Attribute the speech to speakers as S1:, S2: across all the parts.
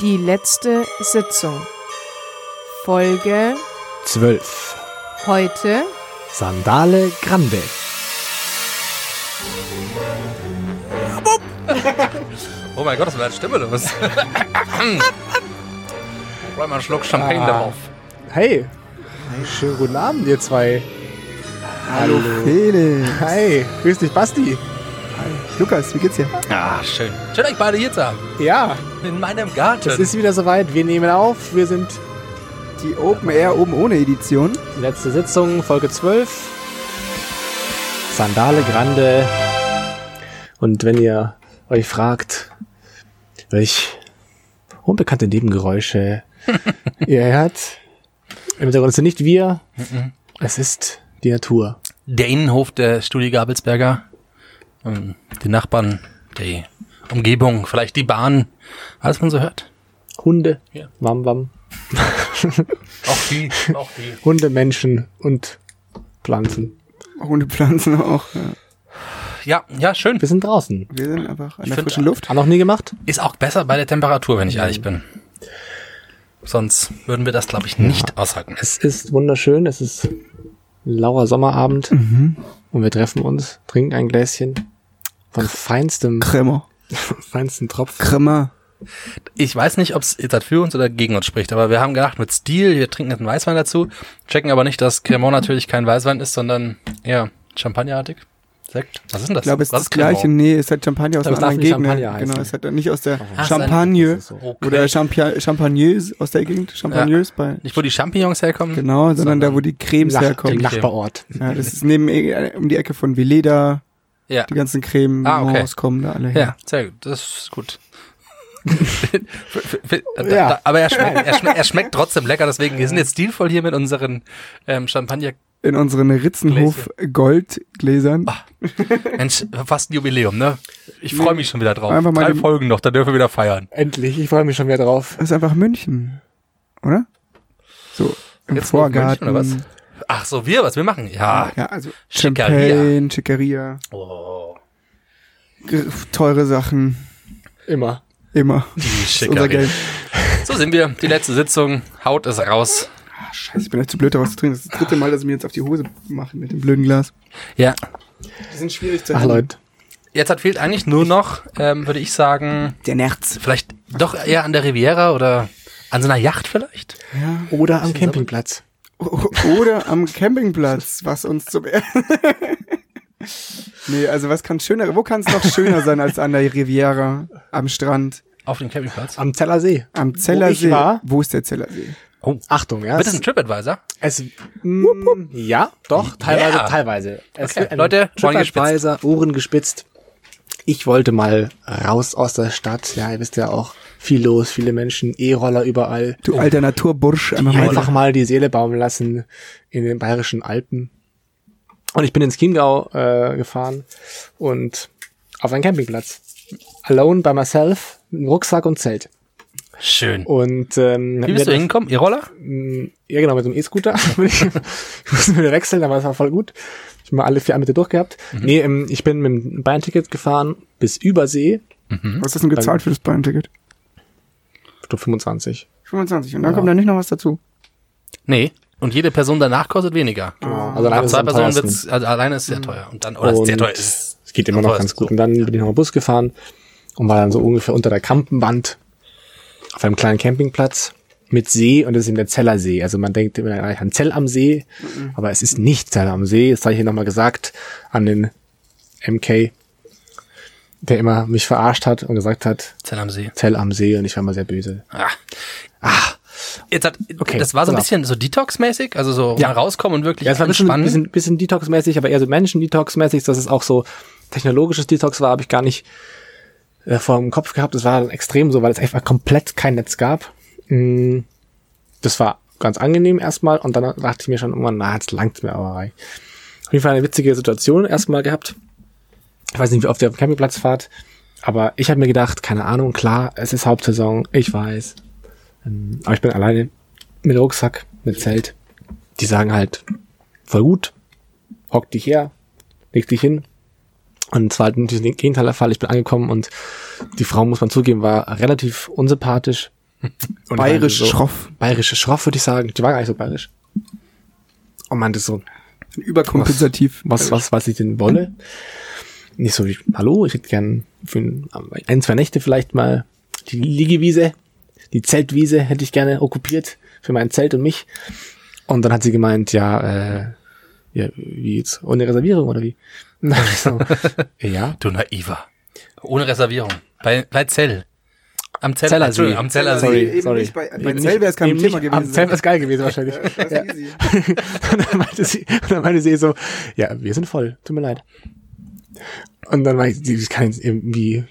S1: Die letzte Sitzung. Folge
S2: 12.
S1: heute
S2: Sandale Grande.
S3: Oh mein Gott, was war deine Stimme los? Räum mal einen Schluck Champagner
S2: Ah.
S3: drauf.
S2: Hey. Schönen guten Abend, ihr zwei.
S4: Hallo Felix.
S2: Hi. Grüß dich, Basti.
S4: Lukas, wie geht's dir?
S3: Ah, schön. Schön, euch beide hier zu haben.
S2: Ja,
S3: In meinem Garten.
S2: es ist wieder soweit. Wir nehmen auf. Wir sind
S4: Die Open Air oben ohne Edition.
S2: die letzte Sitzung, Folge 12. Sandale Grande. Und wenn ihr euch fragt, welch unbekannte Nebengeräusche ihr hört, im Hintergrund sind nicht wir, es ist die Natur.
S3: der Innenhof der Studie Gabelsberger. Ähm, Die Nachbarn, die Umgebung, vielleicht die Bahn. Alles, was man so hört.
S2: Hunde,
S3: Ja.
S2: Wam Wam,
S3: Auch die, auch die.
S2: Hunde, Menschen und Pflanzen.
S4: Ohne Pflanzen auch. Ja.
S3: Ja, ja, schön.
S2: Wir sind draußen.
S4: Wir sind einfach an der
S3: find-
S4: frischen Luft.
S2: Haben noch nie gemacht?
S3: Ist auch besser bei der Temperatur, wenn ich ehrlich bin. Sonst würden wir das, glaube ich, nicht aushalten.
S2: Es ist wunderschön, es ist ein lauer Sommerabend und wir treffen uns, trinken ein Gläschen von feinstem,
S4: Cremor.
S2: feinsten Tropfen.
S4: Cremor.
S3: Ich weiß nicht, ob es jetzt halt für uns oder gegen uns spricht, aber wir haben gedacht, mit Stil, wir trinken jetzt einen Weißwein dazu, checken aber nicht, dass Cremant
S4: Mhm.
S3: natürlich kein Weißwein ist, sondern eher champagnerartig. Sekt? Was ist denn das?
S4: Ich glaube, es ist
S3: Was
S4: das
S3: Cremant?
S4: gleiche. Nee, es hat Champagner aus
S2: Aber es
S4: einem
S2: darf
S4: anderen
S2: nicht
S4: Gegend.
S2: Champagner heißen.
S4: Genau, es hat nicht aus der
S3: Ach,
S4: Champagne
S2: das ist so.
S3: Okay.
S4: oder Champi- Champagneuse aus der Gegend. Champagneuse bei.
S3: Nicht, wo die Champignons herkommen?
S4: Genau, sondern, da, wo die Cremes
S2: Nach, Im
S4: herkommen.
S3: Nach-
S2: Nachbarort.
S4: Ja, das ist neben, äh, um die Ecke von Veleda.
S3: Ja.
S4: Die ganzen Cremes
S3: Ah, okay.
S4: kommen da alle her.
S3: ja, sehr gut. Das ist gut. Für- für- für- da-
S2: Ja.
S3: da- aber er, schme er, schme er schmeckt trotzdem lecker, deswegen, wir sind jetzt stilvoll hier mit unseren ähm, Champagner.
S4: In unseren Ritzenhof-Goldgläsern.
S3: Mensch, fast ein Jubiläum, ne? Ich freue mich schon wieder drauf.
S4: Einfach mal
S3: Drei
S4: den-
S3: Folgen noch, da dürfen wir wieder feiern.
S2: Endlich, ich freue mich schon wieder drauf.
S4: Das ist einfach München, oder? So, im
S3: Jetzt nur auf
S4: Vorgarten.
S3: München, oder was? Ach so, wir, was wir machen? Ja.
S4: Ja, also
S3: Schickeria.
S4: Champagne, Chicaria,
S3: Oh,
S4: teure Sachen,
S2: Immer.
S4: immer.
S3: die
S4: Das ist unser
S3: Schickeria.
S4: Geld.
S3: So sind wir. Die letzte Sitzung. Haut es raus.
S4: Ah, scheiße, ich bin echt zu blöd, da was zu trinken. Das ist das dritte Mal, dass ich mir jetzt auf die Hose mache mit dem blöden Glas. Ah,
S3: Ja.
S4: Die sind schwierig zu
S2: Ach Leute,
S3: Jetzt hat fehlt eigentlich nur noch, ähm, würde ich sagen,
S4: Der Nerz.
S3: vielleicht doch eher an der Riviera oder an so einer Yacht vielleicht.
S4: Ja.
S2: oder am Campingplatz.
S4: O- Oder am Campingplatz, was uns zum Er- Nee, also was kann schöner, wo kann es noch schöner sein als an der Riviera, am Strand,
S3: Auf dem Campingplatz.
S2: Am Zellersee.
S4: am Zellersee?
S2: war?
S4: wo ist der Zellersee?
S2: Achtung, ja.
S3: Bitte
S2: Es,
S3: ein TripAdvisor.
S2: es, mm, ja, doch, teilweise,
S3: Yeah.
S2: teilweise. Es
S3: Okay,
S2: gibt einen
S3: Leute, Ohren
S2: TripAdvisor, Ohren gespitzt. Ich wollte mal raus aus der Stadt. Ja, ihr wisst ja auch, viel los, viele Menschen, E-Roller überall.
S4: Du alter Naturbursch, einfach mal
S2: Einfach mal die Seele baumeln lassen in den bayerischen Alpen. Und ich bin ins Chiemgau äh, gefahren und auf einen Campingplatz. Alone by myself, mit Rucksack und Zelt.
S3: Schön.
S4: Oh,
S2: Und ähm,
S3: Wie bist du hingekommen? Ihr Roller?
S2: ja, genau, mit so einem E-Scooter. ich musste wieder wechseln, aber es war voll gut. Ich habe mal alle vier Anbieter durchgehabt.
S3: Mhm.
S2: Nee, ähm, ich bin mit dem Bayern-Ticket gefahren bis Übersee.
S4: Was hast du denn
S2: Mhm.
S4: gezahlt für das Bayern-Ticket?
S2: Stunde 25.
S4: 25. Und dann kommt da nicht noch was dazu.
S3: Nee. Und jede Person danach kostet weniger.
S4: Ah.
S2: Also
S3: Ab
S2: ist es
S3: Ah. zwei
S2: am
S3: Personen
S2: teuersten.
S3: wird's, also alleine ist
S4: Mhm.
S3: sehr teuer. Und dann, oder
S2: Und
S3: sehr teuer ist.
S2: Es geht immer noch
S3: teuer
S2: ganz
S3: ist
S2: gut. Und dann bin ich noch Bus gefahren und war dann so ungefähr unter der Kampenwand auf einem kleinen Campingplatz mit See und das ist eben der Zellersee. Also man denkt immer gleich an Zell am See,
S3: Mhm.
S2: aber es ist nicht Zell am See. Das habe ich hier nochmal gesagt an den MK, der immer mich verarscht hat und gesagt hat,
S3: Zell am See.
S2: Zell am See und ich war mal sehr böse.
S3: Ah. Ah. Jetzt hat,
S2: Okay,
S3: das war so ein
S2: pass auf.
S3: bisschen so Detox-mäßig, also so mal rauskommen und wirklich
S2: Ja, es war ein bisschen,
S3: entspannen.
S2: bisschen, bisschen Detox-mäßig, aber eher so Menschen-Detox-mäßig, dass es auch so technologisches Detox war, habe ich gar nicht äh, vor dem Kopf gehabt. Das war dann extrem so, weil es einfach komplett kein Netz gab. Mm, Das war ganz angenehm erstmal und dann dachte ich mir schon irgendwann, na, jetzt langt's mir aber rein. Auf jeden Fall eine witzige Situation erstmal gehabt. Ich weiß nicht, wie oft ihr auf dem Campingplatz fahrt, aber ich habe mir gedacht, keine Ahnung, klar, es ist Hauptsaison, ich weiß. Ähm, Aber ich bin alleine mit Rucksack, mit Zelt. Die sagen halt, voll gut, hock dich her, leg dich hin. Und es war halt natürlich der Gegenteil der Fall. Ich bin angekommen und die Frau, muss man zugeben, war relativ unsympathisch. Und
S4: Bayerisch
S2: meinte so,
S4: schroff.
S2: Bayerische Schroff, würde ich sagen. Die war gar nicht so bayerisch. Und meinte so,
S4: Überkompensativ.
S2: was, was, was ich denn wolle. Nicht so wie, hallo, ich hätte gern für ein, ein, zwei Nächte vielleicht mal die Liegewiese, die Zeltwiese hätte ich gerne okkupiert für mein Zelt und mich. Und dann hat sie gemeint, ja, äh, ja, wie jetzt, ohne Reservierung oder wie? Und dann hab ich so, ja,
S3: Du naiver. Ohne Reservierung. Bei, bei Zell. Am Zell,
S2: Zellersee.
S3: Entschuldigung, am Zellersee.
S2: Sorry,
S4: Also eben
S2: sorry.
S4: nicht bei- bei
S2: Eben
S4: Zell wär's kein
S2: eben
S4: Thema
S2: nicht-
S4: gewesen.
S2: Am Zell wäre es geil gewesen wahrscheinlich.
S4: Das
S2: ja.
S4: ist easy.
S2: und dann meinte sie, und dann meinte sie so, ja, wir sind voll, tut mir leid. Und dann meinte sie, ich kann jetzt irgendwie,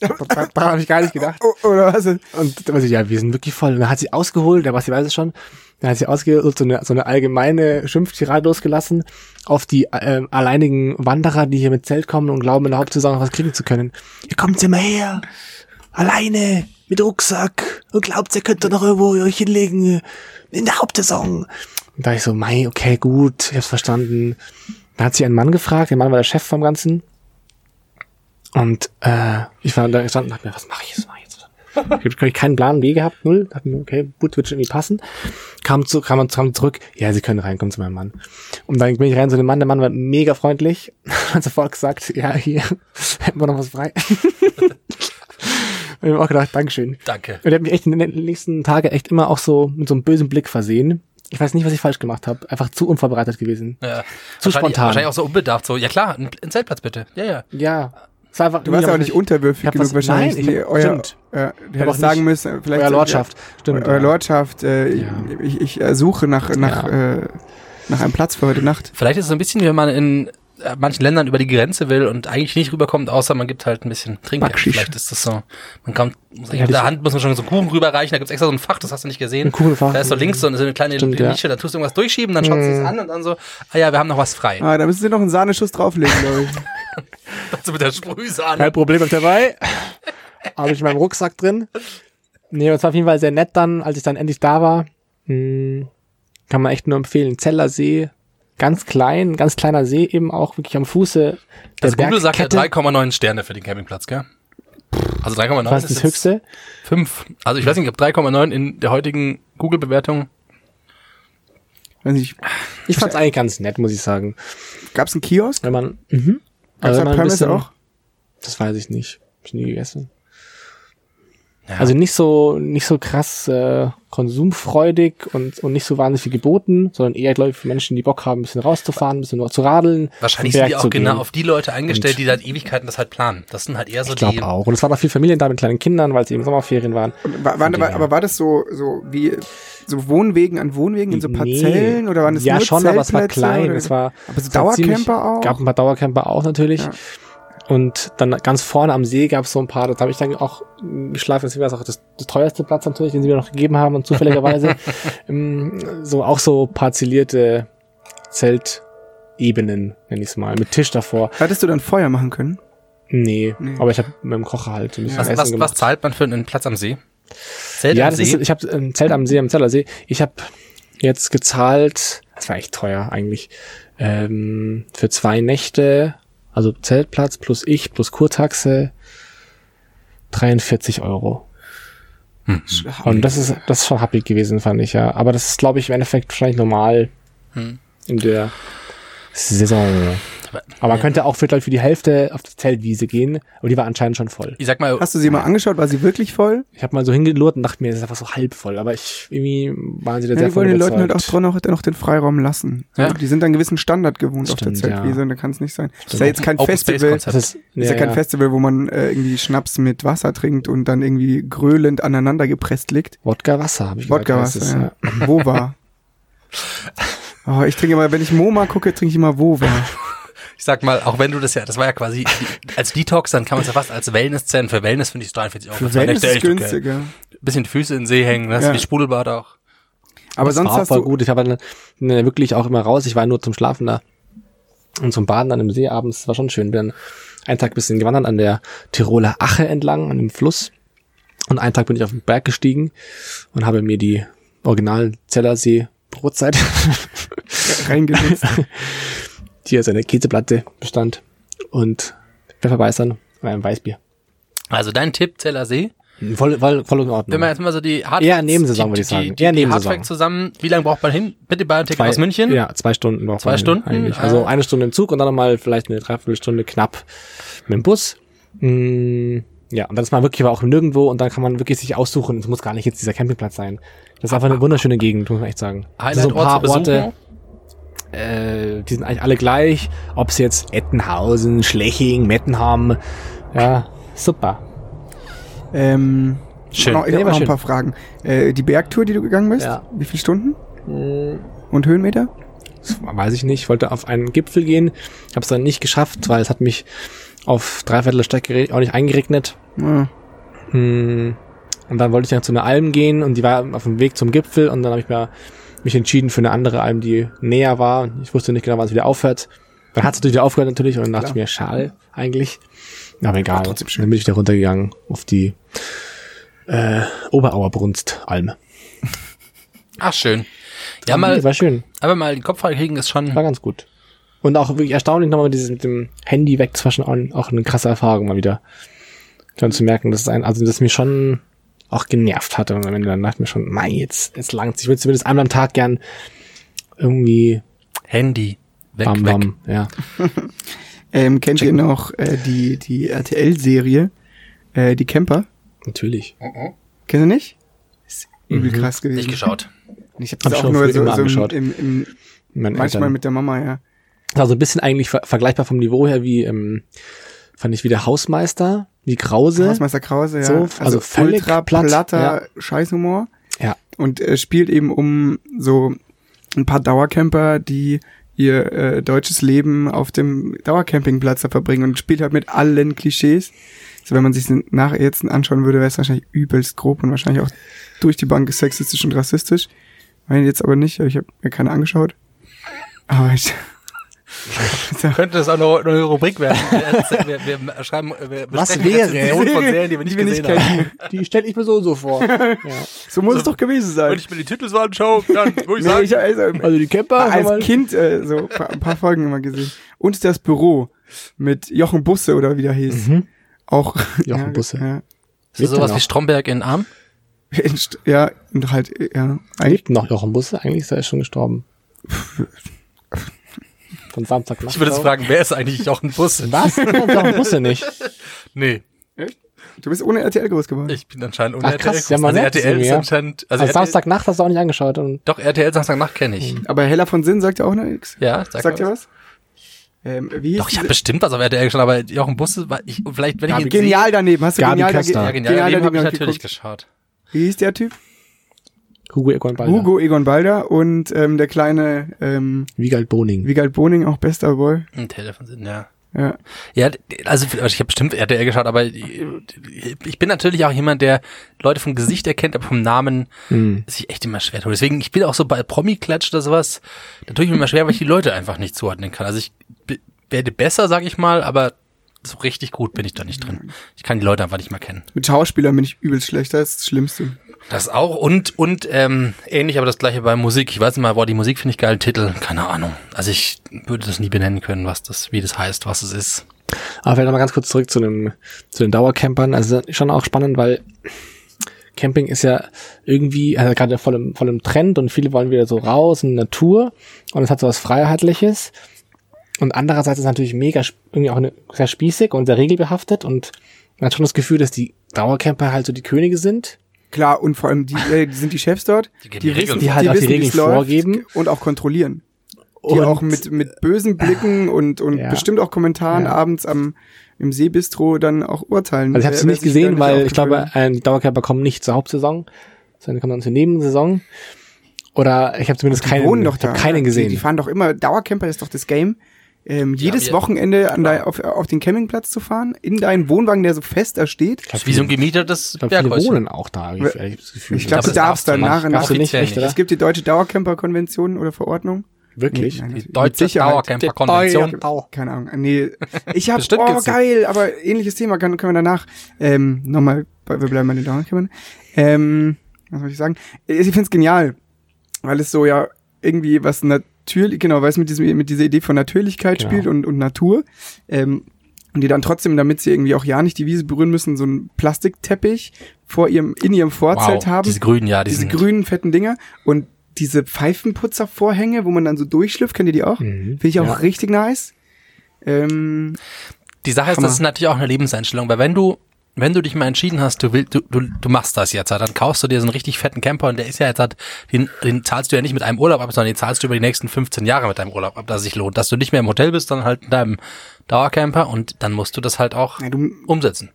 S2: daran habe ich gar nicht gedacht.
S4: O- Oh, Oder was?
S2: Und dann meinte sie, ja, wir sind wirklich voll. Und dann hat sie ausgeholt, aber sie weiß es schon, dann hat sie ausgeholt, so eine, so eine allgemeine Schimpftirade losgelassen auf die ähm, alleinigen Wanderer, die hier mit Zelt kommen und glauben, in der Hauptsaison noch was kriegen zu können. Ihr kommt ja mal her, alleine, mit Rucksack und glaubt, ihr könnt da noch irgendwo euch hinlegen, in der Hauptsaison. Und da hab ich so, mei, okay, gut, ich hab's verstanden. Dann hat sie einen Mann gefragt, der Mann war der Chef vom Ganzen. Und äh, ich war da gestanden und hab mir, was mache ich jetzt? Was mach ich jetzt? Ich habe ich keinen Plan B gehabt, null. Hab mir, okay, gut, wird schon irgendwie passen. Kam zu, kam, kam zurück, ja, sie können reinkommen zu meinem Mann. Und dann bin ich rein zu dem Mann, der Mann war mega freundlich, hat sofort gesagt, ja, hier, hätten wir noch was frei. und ich hab auch gedacht, Dankeschön.
S3: Danke.
S2: Und er hat mich echt in den nächsten Tagen echt immer auch so mit so einem bösen Blick versehen. Ich weiß nicht, was ich falsch gemacht habe. Einfach zu unvorbereitet gewesen.
S3: Ja.
S2: Zu
S3: wahrscheinlich,
S2: spontan.
S3: Wahrscheinlich auch so unbedarft. So, ja klar, ein, ein Zeltplatz bitte. Ja, ja.
S2: Ja. Es war einfach
S4: Du warst ja auch nicht
S2: Ich
S4: unterwürfig
S2: hab
S4: genug
S2: was-
S4: wahrscheinlich.
S2: nein, ich-
S4: Nee, euer,
S2: stimmt.
S4: äh, du
S2: hab auch
S4: hättest sagen
S2: nicht-
S4: müssen, vielleicht.
S2: Euer Lordschaft. Stimmt.
S4: Euer
S2: ja.
S4: Lordschaft, äh,
S2: Ja.
S4: ich, ich äh, suche nach, nach, äh, nach einem Platz für heute Nacht.
S3: Vielleicht ist es so ein bisschen, wie wenn man in äh, manchen Ländern über die Grenze will und eigentlich nicht rüberkommt, außer man gibt halt ein bisschen Trinkgeld.
S4: Backschisch.
S3: Vielleicht ist das so. Man kommt, muss eigentlich
S2: Ja,
S3: mit der
S2: die-
S3: Hand muss man schon so einen Kuchen rüberreichen, da gibt's extra so ein Fach, das hast du nicht gesehen.
S2: Ein Kuchenfach.
S3: Da ist so links so eine, so eine kleine
S2: Stimmt, ja. Mhm.
S3: Nische, da tust du irgendwas durchschieben, dann schaut sie es an und dann so, ah ja, wir haben noch was frei.
S4: Ah, da müssen sie noch einen Sahneschuss drauflegen, glaube ich.
S3: Also mit der Sprühsahne.
S2: Kein Problem mit dabei. Habe ich in meinem Rucksack drin. Nee, aber es war auf jeden Fall sehr nett dann, als ich dann endlich da war. Hm, kann man echt nur empfehlen. Zellersee, ganz klein, ganz kleiner See eben auch, wirklich am Fuße der
S3: Das Google sagt ja
S2: Bergkette.
S3: 3,9 Sterne für den Campingplatz, gell? Also 3,9
S2: was ist das
S3: jetzt
S2: Höchste?
S3: Fünf. Also ich weiß nicht, ob 3,9 in der heutigen Google-Bewertung.
S4: Weiß nicht,
S2: Ich fand es eigentlich ganz nett, muss ich sagen.
S4: gab's einen Kiosk?
S2: Wenn man, mhm.
S4: Gab's
S2: wenn
S4: da
S2: man ein
S4: Pommes
S2: bisschen-
S4: auch?
S2: Das weiß ich nicht. Hab ich nie gegessen.
S3: Ja.
S2: Also nicht so, nicht so krass äh, konsumfreudig und, und nicht so wahnsinnig viel geboten, sondern eher, glaube ich, für Menschen, die Bock haben, ein bisschen rauszufahren, ein bisschen noch zu radeln.
S3: Wahrscheinlich
S2: zum
S3: sind
S2: Berg
S3: die auch
S2: zu
S3: genau
S2: gehen.
S3: auf die Leute eingestellt, die seit Ewigkeiten das halt planen. Das sind halt eher so
S2: Ich
S3: die.
S2: glaube auch. Und es waren auch viele Familien da mit kleinen Kindern, weil es eben Sommerferien waren.
S4: War, war, war, aber war das so, so wie so Wohnwegen an Wohnwegen in so Parzellen oder waren das
S2: Ja,
S4: nur
S2: schon, aber es war
S4: Zeltplätze,
S2: klein.
S4: oder-
S2: Es war,
S4: aber so
S2: es war ziemlich-
S4: Dauercamper auch?
S2: Gab ein paar Dauercamper auch natürlich. Und dann ganz vorne am See gab es so ein paar, das habe ich dann auch mh, geschlafen, deswegen war es auch das, das teuerste Platz natürlich, den sie mir noch gegeben haben und zufälligerweise ähm, so auch so parzellierte Zeltebenen, nenn ich es mal, mit Tisch davor.
S4: Hattest du dann Feuer machen können?
S2: Nee,
S4: Nee.
S2: aber ich habe mit dem Kocher halt ein bisschen
S3: Was,
S2: Essen
S3: was,
S2: gemacht.
S3: was zahlt man für einen Platz am See? Zelt
S2: ja,
S3: am
S2: das
S3: See?
S2: ist, ich habe ein Zelt am See, am Zellersee. Ich habe jetzt gezahlt, das war echt teuer eigentlich, ähm, für zwei Nächte, also Zeltplatz plus ich plus Kurtaxe, 43 Euro. Und
S3: Mhm.
S2: das ist, das ist schon happig gewesen, fand ich ja. Aber das ist, glaube ich, im Endeffekt wahrscheinlich normal
S3: Hm.
S2: in der Saison. Aber man könnte auch für, glaub ich, für die Hälfte auf die Zeltwiese gehen, aber die war anscheinend schon voll.
S3: ich sag mal,
S4: Hast du sie mal angeschaut? War sie wirklich voll?
S2: Ich habe mal so hingelurrt und dachte mir, das ist einfach so halb voll. Aber ich irgendwie waren sie da
S4: Ja,
S2: sehr
S4: wir
S2: voll
S4: wollen den Leuten
S2: überzeugt.
S4: halt auch drin auch, noch den Freiraum lassen.
S3: Ja.
S4: Die sind an einen gewissen Standard gewohnt auf der
S2: Stimmt,
S4: Zeltwiese
S2: ja.
S4: und da kann es nicht sein. Ist ja jetzt kein
S3: Open Space
S4: Festival.
S3: Konzept.
S2: Das ist,
S4: Ist ja, kein Festival, wo man äh, irgendwie Schnaps mit Wasser trinkt und dann irgendwie gröhlend aneinander gepresst liegt.
S2: Wodka Wasser habe ich gehört.
S4: Wodka
S2: Das ist,
S4: Wasser, ja. Wova. Oh, ich trinke immer, wenn ich MoMA gucke, trinke ich immer Wova.
S3: ich sag mal, auch wenn du das ja, das war ja quasi als Detox, dann kann man es ja fast als Wellness zählen. Für Wellness finde ich 43 Euro.
S4: Für
S3: Das war
S4: Wellness
S3: nicht
S4: ist
S3: echt okay.
S4: günstiger.
S3: Bisschen die Füße in den See hängen, das
S4: Ja.
S3: ist wie Sprudelbad auch.
S4: Aber
S2: das
S4: sonst
S2: war auch
S4: hast
S2: voll
S4: du
S2: gut. Ich habe dann, dann wirklich auch immer raus. Ich war nur zum Schlafen da und zum Baden dann im See abends. Das war schon schön. Bin dann einen Tag ein bisschen gewandert an der Tiroler Ache entlang, an dem Fluss. Und einen Tag bin ich auf den Berg gestiegen und habe mir die originalen Zellersee Brotzeit,
S4: reingesetzt.
S2: die aus einer Käseplatte bestand, und Pfefferbeißern und einem Weißbier.
S3: Also dein Tipp, Zeller See,
S2: Voll, voll, voll in Ordnung.
S3: Wenn man jetzt mal so die Hard
S2: Mhm. Eher Nebensaison, würde ich
S3: die, die-
S2: sagen.
S3: Die,
S2: Eher
S3: die
S2: Nebensaison.
S3: Hardfact zusammen, wie lange braucht man hin? Mit dem Bayern-Ticket
S2: Zwei-
S3: aus München?
S2: Ja, zwei Stunden braucht
S3: Zwei
S2: man hin
S3: Stunden?
S2: Eigentlich.
S3: Ah.
S2: Also eine Stunde im Zug und dann nochmal vielleicht eine Dreiviertelstunde knapp mit dem Bus. Mm, ja, und dann ist man wirklich aber auch nirgendwo und dann kann man wirklich sich aussuchen. Es muss gar nicht jetzt dieser Campingplatz sein. Das ist einfach eine wunderschöne Gegend, muss man echt sagen.
S3: Highlight-Ort
S2: so ein paar
S3: zu Ah. besuchen?
S2: Orte, äh, die sind eigentlich alle gleich. Ob es jetzt Ettenhausen, Schleching, Mettenham. Ja, super.
S4: Ähm,
S3: Schön.
S4: Noch, ich
S2: Ja,
S4: habe
S2: war
S4: noch ein
S2: schön.
S4: paar Fragen. Äh, die Bergtour, die du gegangen bist,
S2: Ja. Äh.
S4: wie viele Stunden? Und Höhenmeter?
S2: Das weiß ich nicht, ich wollte auf einen Gipfel gehen, habe es dann nicht geschafft, weil es hat mich auf dreiviertel Strecke auch nicht eingeregnet.
S4: Ja.
S2: Hm, Und dann wollte ich dann zu einer Alm gehen und die war auf dem Weg zum Gipfel und dann habe ich mir, mich entschieden für eine andere Alm, die näher war. Ich wusste nicht genau, wann es wieder aufhört. Dann hat es natürlich wieder aufgehört natürlich und dann dachte ich mir, schal eigentlich. Aber egal,
S4: trotzdem schön.
S2: dann bin ich wieder runtergegangen auf die äh, Oberauer Brunstalm.
S3: Ach, schön. Ja, mal,
S2: war schön.
S3: aber mal den Kopf frei kriegen ist schon,
S2: War ganz gut. Und auch wirklich erstaunlich nochmal dieses mit dem Handy wegzwaschen, auch- auch eine krasse Erfahrung mal wieder. Dann zu merken, dass es ein, also das mir schon auch genervt hatte. Und am Ende dann dachte ich mir schon, mein, jetzt, jetzt langt's. Ich würde zumindest einmal am Tag gern irgendwie
S3: Handy. Weg,
S2: bam,
S3: weg.
S2: bam, ja.
S4: Ähm, kennt ihr noch äh, die, die RTL-Serie, äh, die Camper?
S2: Natürlich.
S4: Kennt ihr nicht? Ist
S2: Mhm.
S4: übel krass gewesen.
S3: Nicht geschaut.
S4: Ich habe
S2: Hab
S4: das
S2: ich
S4: auch
S2: schon
S4: nur
S2: früher
S4: so,
S2: immer
S4: so
S2: angeschaut.
S4: im, im,
S2: Mein
S4: manchmal
S2: Eltern-
S4: mit der Mama, ja.
S2: war so ein bisschen eigentlich ver vergleichbar vom Niveau her wie, ähm, fand ich wieder Hausmeister, wie Krause.
S4: Hausmeister Krause, ja.
S2: So, also völlig
S4: ultra
S2: platt,
S4: platter Scheißhumor.
S2: Ja.
S4: Und äh, spielt eben um so ein paar Dauercamper, die ihr äh, deutsches Leben auf dem Dauercampingplatz da verbringen und spielt halt mit allen Klischees. So, wenn man sich den nach jetzt anschauen würde, wäre es wahrscheinlich übelst grob und wahrscheinlich auch durch die Bank sexistisch und rassistisch. Meine jetzt aber nicht, aber ich habe mir keine angeschaut. Aber ich,
S3: Könnte das auch eine, eine Rubrik werden. Wir, wir, wir schreiben, wir besprechen
S2: wäre?
S3: Rezensionen von Serien, die wir nicht gesehen haben.
S4: kennen.
S2: Die stelle ich mir so und so vor. ja.
S4: So muss es doch gewesen sein.
S3: Wenn ich mir die Titel so anschaue, dann würde ich
S4: Nee,
S3: sagen,
S4: ich, also,
S2: Also die Camper. nochmal-
S4: als Kind äh, so ein paar, ein paar Folgen immer gesehen. Und das Büro mit Jochen Busse oder wie der hieß.
S3: Mhm.
S4: Auch
S2: Jochen
S4: ja,
S2: Busse.
S4: Ja,
S3: ist das
S2: Lebt er
S3: sowas
S2: noch?
S3: wie Stromberg in Arm.
S4: In St- ja, und halt, ja, eigentlich
S2: Lebt noch Jochen Busse? Eigentlich ist er schon gestorben. Von Samstag Nacht.
S3: Ich würde jetzt
S2: auf.
S3: fragen, wer ist eigentlich Jochen Busse?
S2: Was? Jochen Busse nicht.
S3: Also Nee,
S4: Du bist ohne RTL groß geworden.
S3: ich bin anscheinend ohne
S2: Ach krass,
S3: RTL.
S2: ja, man
S3: also
S2: merkt's
S3: RTL ist
S2: irgendwie, ja.
S3: anscheinend, also,
S2: Also,
S3: RTL,
S2: Samstag Nacht hast du auch nicht angeschaut. Und
S3: Doch, RTL Samstagnacht kenne ich.
S4: Aber Hella von Sinn sagt ja auch nichts.
S3: Ja, sag
S4: sagt
S3: mal
S4: ihr was? Ähm, wie hieß
S3: Doch, ich
S4: diese-
S3: habe bestimmt was auf RTL geschaut, aber Jochen Busse war ich, vielleicht, wenn ich ihn
S4: Genial daneben, hast du
S2: Gabi
S4: genial
S2: Köster.
S3: sehe.
S4: dagegen-
S3: Ja, genial,
S4: genial
S3: daneben habe ich
S4: daneben
S3: natürlich
S4: geguckt.
S3: geschaut.
S4: Wie hieß der Typ?
S2: Hugo Egon Balder.
S4: Hugo Egon Balder und ähm, der kleine ähm,
S2: Wiegald Boning.
S4: Wiegald Boning, auch bester Boy.
S3: Ein Telefon sind, ja.
S4: Ja.
S3: Ja, also ich habe bestimmt RTL geschaut, aber äh, ich bin natürlich auch jemand, der Leute vom Gesicht erkennt, aber vom Namen
S2: Hm.
S3: sich echt immer schwer tut. Deswegen, ich bin auch so bei Promi-Klatsch oder sowas, da tue ich mir immer schwer, weil ich die Leute einfach nicht zuordnen kann. Also ich b- werde besser, sag ich mal, aber so richtig gut bin ich da nicht drin. Ich kann die Leute einfach nicht mehr kennen.
S4: Mit Schauspielern bin ich übelst schlecht, das ist das Schlimmste.
S3: Das auch und und ähm, ähnlich, aber das gleiche bei Musik. Ich weiß nicht mal, boah, die Musik finde ich geil, Titel, keine Ahnung. Also ich würde das nie benennen können, was das, wie das heißt, was es ist.
S2: Aber vielleicht noch mal ganz kurz zurück zu, dem, zu den Dauercampern. Also schon auch spannend, weil Camping ist ja irgendwie also gerade voll im, voll im Trend und viele wollen wieder so raus in die Natur und es hat so was Freiheitliches. Und andererseits ist es natürlich mega, sp- irgendwie auch eine, sehr spießig und sehr regelbehaftet und man hat schon das Gefühl, dass die Dauercamper halt so die Könige sind.
S4: Klar, und vor allem die, äh, die sind die Chefs dort,
S3: Die geben die Regeln
S2: vor. Die halt auch die
S4: wissen,
S2: Regeln
S4: wie's läuft
S2: vorgeben.
S4: und auch kontrollieren. Die
S2: Und-
S4: auch mit, mit bösen Blicken und, und
S2: Ja.
S4: bestimmt auch Kommentaren
S2: Ja.
S4: abends am im Seebistro dann auch urteilen.
S2: Also ich habe
S4: Wer-
S2: sie
S4: wer
S2: nicht
S4: sich da
S2: gesehen, weil ich
S4: aufgeführt
S2: glaube,
S4: hat.
S2: äh, die Dauercamper kommen nicht zur Hauptsaison, sondern die kommen dann zur Nebensaison. Oder ich habe zumindest
S4: Also, die
S2: keinen,
S4: wohnen doch
S2: ich hab
S4: da.
S2: keinen gesehen.
S4: Die, die fahren doch immer, Dauercamper ist doch das Game. Ähm, jedes
S3: wir-
S4: Wochenende an dein, auf, auf den Campingplatz zu fahren, in deinen Wohnwagen, der so fest da steht.
S2: Ich glaub,
S3: Wie so ein
S2: viele-
S3: gemietetes
S2: ich glaub, viele
S3: Berghäuschen.
S2: wohnen auch da, hab ich ehrlich das Gefühl.
S4: Ich glaube,
S3: glaub,
S4: du
S3: das
S4: darfst
S3: darfst du
S4: danach
S3: nicht.
S4: nach.
S2: Darfst du nicht,
S3: offiziell
S2: nicht,
S3: nicht.
S2: oder?
S4: Es gibt die deutsche Dauercamper-Konvention oder Verordnung.
S2: Wirklich?
S4: Nein, natürlich-
S3: Die deutsche
S4: mit Sicherheit.
S3: Dauercamper-Konvention.
S4: Keine Ahnung. Nee, ich hab,
S3: Bestimmt
S4: oh
S3: gibt's die.
S4: geil, aber ähnliches Thema können, können wir danach, ähm, nochmal, bei- wir bleiben bei den Downcammern. Ähm, was soll ich sagen? Ich find's genial, weil es so ja irgendwie was natürlich, genau, weil es mit diesem, mit dieser Idee von Natürlichkeit
S2: Genau.
S4: spielt und, und Natur, ähm, und die dann trotzdem, damit sie irgendwie auch ja nicht die Wiese berühren müssen, so einen Plastikteppich vor ihrem, in ihrem Vorzelt haben.
S3: diese grünen, ja, die
S4: diese
S3: sind
S4: grünen, fetten Dinger und diese Pfeifenputzervorhänge, wo man dann so durchschlüpft, kennt ihr die auch?
S3: Mhm.
S4: Finde ich auch
S2: Ja.
S4: richtig nice. Ähm,
S3: Die Sache ist,
S4: Hammer.
S3: das ist natürlich auch eine Lebenseinstellung, weil wenn du, wenn du dich mal entschieden hast, du willst, du, du, du machst das jetzt, halt, dann kaufst du dir so einen richtig fetten Camper und der ist ja jetzt, halt, den, den zahlst du ja nicht mit einem Urlaub ab, sondern den zahlst du über die nächsten 15 Jahre mit deinem Urlaub ab, dass es sich lohnt, dass du nicht mehr im Hotel bist, sondern halt in deinem Dauercamper und dann musst du das halt auch
S4: ja, du,
S3: umsetzen.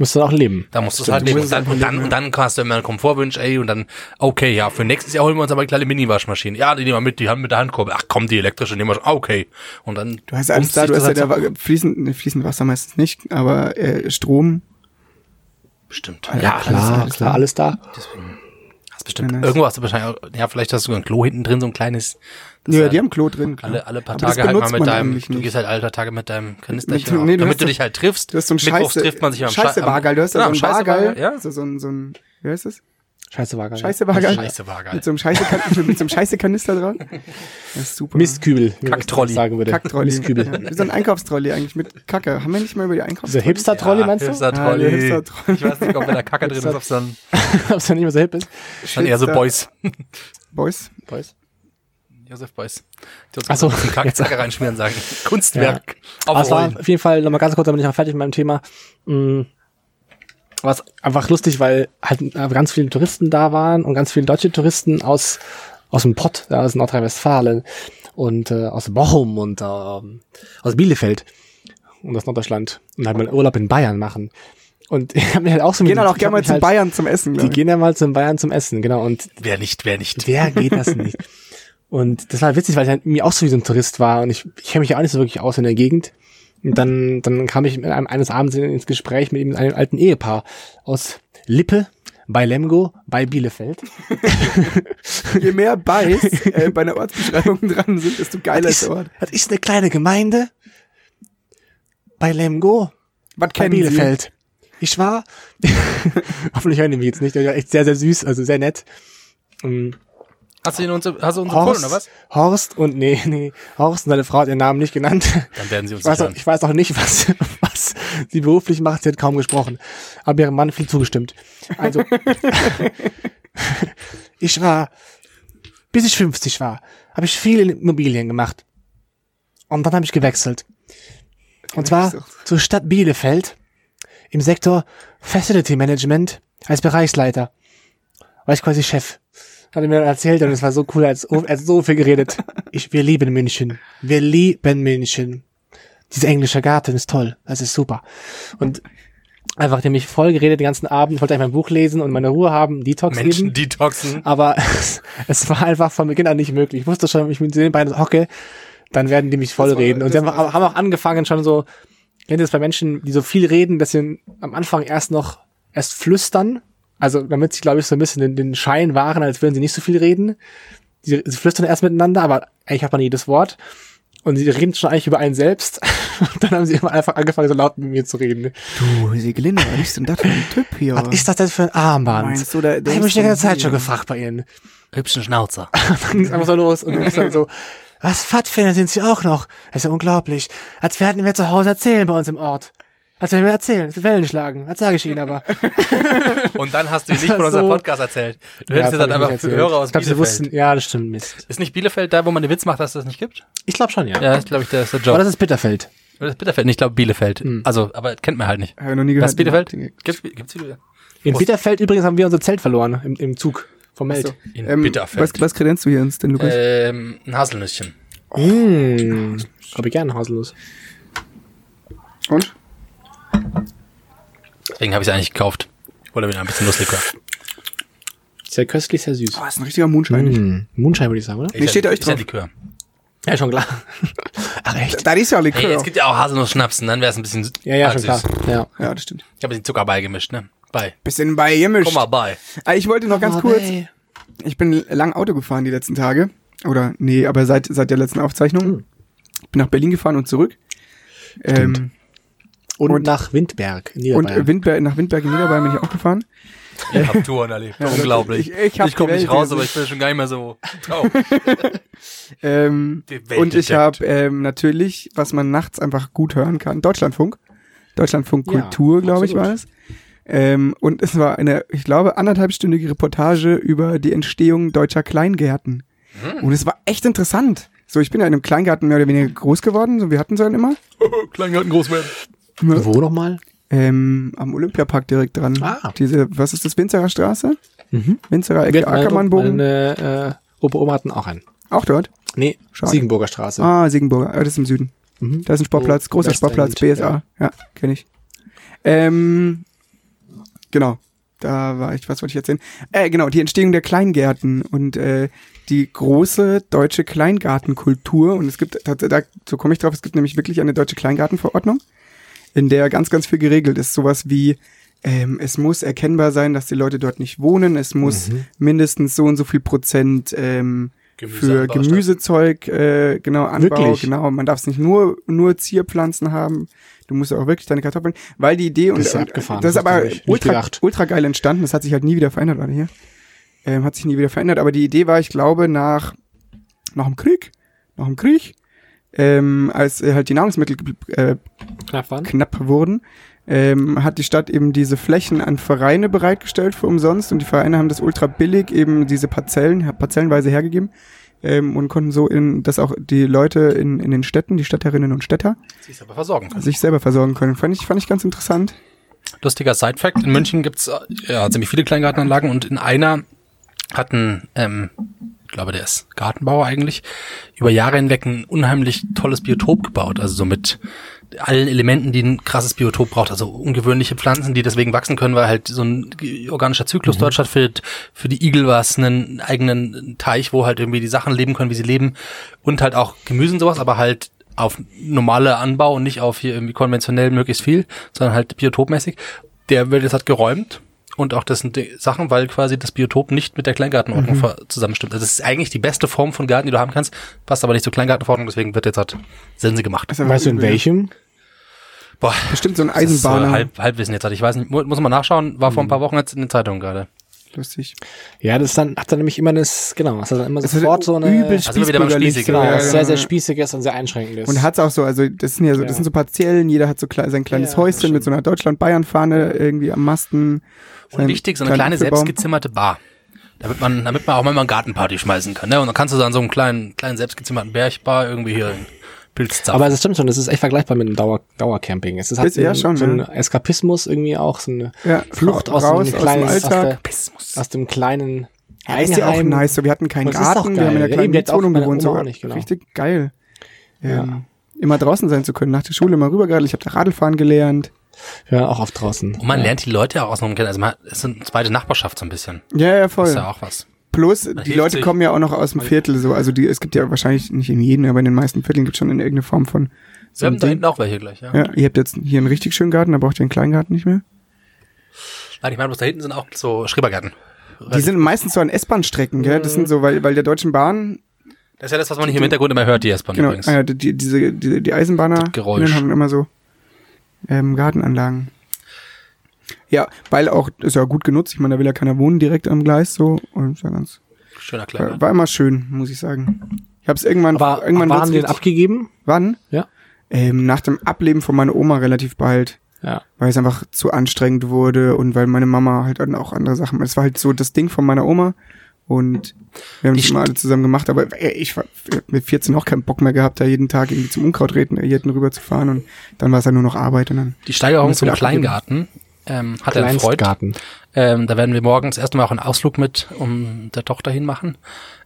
S2: Musst du dann auch leben.
S3: Da musst du es halt nehmen. Und dann, und, dann, und dann hast du immer einen Komfortwunsch, ey, und dann, okay, ja, für nächstes Jahr holen wir uns aber eine kleine Mini-Waschmaschine. Ja, die nehmen wir mit, die haben mit der Handkurbel. Ach komm, die elektrische nehmen wir schon. Ah, Okay. Und dann
S4: du hast alles
S3: bumst
S4: da,
S3: sich
S4: du
S3: das
S4: hast ja
S3: halt
S4: da
S3: so-
S4: wa- fließend, nee, fließend Wasser meistens nicht, aber äh, Strom.
S3: Bestimmt.
S4: Ja,
S3: Ja,
S4: Alles da,
S2: Klar,
S4: alles
S2: klar,
S4: da.
S2: alles da.
S3: Hast bestimmt.
S4: Ja, nice.
S3: Irgendwo hast du wahrscheinlich, auch- ja, vielleicht hast du sogar ein Klo hinten drin, so ein kleines. das
S4: Ja,
S3: halt
S4: die haben Klo drin. klar.
S3: alle, alle paar
S4: Aber das
S3: Tage halt mal
S4: benutzt
S3: mit
S4: man
S3: deinem,
S4: eigentlich
S3: du
S4: nicht.
S3: gehst halt alle paar Tage mit deinem
S4: Mit-
S3: Kanisterchen,
S4: nee, du
S3: auf, damit
S4: hast
S3: du
S4: so-
S3: dich halt triffst.
S4: Du hast so einen
S3: Mittwochs
S4: Scheiße,
S3: trifft man sich am Schei-
S4: Scheiße
S3: am-
S4: Bargal. Du hast da
S3: Genau,
S4: so einen
S3: am
S4: Bargal.
S3: Scheiße-Bargal, ja.
S4: So, so, ein, so ein, wie heißt das?
S2: Scheiße war gar nicht.
S4: Scheiße Bargal.
S3: Scheiße Bargal.
S4: Mit so einem Scheiße, mit so einem Scheiße Kanister drauf. Das ist super.
S2: Mistkübel, wie man das
S3: Kacktrolli.
S2: sagen würde.
S4: Kacktrolli.
S2: Mistkübel.
S4: Ja, wie so ein Einkaufstrolli eigentlich mit Kacke. Haben wir nicht mal über die
S2: Dieser
S4: Einkaufstrolli?
S2: Hipster-Trolli, meinst du?
S3: Hipster
S4: Ah, der
S3: -Trolli.
S4: Hipster-Trolli.
S3: Ich weiß nicht, ob da der Kacke drin ist,
S2: Hipster-
S3: ob es dann,
S2: Ob's ja nicht mehr so hip ist.
S3: dann eher so
S4: Hipster-
S3: Boys.
S4: Boys.
S2: Boys.
S3: Josef Beuys.
S2: Ach so. Also,
S3: Kackzacke reinschmieren sagen. Kunstwerk.
S2: Aber es
S3: Aufrollen.
S2: war auf jeden Fall, nochmal ganz kurz, damit ich noch fertig mit meinem Thema. Mm, War es einfach lustig, weil halt äh, ganz viele Touristen da waren und ganz viele deutsche Touristen aus, aus dem Pott, ja, aus Nordrhein-Westfalen und äh, aus Bochum und ähm, aus Bielefeld und aus Norddeutschland und halt mal Urlaub in Bayern machen. Und ich habe mich halt auch so
S4: Gehen dann auch
S2: ich
S4: gerne
S2: hab
S4: mal
S2: mich
S4: zu
S2: halt,
S4: Bayern zum Essen,
S2: Die
S4: glaub ich.
S2: gehen dann mal zum Bayern zum Essen, genau. Und
S3: Wer nicht, wer nicht.
S2: Wer geht das nicht? Und das war witzig, weil ich halt irgendwie auch so wie so ein Tourist war und ich, ich kenne mich ja auch nicht so wirklich aus in der Gegend. Und dann, dann kam ich mit einem, eines Abends in- ins Gespräch mit einem alten Ehepaar aus Lippe bei Lemgo bei Bielefeld.
S4: Je mehr Bays äh, bei einer Ortsbeschreibung dran sind, desto geiler ist der Ort.
S2: das ist eine kleine Gemeinde bei Lemgo bei
S4: Was kennen Sie?
S2: Bielefeld. Ich war, hoffentlich hören die mich jetzt nicht, der war echt sehr, sehr süß, also sehr nett. Ähm,
S3: Hast du ihn uns, hast du uns empfohlen,
S2: Horst,
S3: oder was?
S2: Horst und, nee, nee, Horst und seine Frau hat ihren Namen nicht genannt.
S3: Dann werden sie uns
S2: Ich weiß,
S3: nicht
S2: auch,
S3: hören.
S2: ich weiß auch nicht, was, was sie beruflich macht. Sie hat kaum gesprochen. Aber ihrem Mann viel zugestimmt. Also, ich war, bis ich 50 war, habe ich viel in Immobilien gemacht. Und dann habe ich gewechselt. Und zwar zur Stadt Bielefeld im Sektor Facility Management als Bereichsleiter. War ich quasi Chef. Hat er mir dann erzählt und es war so cool, als als so viel geredet. Ich, wir lieben München. Wir lieben München dieser englische Garten ist toll, das ist super. Und einfach nämlich voll geredet den ganzen Abend, ich wollte eigentlich mein Buch lesen und meine Ruhe haben, Detox
S3: Menschen
S2: leben.
S3: detoxen.
S2: Aber es, es war einfach von Beginn an nicht möglich. Ich wusste schon, wenn ich mit den beiden hocke, dann werden die mich voll
S4: Das war-
S2: reden. Und sie
S4: das
S2: haben, auch- haben auch angefangen schon so, kennt ihr das bei Menschen, die so viel reden, dass sie am Anfang erst noch, erst flüstern. Also damit sie, glaube ich, so ein bisschen den, den Schein wahren, als würden sie nicht so viel reden. Sie, sie flüstern erst miteinander, aber eigentlich hat man jedes Wort. Und sie reden schon eigentlich über einen selbst. Und dann haben sie immer einfach angefangen, so laut mit mir zu reden.
S4: Du, Segelinde, was ist denn das für ein Typ hier?
S2: Was ist das denn für ein Armband?
S4: Meinst du, da-
S2: ich habe
S4: denkst
S2: mich die ganze
S4: du-
S2: Zeit schon gefragt bei ihnen.
S3: Hübschen Schnauzer.
S2: ging es einfach so los und ich dann so, was Pfadfinder sind sie auch noch? Das ist ja unglaublich. Als werden wir zu Hause erzählen bei uns im Ort. Als werden wir erzählen, als wir Wellen schlagen. Das sage ich ihnen aber.
S3: Und dann hast du ihnen nicht von
S2: Das war
S3: unserem
S2: so-
S3: Podcast erzählt. Du hättest
S2: das
S3: jetzt halt
S2: hab ich
S3: einfach
S2: nicht
S3: für
S2: erzählt.
S3: Hörer aus
S2: ich glaub, sie
S3: Bielefeld.
S2: wussten, ja, das stimmt, Mist.
S3: Ist nicht Bielefeld da, wo man den Witz macht, dass es das nicht gibt?
S2: Ich glaube schon, ja.
S3: Ja, ist, glaube ich, der ist der
S2: Aber
S3: Job.
S2: das ist Hm. Bitterfeld.
S3: Oder das ist Bitterfeld, nicht, ich glaube Bielefeld. Also, aber kennt man halt nicht.
S4: Habe ich noch nie gehört.
S3: Was, Bielefeld? Gibt's, gibt's Bielefeld?
S2: In
S3: Prost.
S2: Bitterfeld übrigens haben wir unser Zelt verloren im, im Zug vom Meld.
S4: Ach
S3: In
S4: Ähm,
S3: Bitterfeld.
S4: Was, was kredenzt du hier uns denn, Lukas?
S3: Ähm, ein Haselnüsschen.
S2: Mmh. Hab ich gerne haselnuss.
S4: Und?
S3: Deswegen habe ich es eigentlich gekauft. Oder wieder ein bisschen Nusslikör.
S2: Sehr köstlich, sehr süß.
S4: Oh, ist ein richtiger Mondschein.
S3: Mm.
S2: Mmh. Mondschein würde ich sagen, oder?
S4: Nee, steht da euch
S3: Ist ja
S4: drauf.
S3: Likör.
S2: Ja, schon klar. Ach echt?
S4: Da ist ja
S3: Hey,
S4: Likör.
S3: es gibt ja auch Haselnuss-Schnapsen, dann wäre es ein bisschen sü-
S2: Ja, ja,
S3: arg
S2: schon
S3: Ah, süß.
S2: klar. Ja.
S4: ja, das stimmt.
S3: Ich habe ein bisschen Zucker beigemischt, ne? Bei.
S4: Bisschen bei gemischt.
S3: Komm mal bei.
S4: Ah, Ich wollte noch ganz kurz, ich bin lang Auto gefahren die letzten Tage. Oder, nee, aber seit, seit der letzten
S3: Hm.
S4: Aufzeichnung. Ich bin nach Berlin gefahren und zurück. Ähm,
S2: Und,
S4: Und-
S2: nach Windberg in
S4: und
S2: Niederbayern.
S4: Windberg, nach Windberg in Niederbayern bin ich auch gefahren.
S3: Ich hab Touren erlebt. Unglaublich.
S4: ich- ich hab
S3: ich komme
S4: die
S3: nicht
S4: Welt
S3: raus, aber ich
S4: gesehen.
S3: bin schon gar nicht mehr so traurig.
S4: Ähm,
S3: Die Welt
S4: und ich
S3: entdeckt.
S4: habe ähm, natürlich, was man nachts einfach gut hören kann, Deutschlandfunk. Deutschlandfunk
S2: Ja,
S4: Kultur, glaube ich, war
S2: absolut.
S4: es. Ähm, und es war eine, ich glaube, anderthalbstündige Reportage über die Entstehung deutscher Kleingärten.
S2: Mhm.
S4: Und es war echt interessant. So, ich bin ja in einem Kleingarten mehr oder weniger groß geworden, so wir hatten so einen immer.
S3: Kleingarten groß werden.
S2: Wo nochmal?
S4: Ähm, am Olympiapark direkt dran.
S2: Ah.
S4: Diese, was ist das, Winzerer Straße?
S2: Mhm.
S4: Winzerer
S2: Wir
S4: Ecke,
S2: hatten-
S4: Ackermannbogen.
S2: Meine äh, Opa-Oma hatten auch einen.
S4: Auch dort?
S2: Nee,
S4: Schade.
S2: Siegenburger Straße.
S4: Ah, Siegenburger, ah, das ist im Süden.
S2: Mhm.
S4: Da ist ein Sportplatz,
S2: Oh,
S4: großer
S2: West
S4: Sportplatz,
S2: End,
S4: BSA. Ja, kenne ich. Ähm, genau. Da war ich, was wollte ich erzählen? Äh, genau, die Entstehung der Kleingärten und äh, die große deutsche Kleingartenkultur. Und es gibt, da, da, so komme ich drauf, es gibt nämlich wirklich eine deutsche Kleingartenverordnung, in der ganz, ganz viel geregelt ist. Sowas wie, ähm, es muss erkennbar sein, dass die Leute dort nicht wohnen. Es muss
S2: Mhm.
S4: mindestens so und so viel Prozent ähm,
S3: Gemüse
S4: für
S3: anbauen statt-
S4: Gemüsezeug, äh, genau, Anbau,
S2: Wirklich?
S4: genau. Man darf es nicht nur, nur Zierpflanzen haben. Du musst auch wirklich deine Kartoffeln, weil die Idee und
S2: Das ist ja
S4: und-
S2: abgefahren,
S4: das ist
S2: das hab
S4: aber
S2: ich nicht
S4: ultra,
S2: gedacht.
S4: ultra geil entstanden. Das hat sich halt nie wieder verändert, Leute, hier. Ähm, hat sich nie wieder verändert. Aber die Idee war, ich glaube, nach, nach dem Krieg, nach dem Krieg, ähm, als äh, halt die Nahrungsmittel äh,
S2: Knapp waren.
S4: knapp wurden, ähm, hat die Stadt eben diese Flächen an Vereine bereitgestellt für umsonst und die Vereine haben das ultra billig eben diese Parzellen, parzellenweise hergegeben ähm, und konnten so in, dass auch die Leute in, in den Städten, die Städterinnen und Städter,
S3: Sie ist aber versorgen.
S2: Also
S3: können.
S4: sich selber versorgen können. Fand ich, fand ich ganz interessant.
S3: Lustiger Side-Fact, in München gibt's äh, ja, ziemlich viele Kleingartenanlagen und in einer hatten, ähm, ich glaube, der ist Gartenbauer eigentlich, über Jahre hinweg ein unheimlich tolles Biotop gebaut. Also so mit allen Elementen, die ein krasses Biotop braucht. Also ungewöhnliche Pflanzen, die deswegen wachsen können, weil halt so ein ge- organischer Zyklus dort stattfindet. Für die Igel war es einen eigenen Teich, wo halt irgendwie die Sachen leben können, wie sie leben. Und halt auch Gemüse und sowas, aber halt auf normale Anbau und nicht auf hier irgendwie konventionell möglichst viel, sondern halt biotopmäßig. Der wird jetzt hat geräumt und auch das sind die Sachen, weil quasi das Biotop nicht mit der Kleingartenordnung
S4: Mhm.
S3: ver- zusammenstimmt. Also das ist eigentlich die beste Form von Garten, die du haben kannst, passt aber nicht zur Kleingartenverordnung, deswegen wird jetzt halt Sense gemacht.
S4: Das ist einfach
S2: Weißt du in
S4: übel.
S2: welchem?
S3: Boah,
S4: Also Bestimmt so ein
S3: das ist, äh,
S4: Eisenbahner. Mhm.
S3: Halb, Halbwissen jetzt halt. Ich weiß nicht, mu- muss man nachschauen, war vor ein paar Wochen jetzt in den Zeitungen gerade.
S4: Lustig.
S2: Ja, das dann, hat dann nämlich immer das, genau, das hat dann immer
S4: Das
S2: sofort
S4: ist
S2: so eine.
S4: übel
S3: Also wieder beim
S4: spießbürgerlich.
S3: Spießigen.
S2: Genau,
S4: Ja,
S2: was
S4: ja,
S2: sehr, sehr
S4: ja.
S2: spießiges und sehr einschränkend ist.
S4: Und hat's auch so, also das sind ja so,
S2: Ja.
S4: das sind so partiellen, jeder hat so kle sein kleines
S2: Ja,
S4: Häuschen mit
S2: stimmt.
S4: so einer Deutschland-Bayern-Fahne irgendwie am Masten.
S3: Und wichtig, so eine kleine selbstgezimmerte Bar. Damit man, damit man auch mal eine Gartenparty schmeißen kann. Ne? Und dann kannst du so an so einem kleinen, kleinen selbstgezimmerten Bergbar irgendwie hier einen Pilz zapfen.
S2: Aber es stimmt schon, das ist echt vergleichbar mit einem Dauer, Dauercamping. Es ist halt
S4: Ist- ja,
S2: so,
S4: schon,
S2: ein, so ein
S4: ne?
S2: Eskapismus irgendwie auch, so eine
S4: Ja,
S2: Flucht aus,
S4: raus
S2: einem
S4: aus
S2: kleinen,
S4: dem Alltag.
S2: Aus, der, aus dem kleinen
S4: Ja, ist ja auch
S2: Eigenheim.
S4: nice. So, wir hatten keinen
S2: Und es ist doch
S4: Garten, wir haben in
S2: geil.
S4: der
S2: Ja,
S4: kleinen
S2: eben, jetzt auch
S4: Wohnung
S2: meine
S4: gewohnt.
S2: Oma
S4: So,
S2: auch nicht, genau.
S4: Richtig geil.
S2: Ja.
S4: Ähm, Immer draußen sein zu können. Nach der Schule mal rüber gerade. Ich habe da Radlfahren gelernt.
S2: Ja, auch auf draußen.
S3: Und man
S2: ja.
S3: lernt die Leute auch aus dem Kennen. Also man es ist eine zweite Nachbarschaft so ein bisschen.
S4: Ja, Oh ja, voll.
S3: Ist ja auch was.
S4: Plus, die
S3: hilft
S4: Leute
S3: sich.
S4: kommen ja auch noch aus dem Viertel so. Also die, es gibt ja wahrscheinlich nicht in jedem, aber in den meisten Vierteln gibt es schon in irgendeine Form von.
S3: Wir haben da
S4: Ding.
S3: hinten auch welche gleich, ja.
S4: Ja, ihr habt jetzt hier einen richtig schönen Garten, da braucht ihr einen kleinen Garten nicht mehr.
S3: Nein, ich meine, bloß da hinten sind auch so Schrebergärten.
S4: Die
S3: Das
S4: sind meistens so an S-Bahn-Strecken, gell?
S3: Äh.
S4: Das sind so, weil, weil der Deutschen Bahn,
S3: ist ja das, was man hier im Hintergrund immer hört, die S-Bahn
S4: genau,
S3: übrigens.
S4: ah ja, die, diese, die, die Eisenbahner
S3: Das Geräusch.
S4: die haben immer so ähm, Gartenanlagen. Ja, weil auch, ist ja gut genutzt, ich meine, da will ja keiner wohnen direkt am Gleis so. Und ist ja ganz,
S3: Schöner kleiner.
S4: war, war immer schön, muss ich sagen. Ich hab's irgendwann,
S2: ne. Aber irgendwann
S4: irgendwann
S2: waren
S4: wird's
S2: die den
S4: richtig-
S2: abgegeben?
S4: wann?
S2: Ja.
S4: Ähm, nach dem Ableben von meiner Oma relativ bald.
S2: Ja.
S4: weil es einfach zu anstrengend wurde und weil meine Mama halt dann auch andere Sachen. Es war halt so das Ding von meiner Oma und wir haben
S3: Die
S4: das immer alle zusammen gemacht, aber ey, ich war mit 14 auch keinen Bock mehr gehabt, da jeden Tag irgendwie zum Unkraut reden, jeden rüberzufahren und dann war es ja nur noch Arbeit und dann.
S3: Die Steigerung
S4: Müssen
S3: zum
S4: wir abgeben.
S3: Kleingarten ähm, hat er Freud.
S2: Kleinstgarten.
S3: Ähm, da werden wir morgens erstmal auch einen Ausflug mit um der Tochter hin machen.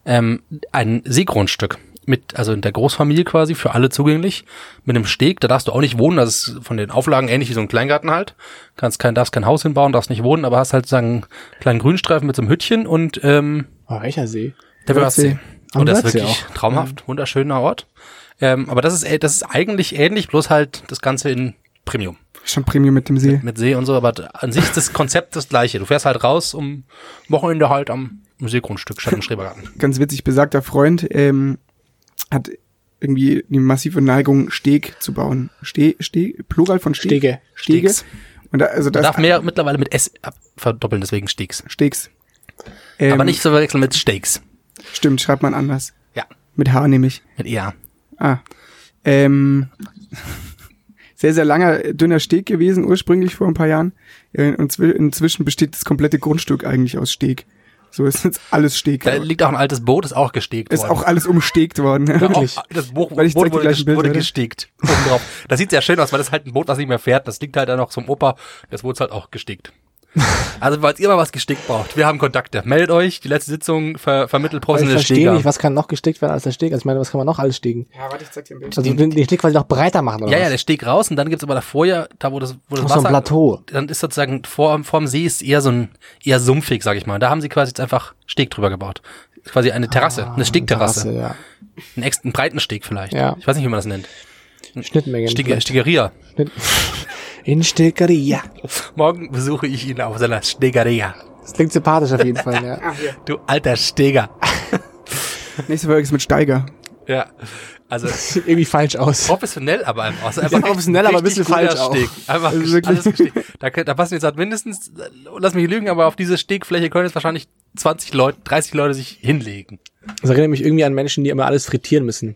S3: Ähm, ein Seegrundstück mit, also in der Großfamilie quasi, für alle zugänglich, mit einem Steg, da darfst du auch nicht wohnen, das ist von den Auflagen ähnlich wie so ein Kleingarten halt. Kannst kein, darfst kein Haus hinbauen, darfst nicht wohnen, aber hast halt sozusagen einen kleinen Grünstreifen mit so einem Hütchen und ähm,
S2: Oh, welcher See?
S3: der
S4: Wörthsee.
S3: Wörthsee.
S2: Am
S3: Und das ist
S2: Wörthsee
S3: wirklich traumhaft, wunderschöner Ort. Ähm, aber das ist, äh, das ist eigentlich ähnlich, bloß halt das Ganze in Premium
S4: Schon Premium mit dem See.
S3: mit See und so, aber an sich ist das Konzept das gleiche. Du fährst halt raus um Wochenende halt am am Seegrundstück statt im Schrebergarten.
S4: Ganz witzig, besagter Freund ähm, hat irgendwie die massive Neigung, Steg zu bauen. Steg, Steg, Plural von Steg.
S2: Stege.
S4: Stege.
S3: Stegs.
S4: Und da, also
S3: Man
S4: das
S3: darf mehr mittlerweile mit S ab- verdoppeln, deswegen Steaks.
S4: Stegs.
S3: Aber
S4: Ähm,
S3: nicht zu verwechseln mit Steaks.
S4: Stimmt, schreibt man anders.
S3: Ja,
S4: Mit H nämlich.
S3: mit E EA.
S4: Ah. Ähm, sehr, sehr langer, äh, dünner Steg gewesen, ursprünglich vor ein paar Jahren. Äh, und zwi- inzwischen besteht das komplette Grundstück eigentlich aus Steg. So ist jetzt alles Steg.
S3: Da liegt auch ein altes Boot, ist auch gestegt
S4: genau. ist
S3: worden.
S4: auch alles umstegt worden.
S3: Ja,
S4: Ja.
S2: Wirklich?
S3: Auch, das Bo
S4: Weil ich zeig
S3: Boot
S4: dir
S3: wurde,
S4: gleich ein
S3: ges-
S4: Bild,
S3: wurde
S2: ne?
S4: oder?
S3: gestegt. oben drauf. Das sieht sehr schön aus, weil das ist halt ein Boot, das nicht mehr fährt. Das liegt halt dann noch zum Opa. Das wurde halt auch gestegt. Also, falls ihr mal was gestickt braucht, wir haben Kontakte. Meldet euch. Die letzte Sitzung ver vermittelt
S2: Aber ich
S3: professionelle
S2: verstehe
S3: Steger.
S2: nicht, was kann noch gesteckt werden als der Steg? Also ich meine, was kann man noch alles stegen?
S4: warte, ich zeig dir ein Bild.
S2: Also den, den Steg quasi noch breiter machen, oder
S3: ja, ja,
S2: was?
S3: der Steg raus und dann gibt's aber davor ja, da wo das, wo das
S2: Auf
S3: Wasser...
S2: so ein Plateau.
S3: Dann ist sozusagen, vor, vorm See ist eher so ein, eher sumpfig, sag ich mal. Da haben sie quasi jetzt einfach Steg drüber gebaut. Quasi eine Terrasse,
S2: Ah,
S3: eine Stegterrasse.
S2: ja.
S3: Einen, ex- einen breiten Steg vielleicht.
S2: Ja.
S3: Ich weiß nicht, wie man das nennt.
S2: Schnittmengen.
S3: Stege, Stegeria.
S2: Schnitt- In Stegeria.
S3: Morgen besuche ich ihn auf seiner Stegeria.
S2: Das klingt sympathisch auf jeden Fall, ja.
S3: Du alter Steger.
S4: Nächste Folge ist mit Steiger.
S3: Ja. Also
S2: Sieht irgendwie falsch aus.
S3: professionell, aber einfach. Also einfach
S2: Ja, professionell, aber ein
S3: richtig
S2: bisschen
S3: guter
S2: falsch auch.
S3: Steg. Einfach
S4: Also wirklich.
S3: alles gesteckt. Da, könnt- da passen jetzt halt mindestens, lass mich lügen, aber auf diese Stegfläche können jetzt wahrscheinlich 20 Leute, 30 Leute sich hinlegen.
S2: Das erinnert mich irgendwie an Menschen, die immer alles frittieren müssen.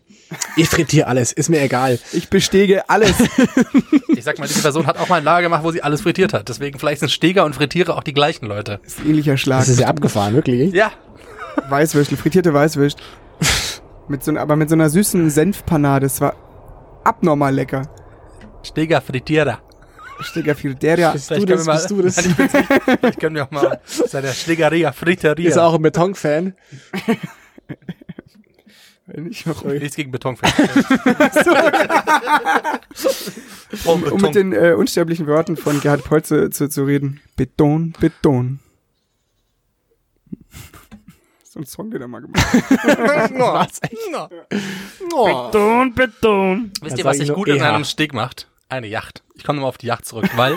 S2: Ich frittiere alles, ist mir egal.
S4: Ich bestege alles.
S3: Ich sag mal, diese Person hat auch mal ein Lager gemacht, wo sie alles frittiert hat. Deswegen vielleicht sind Steger und Frittiere auch die gleichen Leute.
S4: Das ist ein ähnlicher Schlag.
S2: Das ist ja abgefahren, wirklich.
S3: Ja.
S4: Weißwürst, eine frittierte Weißwürst. mit so, einer- aber mit so einer süßen Senfpanade. Das war abnormal lecker.
S3: Steger, Frittierer.
S4: Steiger Filteria.
S2: Bist du das, bist du das?
S3: Nein, ich bin's nicht. Vielleicht können wir auch mal seiner Stegeria, Fritteria.
S2: Ist auch ein Betonfan.
S4: Ich mach-
S3: Nichts gegen Betonfans. oh, Beton.
S4: Um mit den äh, unsterblichen Worten von Gerhard Polze zu, zu reden. Beton, Beton. So ein Song, den er mal gemacht hat.
S3: Was?
S4: Beton, Beton.
S3: Wisst
S2: Dann
S3: ihr,
S2: sag
S3: was
S2: ich
S3: sich
S2: nur
S3: gut
S2: EH.
S3: an einem Steg macht? Eine Yacht. Ich komme nochmal auf die Yacht zurück, weil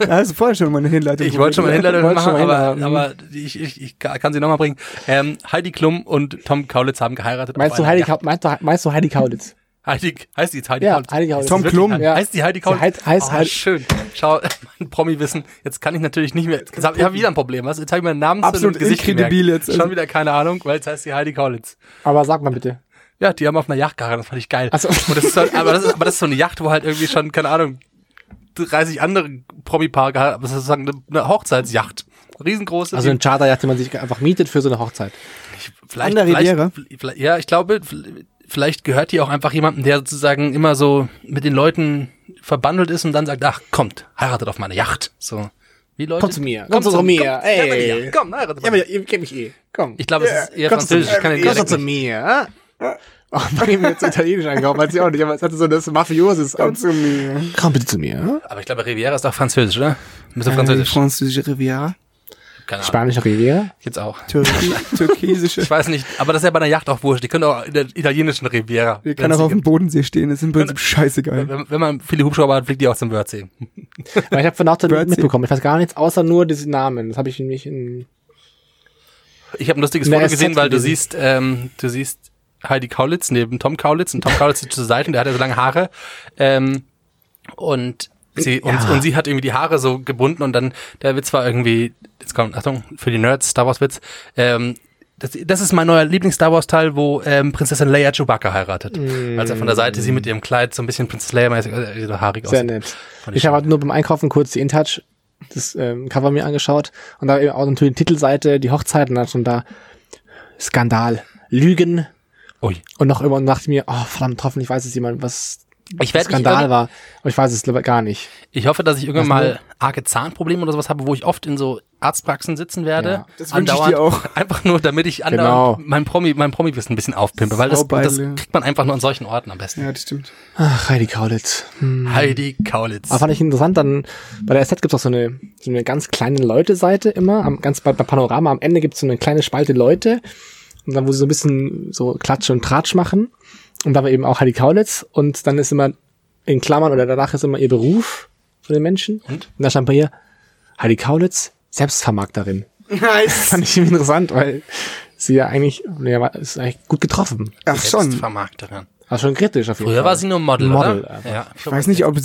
S4: Da hast du vorher schon mal eine Hinleitung.
S3: ich wollte schon mal
S4: probiert.
S3: Hinleitung
S2: Wollte schon
S3: machen,
S2: mal
S3: aber,
S2: hinleiten.
S3: aber ich, ich, ich kann sie nochmal bringen. Ähm, Heidi Klum und Tom Kaulitz haben geheiratet.
S2: Meinst
S3: auf
S2: du,
S3: einer
S2: Heidi,
S3: Yacht.
S2: Kau- meinst, du, meinst du Heidi Kaulitz?
S3: Heidi, heißt die jetzt Heidi
S2: Ja,
S3: Kaulitz?
S2: Heidi Kaulitz.
S4: Tom
S3: Wirklich?
S4: Klum.
S3: Heidi-
S2: Ja.
S3: Heißt die Heidi Kaulitz?
S2: heißt- heißt
S3: Ah,
S2: Heidi-
S3: schön. Schau, mein Promi-Wissen. Jetzt kann ich natürlich nicht mehr. Jetzt habe ich hab wieder ein Problem. Was? Jetzt habe ich meinen Namen
S4: Absolut
S3: zu einem Gesicht
S4: inkredibil
S3: gemerkt.
S4: jetzt, also.
S3: Schon wieder keine Ahnung, weil jetzt heißt sie Heidi Kaulitz.
S2: Aber sag mal bitte.
S3: Ja, die haben auf einer Yacht geheiratet, das fand ich geil.
S2: Ach so.
S3: Und das ist halt, aber, das ist, aber das ist so eine Yacht, wo halt irgendwie schon, keine Ahnung, 30 andere Promi-Paare geheiratet haben. Das ist sozusagen eine, eine Hochzeitsjacht. Riesengroße.
S2: Also
S3: die-
S2: ein Charterjacht, den man sich einfach mietet für so eine Hochzeit.
S3: vielleicht,
S4: Andere Riviera?
S3: vielleicht, vielleicht, ja, ich glaube, vielleicht gehört die auch einfach jemandem, der sozusagen immer so mit den Leuten verbandelt ist und dann sagt, ach, kommt, heiratet auf meine Yacht. So. Wie Leute?
S2: Komm zu mir, komm zu mir,
S3: komm,
S2: ey.
S3: Ja, meine Yacht, komm, heiratet auf meine-
S2: ihr kennt mich eh. Komm.
S3: Ich glaube, es ist eher
S2: Kommst du
S3: französisch. Ich kann den Dialekt nicht.
S2: mir. Oh, bring mir jetzt Italienisch einkaufen, weiß ich auch nicht, aber es hatte so das Mafioses.
S4: Komm zu mir.
S2: Komm bitte zu mir.
S3: Aber ich glaube, Riviera ist auch französisch, oder? Müsste französisch.
S4: Französische Riviera.
S3: Keine Ahnung.
S2: Spanische Riviera.
S3: Jetzt auch.
S4: Türki türkisische.
S3: Ich weiß nicht, aber das ist ja bei einer Yacht auch wurscht. Die können auch in der italienischen Riviera.
S4: Wir können
S3: Wenn
S4: auch
S3: sie-
S4: auf dem Bodensee stehen. Das ist im Prinzip scheißegal.
S3: wenn, wenn man viele Hubschrauber hat, fliegt die auch zum Wörthsee.
S2: Weil ich habe von Nachteil
S4: Birdsea.
S2: mitbekommen. Ich weiß gar nichts, außer nur diese Namen. Das habe ich nämlich in.
S3: Ich habe ein lustiges
S2: Na,
S3: Foto
S2: es
S3: gesehen,
S2: hat's
S3: weil du
S2: gelesen.
S3: siehst, ähm, du siehst Heidi Kaulitz neben Tom Kaulitz und Tom Kaulitz sitzt zur Seite und der hat ja so lange Haare. Ähm, und sie und, und sie hat irgendwie die Haare so gebunden und dann der Witz war irgendwie, jetzt kommt, Achtung, für die Nerds, Star Wars Witz, ähm, das, das ist mein neuer Lieblings-Star Wars-Teil, wo ähm, Prinzessin Leia Chewbacca heiratet. Als er von der Seite sie mit ihrem Kleid so ein bisschen Prinzessin Leia-mäßig äh, so haarig
S2: Mm. Sehr
S3: aussieht.
S2: nett.
S3: Fand ich
S2: Ich habe halt nur beim Einkaufen kurz die InTouch, das ähm, Cover mir angeschaut und da eben auch natürlich die Titelseite, die Hochzeiten dann schon da. Skandal. Lügen.
S3: Ui.
S2: Und noch immer und dachte mir, oh verdammt, hoffentlich weiß es jemand, was
S3: Ich werde
S2: Skandal war. Aber ich weiß es lieber gar nicht.
S3: Ich hoffe, dass ich irgendwann
S2: Was denn?
S3: mal arge Zahnprobleme oder sowas habe, wo ich oft in so Arztpraxen sitzen werde.
S2: Ja.
S4: Das wünsch ich dir auch.
S3: Einfach nur, damit ich
S2: Genau.
S3: andauernd mein Promi, mein Promi-Wissen ein bisschen aufpimpe, weil das, das
S4: Saubeile.
S3: kriegt man einfach nur an solchen Orten am besten.
S4: Ja, das stimmt.
S2: Ach, Heidi Kaulitz. Hm.
S3: Heidi Kaulitz.
S2: Aber fand ich interessant, dann bei der SZ gibt's auch so eine, so eine ganz kleine Leute-Seite immer, am, ganz bei, bei Panorama am Ende gibt's so eine kleine Spalte Leute und dann, wo sie so ein bisschen so Klatsch und Tratsch machen und da war eben auch Heidi Kaulitz und dann ist immer in Klammern oder danach ist immer ihr Beruf von den Menschen
S3: Und?
S2: da stand bei ihr Heidi Kaulitz, Selbstvermarkterin.
S4: Nice.
S2: Fand ich irgendwie interessant, weil sie ja eigentlich, ja, war- ist eigentlich gut getroffen.
S4: Ach schon.
S3: Selbstvermarkterin.
S2: War schon kritisch auf jeden
S3: Früher
S2: Fall.
S3: war sie nur Model,
S2: Model
S3: oder?
S2: einfach.
S3: Ja.
S4: Ich weiß nicht, ob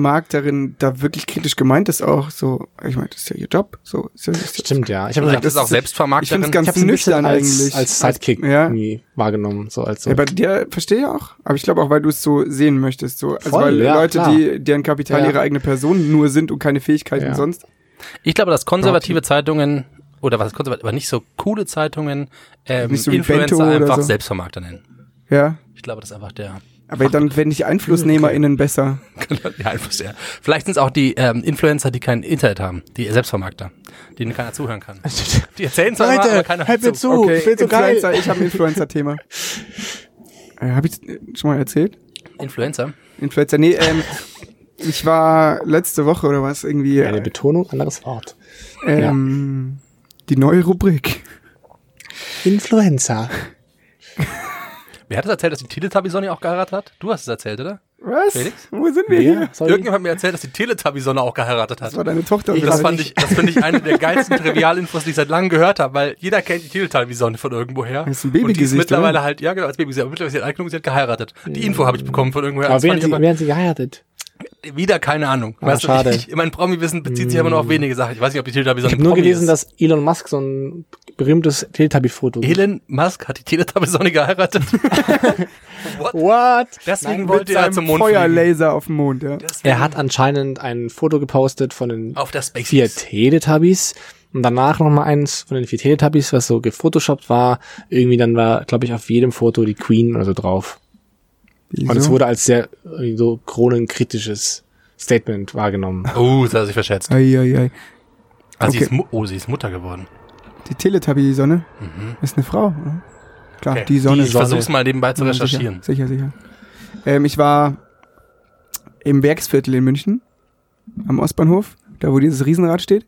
S4: Selbstvermarkterin da wirklich kritisch gemeint ist auch. So, ich meine, das ist ja ihr Job. So, ist ja, ist ja-
S2: Stimmt, ja. Ich habe
S3: Sagt es auch
S4: Ich finde
S3: Selbstvermarkterin?
S4: es ganz
S2: Ich habe
S4: nüchtern
S2: nüchtern als,
S4: eigentlich.
S2: als Sidekick
S4: ja.
S2: irgendwie wahrgenommen, so als so.
S4: Ja, bei dir verstehe ich auch. Aber ich glaube auch, weil du es so sehen möchtest. So. Also
S2: Voll,
S4: weil
S2: ja,
S4: Leute,
S2: klar.
S4: die, deren Kapital
S2: Ja.
S4: ihre eigene Person nur sind und keine Fähigkeiten
S2: Ja.
S4: sonst.
S3: Ich glaube, dass konservative Zeitungen oder was ist konservativ, aber nicht so coole Zeitungen ähm,
S4: Nicht so wie Bento
S3: Influencer
S4: oder
S3: einfach
S4: so.
S3: Selbstvermarkter nennen.
S4: Ja.
S3: Ich glaube, das ist einfach der
S4: Aber dann wenn ich EinflussnehmerInnen besser.
S3: ja, einfach sehr. Vielleicht sind es auch die ähm, Influencer, die kein Internet haben, die Selbstvermarkter, denen keiner zuhören kann. Die erzählen zwar immer, aber keiner hört zu.
S4: Okay,
S2: Oh, ich find's so geil.
S4: Influencer, ich habe ein Influencer-Thema. äh, habe ich äh, schon mal erzählt?
S3: Influencer?
S4: Influencer, nee, ähm, ich war letzte Woche oder was irgendwie
S2: Eine
S4: äh,
S2: Betonung, anderes Wort.
S4: ähm, die neue Rubrik.
S2: Influencer.
S3: Wer hat es erzählt, dass die Teletubby-Sonne auch geheiratet hat? Du hast es erzählt, oder?
S4: Was?
S3: Felix?
S4: Wo sind wir hier?
S2: Sorry.
S3: Irgendjemand hat mir erzählt, dass die Teletubby-Sonne auch geheiratet hat.
S4: Das war deine Tochter.
S3: Ich,
S4: oder
S3: das
S4: was?
S3: fand ich, das finde ich eine der geilsten Trivialinfos, die ich seit langem gehört habe, weil jeder kennt die Teletubby-Sonne von irgendwoher.
S4: Das ist ein
S3: Und die ist
S4: Babygesicht,
S3: mittlerweile
S4: oder?
S3: halt, ja genau, als Baby, aber mittlerweile ist sie alt genug, sie hat geheiratet. Die Info habe ich bekommen von irgendwoher.
S2: Aber
S3: Das
S2: wer
S3: fand
S2: hat,
S3: ich
S2: sie, wer hat sie geheiratet?
S3: wieder keine Ahnung.
S2: Ah,
S3: weißt
S2: schade.
S3: Du, ich, ich, mein Promi-Wissen bezieht sich immer nur auf wenige Sachen. Ich weiß nicht, ob die Teletubby
S2: Ich
S3: Sonne
S2: habe nur
S3: Promi
S2: gelesen,
S3: ist.
S2: dass Elon Musk so ein berühmtes Teletubby-Foto.
S3: Elon Musk hat die Teletubby Sonne geheiratet. What?
S2: What?
S3: Deswegen
S4: Mit
S3: wollte er zum
S4: seinem
S3: Mond fliegen.
S4: Feuerlaser auf dem Mond, ja.
S3: Deswegen
S2: Er hat anscheinend ein Foto gepostet von den
S3: auf der Space.
S2: vier Teletubbies und danach nochmal eins von den vier Teletubbies, was so gefotoshoppt war. Irgendwie dann war, glaube ich, auf jedem Foto die Queen oder so drauf. Und es
S4: Wieso?
S2: wurde als sehr irgendwie so kronenkritisches Statement wahrgenommen.
S3: Oh, das hat er sich verschätzt.
S4: Ei, ei, ei.
S3: Also sie
S4: Okay.
S3: ist Mu- oh, sie ist Mutter geworden.
S4: Die Teletubby-Sonne ist eine Frau. ne? Klar,
S3: Okay.
S4: die Sonne.
S3: Ich versuch's mal nebenbei zu
S4: Ja,
S3: recherchieren.
S4: Sicher, sicher. sicher. Ähm, ich war im Werksviertel in München, am Ostbahnhof, da wo dieses Riesenrad steht.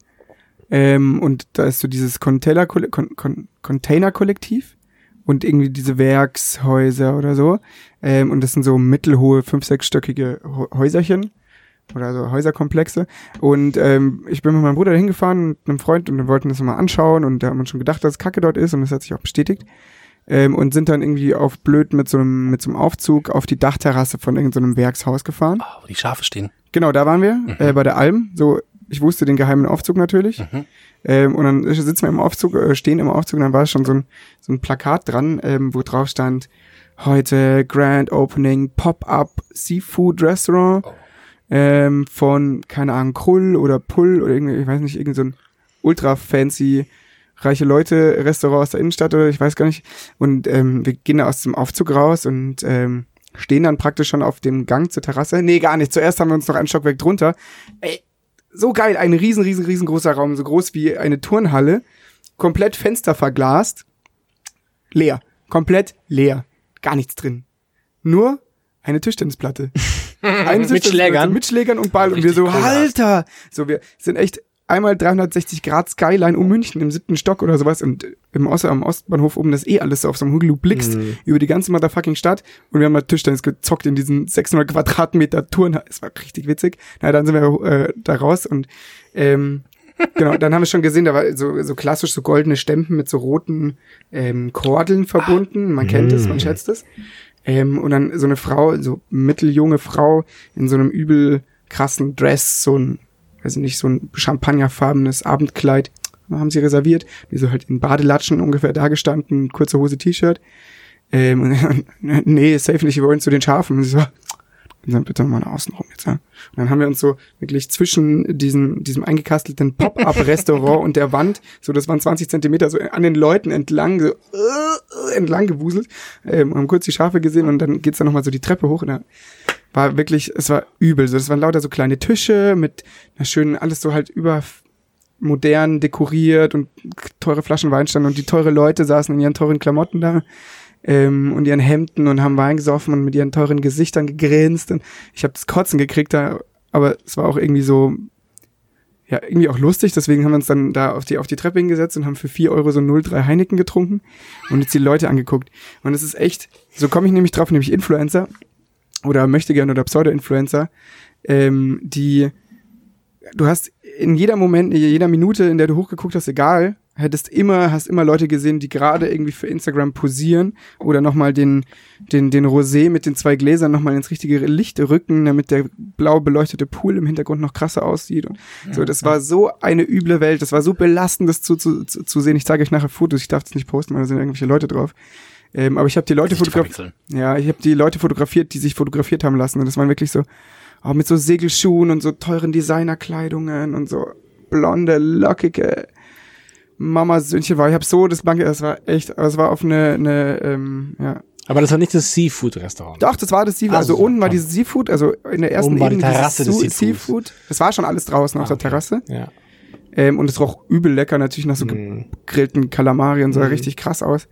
S4: Ähm, und da ist so dieses Container- Kon- Kon- Container-Kollektiv und irgendwie diese Werkshäuser oder so. Ähm, und das sind so mittelhohe, fünf-, sechsstöckige Ho- Häuserchen oder so Häuserkomplexe. Und ähm, ich bin mit meinem Bruder da hingefahren mit einem Freund und wir wollten das mal anschauen und da haben wir schon gedacht, dass es Kacke dort ist und das hat sich auch bestätigt ähm, und sind dann irgendwie auf blöd mit so einem mit so einem Aufzug auf die Dachterrasse von irgendeinem Werkshaus gefahren.
S3: Ah, wo die Schafe stehen.
S4: Genau, da waren wir äh, bei der Alm. So, ich wusste den geheimen Aufzug natürlich. Ähm, und dann sitzen wir im Aufzug, äh, stehen im Aufzug und dann war schon so ein, so ein Plakat dran, ähm, wo drauf stand, heute Grand Opening Pop-Up Seafood Restaurant ähm, von, keine Ahnung, Krull oder Pull oder irgendwie, ich weiß nicht, irgend so ein ultra fancy reiche Leute Restaurant aus der Innenstadt oder ich weiß gar nicht. Und ähm, wir gehen da aus dem Aufzug raus und ähm, stehen dann praktisch schon auf dem Gang zur Terrasse. Nee, gar nicht. Zuerst haben wir uns noch einen Stockwerk drunter. Ey, so geil, ein riesen, riesen, riesengroßer Raum, so groß wie eine Turnhalle, komplett Fenster verglast, leer, komplett leer, gar nichts drin. Nur eine Tischtennisplatte. Eine Tischtennisplatte
S2: Schlägern?
S4: Mit Schlägern und Ball. und wir
S3: Richtig
S4: so,
S3: cool.
S4: Alter! So, wir sind echt einmal 360 Grad Skyline um München im siebten Stock oder sowas und im Ost am Ostbahnhof oben das eh alles so auf so einem Hügel, du blickst über die ganze motherfucking Stadt und wir haben mal Tischtennis gezockt in diesen 600 Quadratmeter Touren. Es war richtig witzig. Na, dann sind wir äh, da raus und ähm, genau, dann haben wir schon gesehen, da war so, so klassisch so goldene Stempen mit so roten ähm, Kordeln verbunden. Man kennt es, man schätzt es. Ähm, und dann so eine Frau, so mitteljunge Frau in so einem übel krassen Dress, so ein, weiß ich nicht, so ein champagnerfarbenes Abendkleid haben sie reserviert. Die so halt in Badelatschen ungefähr da gestanden, kurze Hose, T-Shirt. Ähm, und dann, nee, safe nicht, wir wollen zu den Schafen. Und sie so, dann bitte mal nach außen rum jetzt. Ja. Und dann haben wir uns so wirklich zwischen diesem, diesem eingekastelten Pop-Up-Restaurant und der Wand, so das waren 20 Zentimeter, so an den Leuten entlang, so äh, äh, entlang gewuselt, ähm, haben kurz die Schafe gesehen und dann geht's dann nochmal so die Treppe hoch und da war wirklich, es war übel. So, das waren lauter so kleine Tische mit einer schönen, alles so halt über modern dekoriert und teure Flaschen Wein standen und die teure Leute saßen in ihren teuren Klamotten da ähm, und ihren Hemden und haben Wein gesoffen und mit ihren teuren Gesichtern gegrinst und ich habe das Kotzen gekriegt da, aber es war auch irgendwie so ja irgendwie auch lustig, deswegen haben wir uns dann da auf die auf die Treppe hingesetzt und haben für 4 Euro so 0,3 Heineken getrunken und jetzt die Leute angeguckt und es ist echt, so komme ich nämlich drauf, nämlich Influencer oder möchte gern oder Pseudo-Influencer, ähm, die du hast in jeder Moment, in jeder Minute, in der du hochgeguckt hast, egal, hättest immer, hast immer Leute gesehen, die gerade irgendwie für Instagram posieren oder nochmal den, den, den Rosé mit den zwei Gläsern nochmal ins richtige Licht rücken, damit der blau beleuchtete Pool im Hintergrund noch krasser aussieht. Und so, das war so eine üble Welt, das war so belastend, das zu, zu, zu zu sehen. Ich zeige euch nachher Fotos, ich darf es nicht posten, weil da sind irgendwelche Leute drauf. Ähm, aber ich habe die Leute
S3: Nicht zu
S4: fotografiert.
S3: verwechseln.
S4: Ja, ich habe die Leute fotografiert, die sich fotografiert oh, haben lassen. Und das waren wirklich so, auch mit so Segelschuhen und so teuren Designerkleidungen und so blonde, lockige Mama-Söhnchen war. Ich habe so das Blanke, das war echt, das war auf eine, eine ähm, ja.
S2: Aber das war nicht das Seafood-Restaurant.
S4: Doch, das war das Seafood.
S2: Ah,
S4: Also
S2: super,
S4: unten war
S2: klar.
S4: dieses Seafood, also in der ersten
S2: Oben war die
S4: Ebene dieses
S2: Terrasse des
S4: Su-
S2: Seafoods.
S4: Seafood. Das war schon alles draußen auf
S2: Ah,
S4: der
S2: okay.
S4: Terrasse.
S2: Ja.
S4: Ähm, und es roch übel lecker, natürlich nach so gegrillten Kalamari und sah richtig krass aus.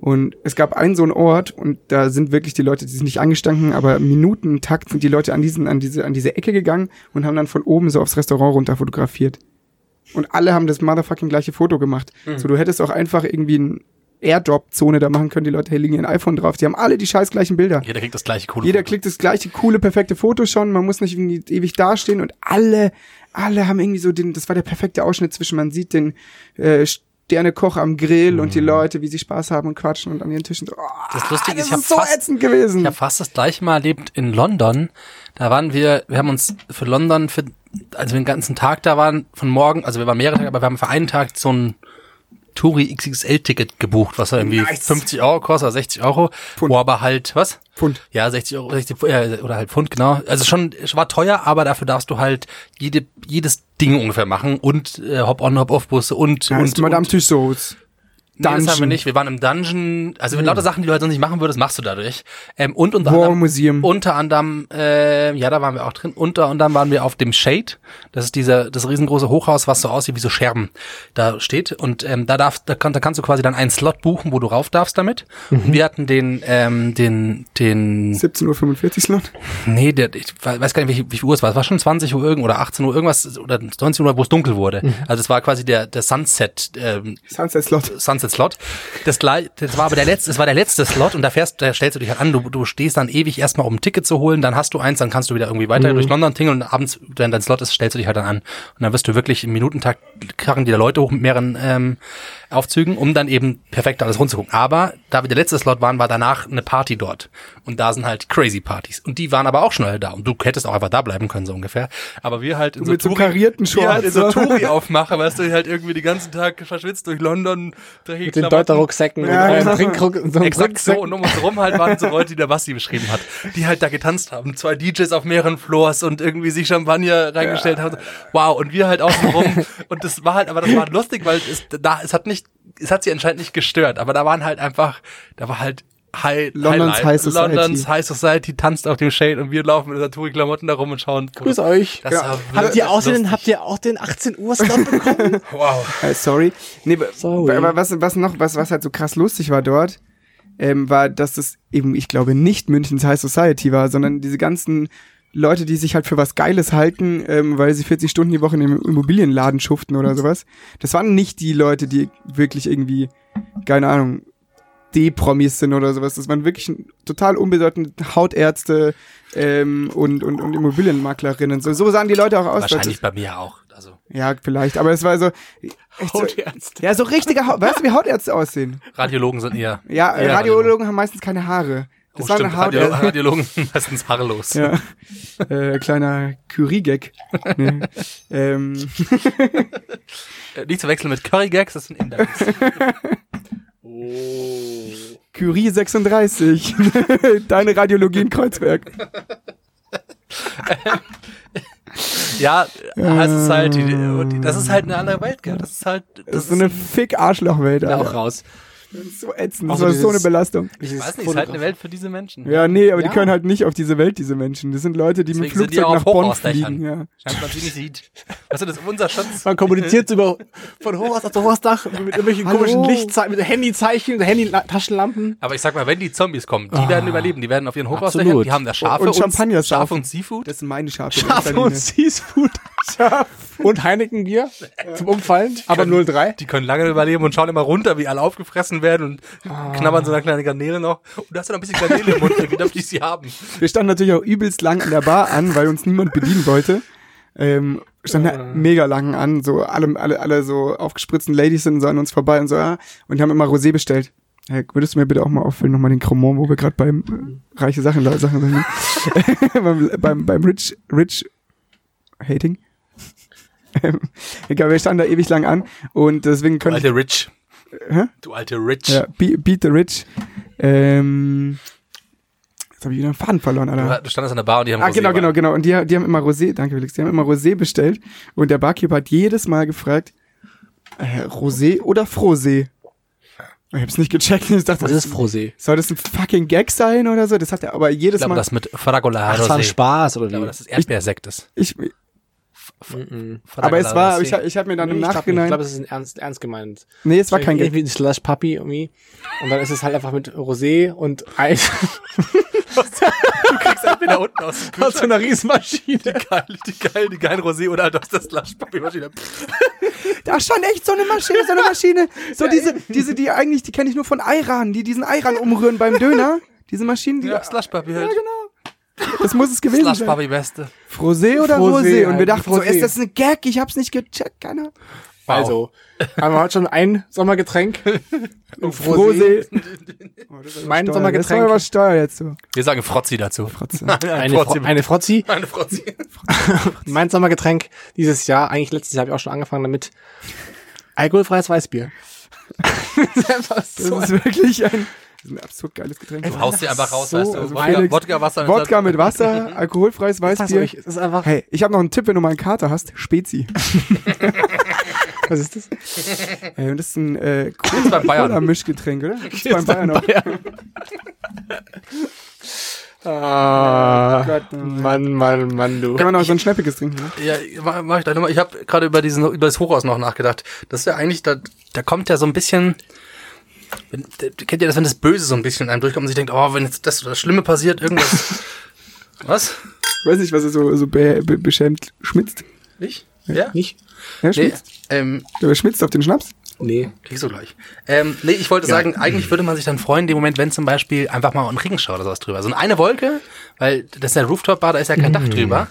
S4: Und es gab einen so einen Ort und da sind wirklich die Leute, die sind nicht angestanken, aber Minutentakt sind die Leute an diesen, an diese, an diese Ecke gegangen und haben dann von oben so aufs Restaurant runter fotografiert. Und alle haben das motherfucking gleiche Foto gemacht. So, du hättest auch einfach irgendwie eine Airdrop-Zone da machen können. Die Leute, hey, liegen ihr iPhone drauf. Die haben alle die scheiß gleichen Bilder.
S3: Jeder kriegt das gleiche coole
S4: Jeder
S3: Foto.
S4: klickt das gleiche coole, perfekte Foto schon. Man muss nicht irgendwie ewig dastehen und alle, alle haben irgendwie so den, das war der perfekte Ausschnitt zwischen, man sieht den äh, Sternekoch am Grill und
S3: Mhm.
S4: die Leute, wie sie Spaß haben und quatschen und an ihren Tischen. So, oh,
S3: Ah, Das Lustige ist,
S4: das
S3: ich habe
S4: ist so
S3: fast
S4: ätzend gewesen.
S3: Ich habe fast das gleiche Mal erlebt in London. Da waren wir, wir haben uns für London, für, als wir den ganzen Tag da waren, von morgen, also wir waren mehrere Tage, aber wir haben für einen Tag so ein Touri XXL-Ticket gebucht, was irgendwie 50 Euro kostet, oder 60 Euro, wo aber halt, was?
S4: Pfund.
S3: Ja, 60 Euro, 60, Pf- äh, oder halt Pfund, genau. Also schon, es war teuer, aber dafür darfst du halt jede, jedes Ding ungefähr machen und äh, Hop-on, Hop-off-Busse und,
S4: Ja,
S3: und,
S4: ist man
S3: und
S4: am Tisch so.
S3: Nee, das haben wir
S4: Dungeon. Hm.
S3: nicht. Wir waren im Dungeon. Also lauter Sachen, die du halt sonst nicht machen würdest, machst du dadurch. Ähm, und unter
S4: War
S3: anderem,
S4: Museum.
S3: unter anderem, äh, ja, da waren wir auch drin. Unter anderem waren wir auf dem Shade. Das ist dieser, das riesengroße Hochhaus, was so aussieht wie so Scherben. Da steht und ähm, da darf, da, kann, da kannst du quasi dann einen Slot buchen, wo du rauf darfst damit. Und wir hatten den, ähm, den, den
S4: 17.45 Uhr Slot.
S3: Nee, der, ich weiß gar nicht, welche, wie viel Uhr es war. Es war schon 20 Uhr irgend oder 18 Uhr irgendwas oder 19 Uhr, wo es dunkel wurde. Also es war quasi der, der Sunset, ähm,
S4: Sunset Slot.
S3: Sunset Slot. Das, gleich- das war aber der letzte, das war der letzte Slot und da fährst, da stellst du dich halt an, du, du stehst dann ewig erstmal, um ein Ticket zu holen, dann hast du eins, dann kannst du wieder irgendwie
S4: Mhm.
S3: weiter durch London tingeln und abends, wenn dein Slot ist, stellst du dich halt dann an. Und dann wirst du wirklich im Minutentakt karren die da Leute hoch mit mehreren ähm, Aufzügen, um dann eben perfekt alles runterzugucken. Aber da wir der letzte Slot waren, war danach eine Party dort. Und da sind halt crazy Partys. Und die waren aber auch schnell da. Und du hättest auch einfach da bleiben können, so ungefähr. Aber wir halt in so
S4: mit so
S3: Touri-
S4: karierten
S3: Wir halt in so
S4: Shorts, ne? so.
S3: Touri aufmache, weißt du, halt irgendwie den ganzen Tag verschwitzt durch London, dreckige
S2: Mit den
S3: Klamotten.
S2: Deuter-Rucksäcken
S4: Ja,
S2: und
S4: genau.
S2: euren Trinkruck und so einem
S3: Exakt so,
S2: Rucksack.
S3: und um uns rum halt waren so Leute, die der Basti beschrieben hat, die halt da getanzt haben. Zwei DJs auf mehreren Floors und irgendwie sich Champagner reingestellt haben. Wow, und wir halt außen rum. und das war halt, aber das war lustig, weil es, da, es hat nicht, es hat sie anscheinend nicht gestört, aber da waren halt einfach, da war halt High,
S4: Londons
S3: Highlight.
S4: High Society.
S3: Londons High Society tanzt auf dem Shade und wir laufen mit unseren Touri-Klamotten da rum und schauen.
S2: Grüß euch.
S3: Das
S4: Ja.
S3: war
S2: Habt
S3: wirklich
S2: ihr, auch den,
S3: lustig.
S2: habt ihr auch den 18 Uhr Slot bekommen?
S3: Wow.
S4: Äh, sorry. Nee, wa-
S2: Sorry.
S4: wa- Aber was, was noch, was, was halt so krass lustig war dort, ähm, war, dass das eben, ich glaube, nicht Münchens High Society war, sondern diese ganzen Leute, die sich halt für was Geiles halten, ähm, weil sie 40 Stunden die Woche in einem Immobilienladen schuften oder sowas. Das waren nicht die Leute, die wirklich irgendwie, keine Ahnung, D-Promis sind oder sowas. Das waren wirklich total unbedeutende Hautärzte ähm, und, und, und Immobilienmaklerinnen. So, so sahen die Leute auch aus.
S3: Wahrscheinlich bei mir auch. Also,
S4: Ja, vielleicht. Aber es war so... echt so-
S3: Hautärzte.
S4: ja, so richtige Haut. Weißt du, wie Hautärzte aussehen?
S3: Radiologen sind eher.
S4: Ja, äh,
S3: Ja, genau.
S4: Radiologen haben meistens keine Haare. Das
S3: oh,
S4: waren
S3: stimmt,
S4: Haut-
S3: Radio Radiologen sind meistens haarlos.
S4: Ja. äh, kleiner Curie-Gag. Nee. ähm,
S3: Äh, Nicht zu wechseln mit Curry Gags, das sind Inder. Oh.
S4: Curie 36. Deine Radiologie in Kreuzberg.
S3: ja, High Society, und die- das ist halt eine andere Welt, gell? Das ist halt,
S4: Das
S3: das
S4: ist so eine Fick-Arschloch-Welt.
S2: Da auch
S4: Alter.
S2: raus.
S4: Das ist so ätzend.
S2: Auch
S4: Das
S2: so
S4: war so eine
S2: dieses-
S4: Belastung.
S3: ich weiß nicht, ist halt eine Welt für diese Menschen.
S4: Ja, nee, aber
S2: Ja.
S4: die können halt nicht auf diese Welt, diese Menschen. Das sind Leute, die mit
S3: Deswegen
S4: dem
S3: sind die
S4: Flugzeug
S3: auch
S4: nach
S3: auf
S4: Bonn
S3: Hochhausdächern.
S4: fliegen. Ja.
S3: Scheinbar, man sie nicht sieht. Weißt du, das ist unser Schatz.
S2: Man kommuniziert über von Hochhaus auf Hochhausdach mit irgendwelchen
S4: Hallo.
S2: komischen Lichtzeichen, mit Handyzeichen, mit Handy-Taschenlampen.
S3: Aber ich sag mal, wenn die Zombies kommen, die werden überleben, die werden auf ihren Hochhausdächern,
S2: Absolut.
S3: die haben da Schafe
S4: Ah. Und Champagner
S3: Schafe
S4: saufen.
S3: und Seafood.
S4: Das sind meine Schafe.
S2: Schafe und Seafood. Und Heineken-Bier zum Umfallen, aber 03.
S3: Die können lange überleben und schauen immer runter, wie alle aufgefressen werden und knabbern so eine kleine Garnele noch. Und da hast du noch ein bisschen Garnele im Mund, wie darf ich sie haben?
S4: Wir standen natürlich auch übelst lang an der Bar an, weil uns niemand bedienen wollte. Ähm, standen da mega lang an, so alle, alle, alle so aufgespritzten Ladies sind so an uns vorbei und so, ja, und die haben immer Rosé bestellt. Hey, würdest du mir bitte auch mal auffüllen, nochmal den Cremant, wo wir gerade beim äh, reiche Sachen, Sachen sind. beim, beim, beim Rich, Rich Hating. Ähm, Egal, wir standen da ewig lang an und deswegen
S3: Du
S4: können
S3: alte Rich.
S4: Hä?
S3: Du alte Rich.
S4: ja, Be- Beat the Rich. Ähm, Jetzt habe ich wieder einen Faden verloren, Alter.
S3: Du, du standest an der Bar und die haben
S4: Ah,
S3: Rosé
S4: genau, genau,
S3: gemacht.
S4: genau. Und die, die haben immer Rosé, danke Felix, die haben immer Rosé bestellt. Und der Barkeeper hat jedes Mal gefragt, äh, Rosé oder Frosé? Ich hab's nicht gecheckt. Ich dachte,
S2: Was ist Frosé?
S4: soll das ein fucking Gag sein oder so? Das hat er aber
S3: Ich
S4: jedes
S3: glaube,
S4: Mal.
S3: das mit Fragola
S2: Ach, das war ein
S3: Rosé.
S2: Spaß, oder
S3: Ich glaube,
S2: wie?
S3: das ist Erdbeersekt. ist.
S4: ich,
S2: Mhm.
S4: aber es war,
S3: Fragola
S4: ich,
S3: Rosé.
S4: ich habe mir dann im
S2: ich glaube,
S4: Nachhinein.
S2: glaub, es ist ein ernst, ernst gemeint.
S4: nee, es war kein Gag.
S2: Irgendwie ein Slash Puppy irgendwie. Und dann ist es halt einfach mit Rosé und Eis
S3: Du kriegst halt wieder unten aus dem
S2: aus so
S3: Kühlschrank.
S2: einer Riesenmaschine.
S3: Die geil, die geil, die geilen Rosé oder halt aus der Slush-Papier-Maschine.
S4: Da stand echt so eine Maschine, so eine Maschine. So diese, diese, die eigentlich, die kenne ich nur von Ayran, die diesen Ayran umrühren beim Döner. Diese Maschinen, die.
S3: Ja, Slush-Papier
S4: ja
S3: halt.
S4: genau. Das muss es gewesen sein.
S3: Slush-Papier-Beste.
S4: Frosé oder
S2: Frosé,
S4: Rosé? Und wir
S2: halt,
S4: dachten so,
S2: Frosé.
S4: ist das ein Gag? Ich hab's nicht gecheckt, keiner.
S3: Wow.
S2: Also, haben wir heute schon ein Sommergetränk. Und
S4: Frosé.
S2: Mein
S4: Das war
S2: Sommergetränk.
S4: aber was Steuer jetzt so.
S3: Wir sagen Frotzi dazu.
S4: Frotze.
S2: Eine, Fro eine Frozzi.
S3: Eine Frotzi.
S2: Mein Sommergetränk dieses Jahr, eigentlich letztes Jahr habe ich auch schon angefangen damit. Alkoholfreies Weißbier.
S4: Das ist wirklich ein, das ist ein absurd geiles Getränk.
S3: Du haust sie einfach raus,
S2: So,
S3: weißt du.
S2: also
S3: Wodka,
S4: Felix-
S3: Wodka, Wasser.
S4: Wodka mit Wasser, alkoholfreies
S2: Das ist,
S4: Weißbier.
S2: es ist einfach.
S4: Hey, ich habe noch einen Tipp, wenn du mal einen Kater hast. Spezi.
S2: Was ist das?
S4: Ey, und das ist ein äh,
S3: bei Bayern.
S4: Cola-Mischgetränk, oder? Gibt's beim Bayern noch.
S2: Ah,
S4: Gott,
S2: Mann, Mann, Mann, du.
S4: Kann man auch so ein Schnäppiges trinken. Ne?
S3: Ja, mach, mach ich gleich nochmal. Ich habe gerade über diesen über das Hochhaus noch nachgedacht. Das ist ja eigentlich, da, da kommt ja so ein bisschen. Wenn, da- kennt ihr das, wenn das Böse so ein bisschen in einem durchkommt und sich denkt, oh, wenn jetzt das oder das Schlimme passiert, irgendwas. was?
S4: Ich weiß nicht, was er so, so be be beschämt schmitzt.
S3: Nicht? Ja?
S2: Nicht?
S4: Ja,
S3: Nee,
S4: schmitzt?
S3: ähm,
S4: Der schmitzt auf den Schnaps?
S2: Nee.
S3: kriegst du gleich. Ähm, nee, ich wollte sagen, eigentlich würde man sich dann freuen, in dem Moment, wenn zum Beispiel einfach mal ein Regenschauer oder sowas drüber. So also eine Wolke, weil das ist ja Rooftop-Bar, da ist ja kein
S4: Mhm.
S3: Dach drüber.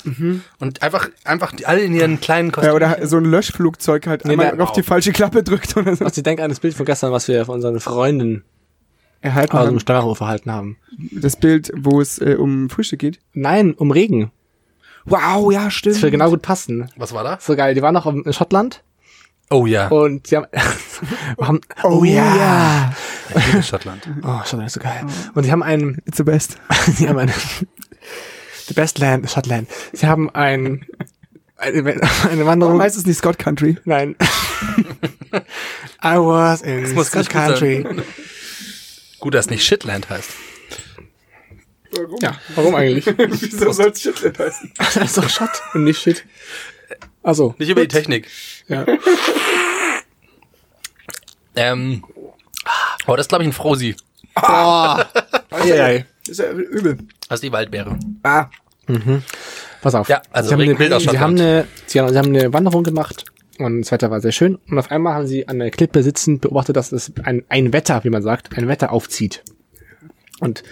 S3: Und einfach, einfach die, alle in ihren kleinen
S4: Ja,
S3: Kostümen.
S4: oder so ein Löschflugzeug halt einmal
S2: nein,
S4: auf die falsche Klappe drückt oder so.
S2: Was ich denke an das Bild von gestern, was wir von unseren Freunden
S4: Erhalten
S2: aus dem
S4: haben.
S2: Steuerhof erhalten haben.
S4: Das Bild, wo es äh, um Frühstück geht.
S2: Nein, um Regen.
S4: Wow, ja, stimmt.
S2: Das würde genau gut passen.
S3: Was war da?
S2: So geil. Die waren noch in Schottland
S3: Oh ja,
S2: und sie haben, haben
S4: Oh ja.
S3: in Schottland.
S2: Oh, Schottland ist so geil. Und sie haben einen,
S4: It's the best.
S2: sie haben einen, the best land, Schottland. Sie haben ein, eine, eine
S4: Warum
S2: Wanderung.
S4: heißt es nicht Scott Country?
S2: Nein. I was in
S3: muss
S2: Scotch
S3: ganz gut sein.
S2: Country.
S3: Gut, dass es nicht Shitland heißt.
S4: Warum?
S2: Ja, warum eigentlich?
S4: Wieso soll es Shitland heißen?
S2: das ist doch Schott und nicht Shit. Also,
S3: Also, Nicht über die Technik.
S2: ja.
S3: Ähm, oh, das ist, glaube ich, ein Frosi.
S2: Ah, Eieiei.
S4: Ist ja übel.
S3: Das ist die Waldbeere.
S4: Ah,
S2: Pass auf.
S3: Ja, also
S2: sie haben,
S3: Bild
S2: eine,
S3: aus
S2: sie, haben
S3: Schottland.
S2: eine, sie, haben, sie haben eine Wanderung gemacht und das Wetter war sehr schön. Und auf einmal haben sie an der Klippe sitzend beobachtet, dass es ein, ein Wetter, wie man sagt, ein Wetter aufzieht. Und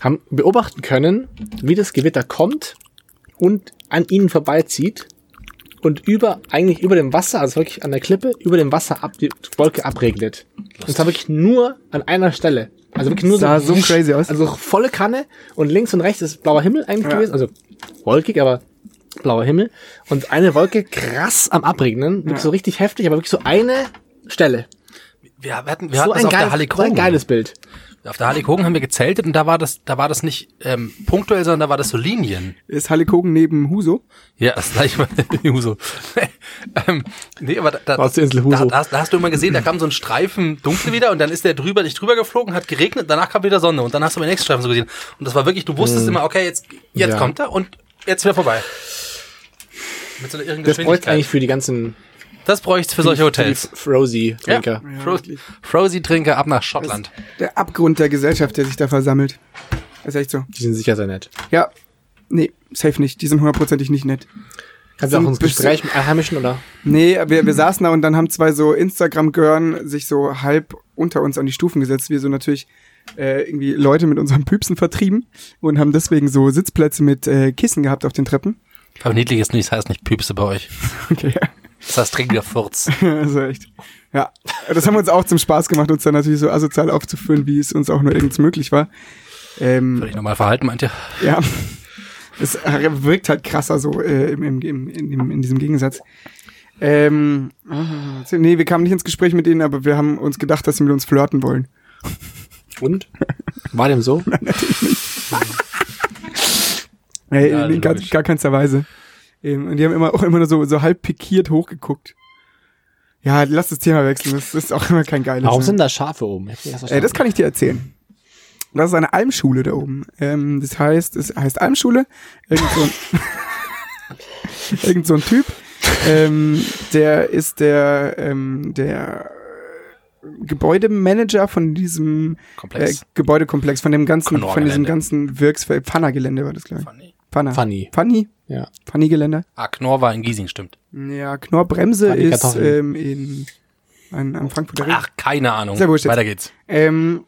S2: haben beobachten können, wie das Gewitter kommt und an ihnen vorbeizieht und über, eigentlich über dem Wasser, also wirklich an der Klippe, über dem Wasser ab, die Wolke abregnet. Und zwar wirklich nur an einer Stelle. Also wirklich nur
S4: Sah so crazy aus.
S2: Also volle Kanne und links und rechts ist blauer Himmel eigentlich
S4: Ja.
S2: gewesen. Also wolkig, aber blauer Himmel. Und eine Wolke krass am Abregnen. Wirklich so richtig heftig, aber wirklich so eine Stelle.
S3: Wir hatten, wir
S2: so
S3: hatten das
S2: ein,
S3: auf der
S2: geiles, so ein
S3: Hallig-Hogen.
S2: geiles Bild.
S3: Auf der Hallig-Hogen haben wir gezeltet und da war das, da war das nicht ähm, punktuell, sondern da war das so Linien.
S4: ist Hallekogen neben Huso?
S3: Ja, das gleich mal Huso. ähm, nee, aber da, da,
S2: War es die Insel Huso?
S3: Da, da, hast, da hast du immer gesehen, da kam so ein Streifen dunkel wieder und dann ist der drüber dich drüber geflogen, hat geregnet, danach kam wieder Sonne und dann hast du den nächsten Streifen so gesehen. Und das war wirklich, du wusstest immer, okay, jetzt,
S2: Hm.
S3: jetzt
S2: Ja.
S3: kommt er und jetzt wieder vorbei. Mit so einer irren
S2: Das bräuchte ich
S3: Geschwindigkeit.
S2: eigentlich für die ganzen
S3: das bräuchte für solche Hotels.
S2: für die Frozy-Trinker.
S3: Ja, Fro
S4: wirklich.
S3: Frozy-Trinker ab nach Schottland.
S4: Der Abgrund der Gesellschaft, der sich da versammelt. Das ist echt so.
S2: Die sind sicher sehr nett.
S4: Ja. Nee, safe nicht. Die sind hundertprozentig nicht nett.
S2: Kannst du auch
S4: Sind
S2: ins
S4: bestimmt-
S2: Gespräch mit Einheimischen oder?
S4: Nee, wir, wir saßen da und dann haben zwei so Instagram-Gören sich so halb unter uns an die Stufen gesetzt. Wir so natürlich äh, irgendwie Leute mit unseren Püpsen vertrieben und haben deswegen so Sitzplätze mit äh, Kissen gehabt auf den Treppen.
S3: Aber niedlich ist nicht, das heißt nicht Püpse bei euch.
S4: Okay,
S3: Das heißt dringender Furz.
S4: ja. also echt. Ja, das haben wir uns auch zum Spaß gemacht, uns dann natürlich so asozial aufzuführen, wie es uns auch nur irgends möglich war. Ähm,
S3: Würde ich nochmal verhalten, meint ihr?
S4: Ja. Es wirkt halt krasser so äh, im, im, im, in, dem- in diesem Gegensatz. Ähm, ah, nee, wir kamen nicht ins Gespräch mit ihnen, aber wir haben uns gedacht, dass sie mit uns flirten wollen.
S2: Und? War dem so?
S4: Nee,
S3: Ja,
S4: Äh, in gar,
S3: logisch.
S4: gar keinster Weise. Eben. Und die haben immer auch immer nur so, so halb pikiert hochgeguckt. Ja, lass das Thema wechseln. Das ist auch immer kein geiles.
S2: Warum
S4: ne?
S2: sind da Schafe oben? Ich hab nicht
S4: Äh,
S2: ganz
S4: das kann ich dir erzählen. Das ist eine Almschule da oben. Ähm, das heißt, es heißt Almschule. Irgend so ein, irgend so ein Typ, ähm, der ist der, ähm, der Gebäudemanager von diesem äh,
S3: Komplex.
S4: Gebäudekomplex, von dem ganzen, von diesem
S3: Knorr-Gelände.
S4: ganzen Wirksfeld, Pfanner-Gelände war das, glaube ich.
S3: Funny.
S4: Pfanner.
S2: Fanny.
S4: Fanny.
S2: Ja.
S4: Fanny-Gelände.
S3: Ah, Knorr war in Giesing, stimmt.
S4: Ja, Knorrbremse
S2: Fanny
S4: ist
S2: Kartoffeln.
S4: ähm, in, an, an Frankfurter Ring.
S3: Ach, keine Ahnung.
S4: Sehr wurscht jetzt.
S3: Weiter geht's.
S4: Ähm,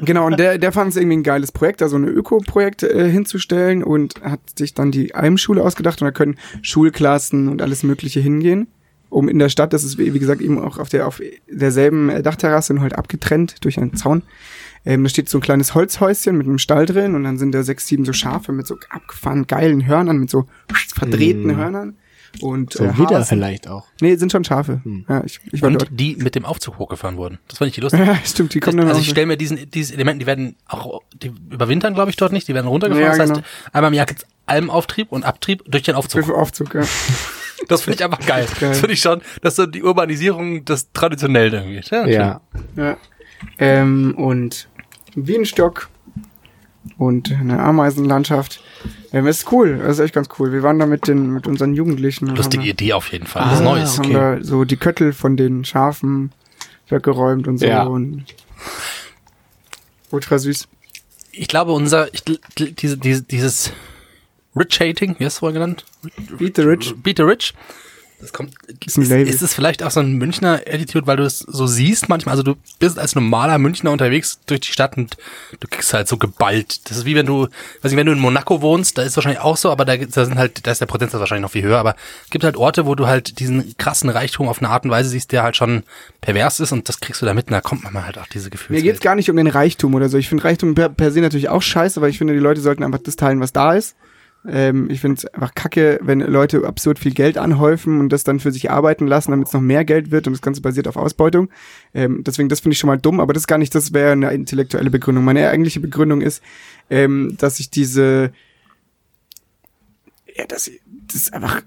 S4: genau, und der, der fand es irgendwie ein geiles Projekt, da so ein Öko-Projekt äh, hinzustellen und hat sich dann die Almschule ausgedacht und da können Schulklassen und alles Mögliche hingehen. Um in der Stadt, das ist wie wie gesagt eben auch auf der auf derselben äh, Dachterrasse und halt abgetrennt durch einen Zaun. Ähm, da steht so ein kleines Holzhäuschen mit einem Stall drin und dann sind da sechs, sieben so Schafe mit so abgefahren geilen Hörnern, mit so
S3: Mm.
S4: verdrehten Hörnern und
S2: So
S4: äh,
S2: wieder
S4: Hasen.
S2: vielleicht auch.
S4: Nee, sind schon Schafe. Ja, ich, ich war
S3: halt. Hm. Und
S4: dort.
S3: die mit dem Aufzug hochgefahren wurden. Das fand ich die lustig.
S4: Ja, stimmt, die kommen dann
S3: also
S4: auch
S3: ich
S4: so-
S3: stelle mir diesen, diese Elementen, die werden auch, die überwintern, glaube ich, dort nicht, die werden runtergefahren.
S4: Ja,
S3: das
S4: genau.
S3: heißt, einmal im Jahr gibt's Almauftrieb und Abtrieb durch den Aufzug.
S4: Aufzug, ja.
S3: Das finde ich einfach geil.
S4: geil.
S3: Das finde ich schon, dass so die Urbanisierung das traditionell irgendwie. Ja,
S2: Ja.
S4: Ja. Ähm, und Bienenstock und eine Ameisenlandschaft. Ähm, ist cool, das ist echt ganz cool. Wir waren da mit den mit unseren Jugendlichen. und
S3: Lustige
S4: haben,
S3: Idee auf jeden Fall. was
S2: Ah.
S4: da-
S3: Neues.
S4: haben
S2: okay.
S4: da so die Köttel von den Schafen weggeräumt und so
S2: Ja.
S4: und ultra süß.
S3: Ich glaube, unser, ich, gl- gl- diese, diese, dieses Rich Hating, wie hast du es vorhin genannt?
S4: Beat the Rich.
S3: Beat the Rich. Das kommt, ist,
S4: ein Label.
S3: ist es vielleicht auch so ein Münchner Attitude, weil du es so siehst manchmal, also du bist als normaler Münchner unterwegs durch die Stadt und du kriegst halt so geballt. Das ist wie wenn du, weiß nicht, wenn du in Monaco wohnst, da ist wahrscheinlich auch so, aber da, gibt's- da sind halt, da ist der Prozentsatz wahrscheinlich noch viel höher, aber es gibt halt Orte, wo du halt diesen krassen Reichtum auf eine Art und Weise siehst, der halt schon pervers ist und das kriegst du da mit und da kommt man halt auch diese Gefühle.
S4: Mir geht's gar nicht um den Reichtum oder so. Ich finde Reichtum per, per se natürlich auch scheiße, weil ich finde, die Leute sollten einfach das teilen, was da ist. Ähm, ich finde es einfach kacke, wenn Leute absurd viel Geld anhäufen und das dann für sich arbeiten lassen, damit es noch mehr Geld wird und das Ganze basiert auf Ausbeutung. Ähm, deswegen, das finde ich schon mal dumm, aber das ist gar nicht, das wäre eine intellektuelle Begründung. Meine eigentliche Begründung ist, ähm, dass ich diese, ja, dass ich, das ist einfach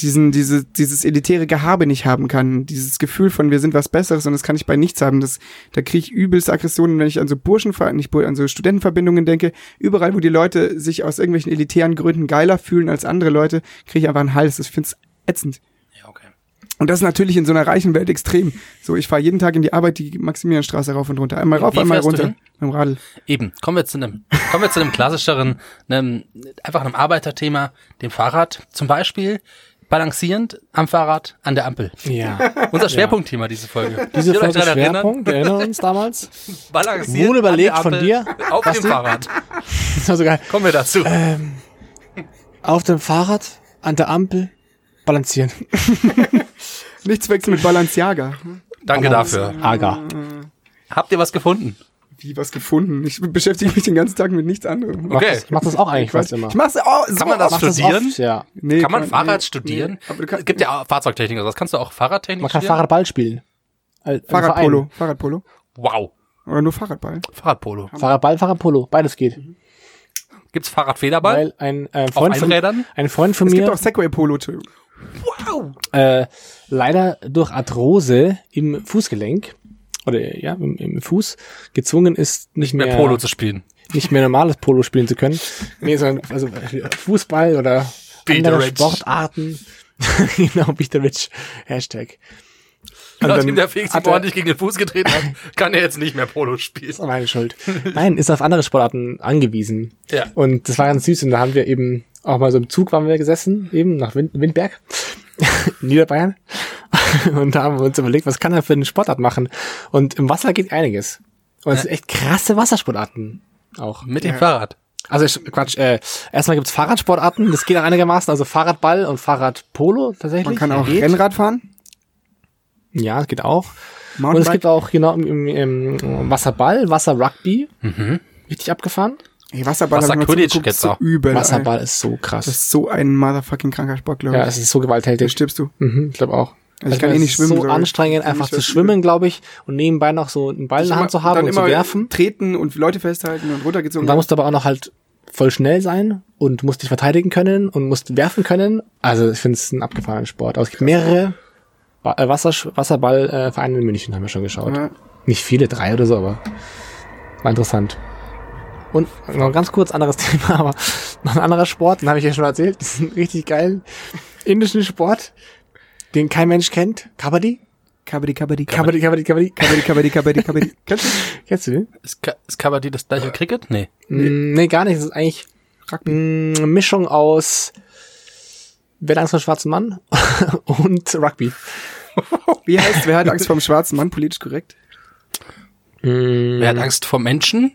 S4: diesen, diese, dieses elitäre Gehabe nicht haben kann. Dieses Gefühl von, wir sind was Besseres und das kann ich bei nichts haben. Das, da kriege ich übelst Aggressionen, wenn ich an so Burschenvereine, nicht Bur- an so Studentenverbindungen denke. Überall, wo die Leute sich aus irgendwelchen elitären Gründen geiler fühlen als andere Leute, kriege ich einfach einen Hals. Das find's ätzend.
S3: Ja, okay.
S4: Und das ist natürlich in so einer reichen Welt extrem. So, ich fahre jeden Tag in die Arbeit die Maximilianstraße rauf und runter. Einmal
S3: Wie
S4: rauf, einmal
S3: fährst du
S4: runter.
S3: hin?
S4: Mit dem Radl.
S3: Eben, kommen wir zu einem, kommen wir zu einem klassischeren, einem, einfach einem Arbeiterthema, dem Fahrrad. Zum Beispiel balancierend am Fahrrad an der Ampel.
S2: Ja.
S3: Unser Schwerpunktthema diese Folge.
S2: Diese
S3: Ihr euch
S2: Folge
S3: daran erinnern?
S2: Schwerpunkt, erinnern uns damals.
S3: Balancierend
S2: Wohl überlegt
S3: an der Ampel
S2: von
S3: Auf
S2: Basti? Äh,
S3: dem Fahrrad.
S2: Das war so Also geil.
S3: Kommen wir dazu.
S2: Auf dem Fahrrad, an der Ampel, balancieren.
S4: Nichts wechseln mit Balenciaga.
S3: Danke dafür.
S2: Aga.
S3: Habt ihr was gefunden?
S4: Wie was gefunden. Ich beschäftige mich den ganzen Tag mit nichts anderem.
S2: Mach
S3: Okay.
S2: das, mach das auch eigentlich fast immer.
S4: Ich mach's auch so
S3: Kann man das
S4: oft.
S2: Mach das
S3: studieren?
S2: oft, ja.
S4: Nee,
S3: kann man Fahrrad
S4: nee,
S3: studieren?
S4: nee. Aber du kannst,
S3: es gibt ja auch Fahrzeugtechnik oder was. Kannst du auch Fahrradtechnik
S2: Man kann
S3: studieren?
S2: Fahrradball spielen. Äh, im
S4: Fahrradpolo.
S2: Verein.
S4: Fahrradpolo.
S3: Wow.
S4: Oder nur Fahrradball.
S3: Fahrradpolo.
S2: Fahrradball, Fahrradpolo, beides geht.
S3: Gibt's Fahrradfederball?
S2: Weil ein äh, Freund von,
S3: Einrädern?
S2: ein Freund von
S4: Es gibt
S2: mir
S4: auch Segway-Polo, Entschuldigung.
S3: wow.
S2: äh, leider durch Arthrose im Fußgelenk oder äh, ja im, im Fuß gezwungen ist, nicht
S3: Mit
S2: mehr
S3: Polo zu spielen.
S2: nicht mehr normales Polo spielen zu können. Nee, sondern also äh, Fußball oder
S3: Be the
S2: andere
S3: rich.
S2: Sportarten. genau, be the rich. Hashtag.
S3: Nachdem
S2: dann
S3: der Felix ihm
S2: hat er-
S3: ordentlich gegen den Fuß getreten hat, kann er jetzt nicht mehr Polo spielen.
S2: ist auch meine Schuld. Nein, ist auf andere Sportarten angewiesen.
S3: Ja.
S2: Und das war ganz süß. Und da haben wir eben auch mal so im Zug waren wir gesessen, eben nach Wind Windberg, in Niederbayern. Und da haben wir uns überlegt, was kann er für einen Sportart machen? Und im Wasser geht einiges. Und es sind echt krasse Wassersportarten auch.
S3: Mit dem Fahrrad.
S2: Also ich- Quatsch, äh, erstmal gibt's Fahrradsportarten, das geht auch einigermaßen, also Fahrradball und Fahrradpolo tatsächlich.
S4: Man kann auch
S2: geht.
S4: Rennrad fahren.
S2: Ja, es geht auch. Und es
S4: Mountainbike.
S2: gibt auch genau im, im, im Wasserball, Wasserrugby.
S4: Mhm.
S2: Richtig abgefahren.
S4: Ey, Wasserball
S3: Wasser-
S4: hab ich mal
S3: Quidditch
S4: zugeguckt,
S3: geht's
S4: so
S3: auch.
S4: übel. Wasserball.
S2: Wasserball ist so krass.
S4: Das ist so ein motherfucking kranker Sport, glaube
S2: ja,
S4: ich.
S2: es ist so
S4: da
S2: gewalttätig.
S4: stirbst du.
S2: Mhm, ich glaube auch.
S4: Also ich kann eh
S2: es
S4: nicht
S2: ist
S4: schwimmen,
S2: So
S4: sorry.
S2: anstrengend,
S4: Ich kann
S2: einfach
S4: nicht
S2: zu schwimmen, glaube ich, und nebenbei noch so einen Ball in der Hand zu haben
S4: Dann
S2: und zu
S4: immer
S2: werfen.
S4: Treten und Leute festhalten und runtergezogen.
S2: Und da musst du aber auch noch halt voll schnell sein und musst dich verteidigen können und musst werfen können. Also ich finde es ein abgefahrener Sport. Aber es gibt mehrere Ba- äh, Wasser Wasserballvereine in München, haben wir schon geschaut.
S4: Ja.
S2: Nicht viele, drei oder so, aber war interessant. Und noch ein ganz kurz anderes Thema, aber noch ein anderer Sport, den habe ich ja schon erzählt, diesen richtig geilen indischen Sport, den kein Mensch kennt, Kabaddi.
S4: Kabaddi, Kabaddi,
S2: Kabaddi, Kabaddi, Kabaddi.
S4: Kabaddi, Kabaddi, Kabaddi, Kabaddi. Kennst du?
S2: Kennst du den?
S3: Ist, Ka ist Kabaddi das gleiche wie Cricket? Nee.
S2: Nee, nee gar nicht. Das ist eigentlich
S4: Rugby.
S2: mm, eine Mischung aus Wer hat Angst vor dem schwarzen Mann und Rugby.
S4: Wie heißt, wer hat Angst vor dem schwarzen Mann? Politisch korrekt.
S2: Mm.
S3: Wer hat Angst vor Menschen?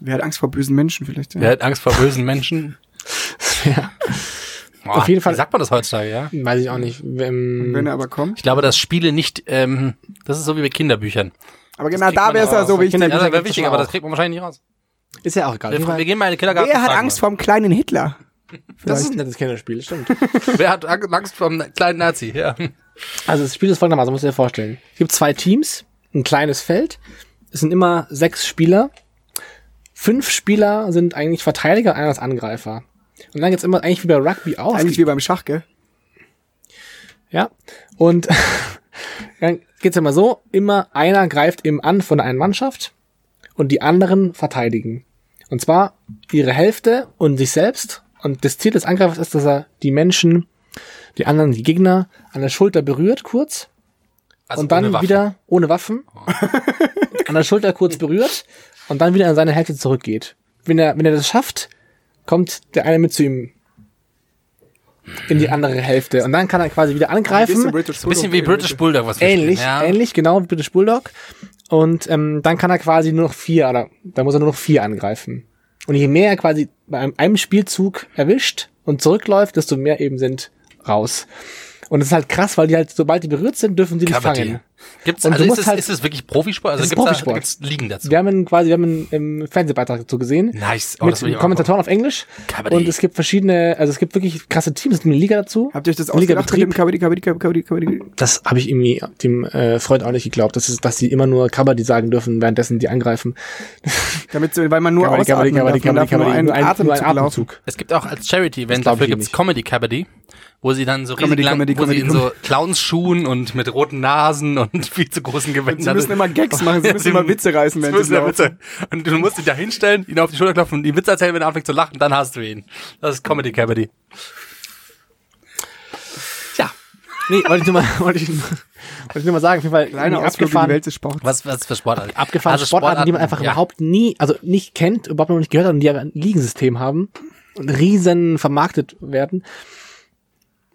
S4: Wer hat Angst vor bösen Menschen vielleicht? Ja.
S3: Wer hat Angst vor bösen Menschen?
S2: ja,
S3: Boah,
S2: Auf jeden Fall-
S3: Wie sagt man das heutzutage, ja?
S2: weiß ich auch nicht. Ähm,
S4: Wenn er aber kommt.
S3: Ich glaube, dass Spiele nicht, ähm, das ist so wie bei Kinderbüchern.
S4: Aber genau
S3: kriegt
S4: da
S3: man
S4: wäre es ja
S3: aber
S4: so
S3: aus.
S4: wichtig.
S3: Ja, das wäre
S2: gibt's
S3: wichtig,
S2: schon
S3: aber
S2: auch.
S3: das kriegt man wahrscheinlich nicht raus.
S2: ist ja auch egal.
S3: Wir, wir gehen mal in den Kindergarten.
S4: Wer
S3: und
S4: hat
S3: fragen
S4: Angst vor dem kleinen Hitler?
S2: Das ist ein nettes Kinderspiel, stimmt.
S3: mal. Wer hat Ang- Angst vor einem kleinen Nazi? Ja.
S2: Also das Spiel ist folgendermaßen, musst du dir vorstellen. Es gibt zwei Teams, ein kleines Feld. Es sind immer sechs Spieler. Fünf Spieler sind eigentlich Verteidiger, einer ist Angreifer. Und dann geht's immer eigentlich wie bei Rugby auch.
S4: Eigentlich wie beim Schach, gell?
S2: Ja. Und dann geht's immer so, immer einer greift eben an von einer Mannschaft und die anderen verteidigen. Und zwar ihre Hälfte und sich selbst. Und das Ziel des Angreifers ist, dass er die Menschen, die anderen, die Gegner an der Schulter berührt kurz
S3: Also
S2: und dann
S3: ohne Waffen.
S2: wieder ohne Waffen an der Schulter kurz berührt und dann wieder an seine Hälfte zurückgeht. Wenn er, wenn er das schafft, kommt der eine mit zu ihm in die andere Hälfte und dann kann er quasi wieder angreifen.
S4: Ein
S3: Bisschen wie British Bulldog, was wir
S2: Ähnlich,
S3: spielen, ja.
S2: ähnlich, genau wie British Bulldog. Und ähm, dann kann er quasi nur noch vier, oder da muss er nur noch vier angreifen. Und je mehr er quasi bei einem, einem Spielzug erwischt und zurückläuft, desto mehr eben sind raus. Und das ist halt krass, weil die halt, sobald die berührt sind, dürfen sie nicht
S3: Kabaddi.
S2: fangen.
S3: Gibt's,
S2: Und du
S3: also ist
S2: musst
S3: es,
S2: halt-
S3: ist es wirklich Profisport? Also
S2: Es ist
S3: gibt's da,
S2: Profisport.
S3: gibt's Ligen dazu?
S2: Wir haben einen, quasi, wir haben einen, einen Fernsehbeitrag dazu gesehen.
S3: Nice. Oh,
S2: mit
S3: das will ich auch
S2: Kommentatoren auf Englisch.
S3: Kabaddi.
S2: Und es gibt verschiedene, also es gibt wirklich krasse Teams, es gibt eine Liga dazu.
S4: Habt ihr euch das
S2: Ein
S4: ausgedacht mit
S2: Ligabetrieb.
S4: dem Kabaddi, Kabaddi, Kabaddi, Kabaddi? Kabaddi?
S2: das habe ich irgendwie dem äh, Freund auch nicht geglaubt, dass, es, dass sie immer nur Kabaddi sagen dürfen, währenddessen die angreifen.
S4: Damit, so- weil man nur ausatmen darf, man darf nur einen Atemzug laufen.
S3: Es gibt auch als Charity-Event,
S2: Das glaub
S3: dafür
S2: ich
S3: gibt's
S2: nicht.
S3: Comedy Comedy wo sie dann so
S4: Comedy,
S3: riesig lang,
S4: Comedy,
S3: wo sie
S4: Comedy,
S3: in so Clownsschuhen und mit roten Nasen und viel zu großen Gewändern.
S4: Sie müssen immer Gags machen, sie
S3: Ja,
S4: müssen immer Witze reißen,
S3: sie
S4: wenn
S3: müssen
S4: sie
S3: immer
S4: laufen.
S3: Witze. Und du musst dich da hinstellen, ihn auf die Schulter klopfen und ihm Witze erzählen, wenn er anfängt zu lachen, dann hast du ihn. Das ist Comedy Comedy. Ja.
S2: Nee, wollte ich nur mal, wollte ich, nur- wollte ich nur mal sagen, auf jeden Fall
S4: Kleiner
S2: irgendwie
S4: Ausflug in die Welt des Sports.
S3: Was, was für Also Sportarten?
S2: abgefahren Sportarten, die man einfach
S3: ja.
S2: überhaupt nie, also nicht kennt, überhaupt noch nicht gehört hat und die aber ein Ligensystem haben und riesen vermarktet werden.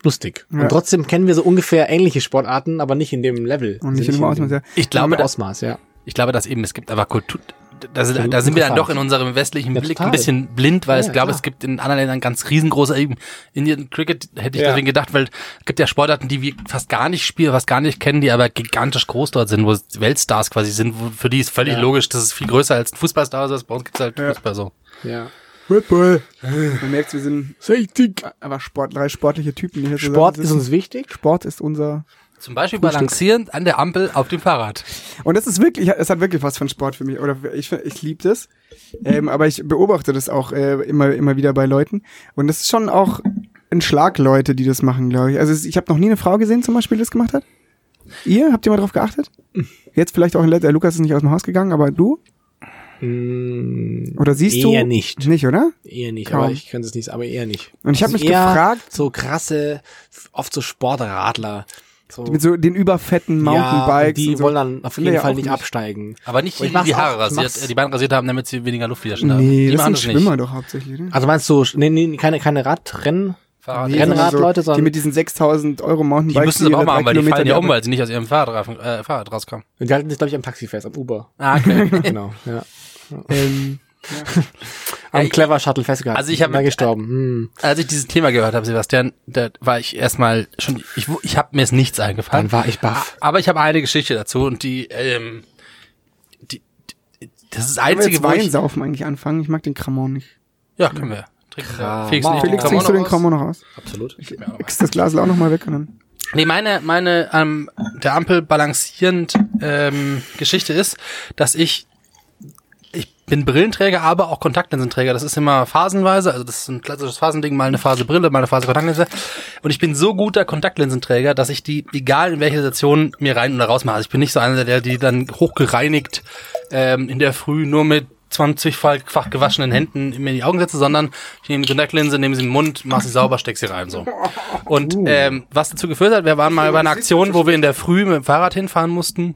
S2: Lustig.
S4: Ja.
S2: Und trotzdem kennen wir so ungefähr ähnliche Sportarten, aber nicht in dem Level.
S4: Und nicht in dem Ausmaß, ja.
S3: Ich
S2: Glaube
S3: glaube, dass,
S2: Ausmaß, ja.
S3: ich glaube, dass eben, es gibt einfach Kultur, da sind, da
S2: Ja,
S3: sind wir dann
S2: interessant.
S3: doch in unserem westlichen
S2: Ja,
S3: Blick
S2: total.
S3: ein bisschen blind, weil
S2: Ja,
S3: ich glaube,
S2: klar.
S3: es gibt in anderen Ländern ganz riesengroße, eben Indian Cricket hätte ich
S2: Ja.
S3: deswegen gedacht, weil es gibt ja Sportarten, die wir fast gar nicht spielen, fast gar nicht kennen, die aber gigantisch groß dort sind, wo es Weltstars quasi sind, wo, für die ist völlig
S2: Ja.
S3: logisch, das ist viel größer als ein Fußballstar oder so, bei uns gibt's halt Fußball so.
S2: ja.
S4: Red Bull. Man merkt, wir sind
S2: Richtig.
S4: aber Sport, drei sportliche Typen. Die hier
S2: Sport
S4: zusammen
S2: ist
S4: sitzen.
S2: uns wichtig.
S4: Sport ist unser.
S3: Zum Beispiel balancierend an der Ampel auf dem Fahrrad.
S4: Und das ist wirklich, es hat wirklich was von Sport für mich. Oder ich, ich liebe das. Ähm, aber ich beobachte das auch äh, immer, immer wieder bei Leuten. Und das ist schon auch ein Schlag Leute, die das machen, glaube ich. Also es- ich habe noch nie eine Frau gesehen, zum Beispiel, die das gemacht hat. Ihr? Habt ihr mal drauf geachtet? Jetzt vielleicht auch in letzter. Lukas ist nicht aus dem Haus gegangen, aber du?
S3: Hm,
S4: Oder siehst du?
S2: eher nicht.
S4: Nicht, oder?
S2: Eher nicht,
S4: Kaum.
S2: aber ich könnte es nicht, aber eher nicht.
S4: Und ich hab mich
S2: eher
S4: gefragt-
S2: So krasse, oft so Sportradler. So,
S4: Mit so den überfetten
S2: ja, und
S4: Mountainbikes.
S2: die
S4: und so.
S2: wollen dann auf
S4: Will
S2: jeden
S4: ja
S2: Fall
S4: auch
S2: nicht,
S4: nicht.
S2: absteigen.
S3: Aber nicht
S2: Und
S3: die,
S2: ich
S3: die die
S2: mach's
S3: Haare
S2: auch, ich mach's-
S3: rasiert, äh, die Beine rasiert haben, damit sie weniger Luftwiderstand haben.
S4: Nee,
S3: die
S4: das
S3: machen
S4: sind
S3: das
S4: Schwimmer
S3: nicht.
S4: doch hauptsächlich. Oder?
S2: Also meinst du, nee, nee, keine, keine Radrennen?
S3: Fahrrad-
S2: Nee,
S3: Die
S4: sondern
S2: Rennradleute,
S4: so, die
S2: sondern-
S4: mit diesen 6000 Euro
S3: Ah, Die
S4: Mountainbikes.
S3: müssen sie aber
S4: ihre
S3: auch mal
S4: drei
S3: haben, weil die
S4: Kilometer
S3: fallen ja um,
S4: Erde-
S3: weil sie nicht aus ihrem Fahrrad, äh, Fahrrad rauskommen.
S2: Die halten sich, glaube ich, am Taxi fest, am Uber.
S3: Ah, okay.
S2: genau, ja.
S4: Ähm,
S2: Am
S3: Ja, ich-
S2: Clever Shuttle festgehalten.
S3: Also ich hab-
S2: mal gestorben. Hm.
S3: Als ich dieses Thema gehört habe, Sebastian, da war ich erstmal schon, ich, wu- ich habe mir jetzt nichts
S2: Dann
S3: eingefallen.
S2: war ich baff.
S3: Aber ich habe eine Geschichte dazu und die, ähm, die, die das ist das
S4: Können wir
S3: einzige,
S4: jetzt
S3: wo
S4: Wein
S3: ich,
S4: saufen eigentlich anfangen? Ich mag den Kramon nicht.
S3: ja, können wir. Trinken wir.
S2: Kram.
S3: Felix, nimmst
S4: Felix,
S3: Kramon
S4: trinkst du den
S3: raus?
S4: Kramon noch aus?
S2: Absolut.
S4: Ist das Glas auch noch mal weg und dann?
S3: Nee, meine, meine ähm, der Ampel balancierend ähm, Geschichte ist, dass ich ich bin Brillenträger, aber auch Kontaktlinsenträger. Das ist immer phasenweise, also das ist ein klassisches Phasending, mal eine Phase Brille, mal eine Phase Kontaktlinse. Und ich bin so guter Kontaktlinsenträger, dass ich die, egal in welcher Situation, mir rein oder raus mache. Also ich bin nicht so einer, der die dann hochgereinigt ähm, in der Früh nur mit 20-fach gewaschenen Händen mir in die Augen setze, sondern ich nehme die Kontaktlinse, nehme sie in den Mund, mache sie sauber, steck sie rein. so. Und ähm, was dazu geführt hat, wir waren mal bei einer Aktion, wo wir in der Früh mit dem Fahrrad hinfahren mussten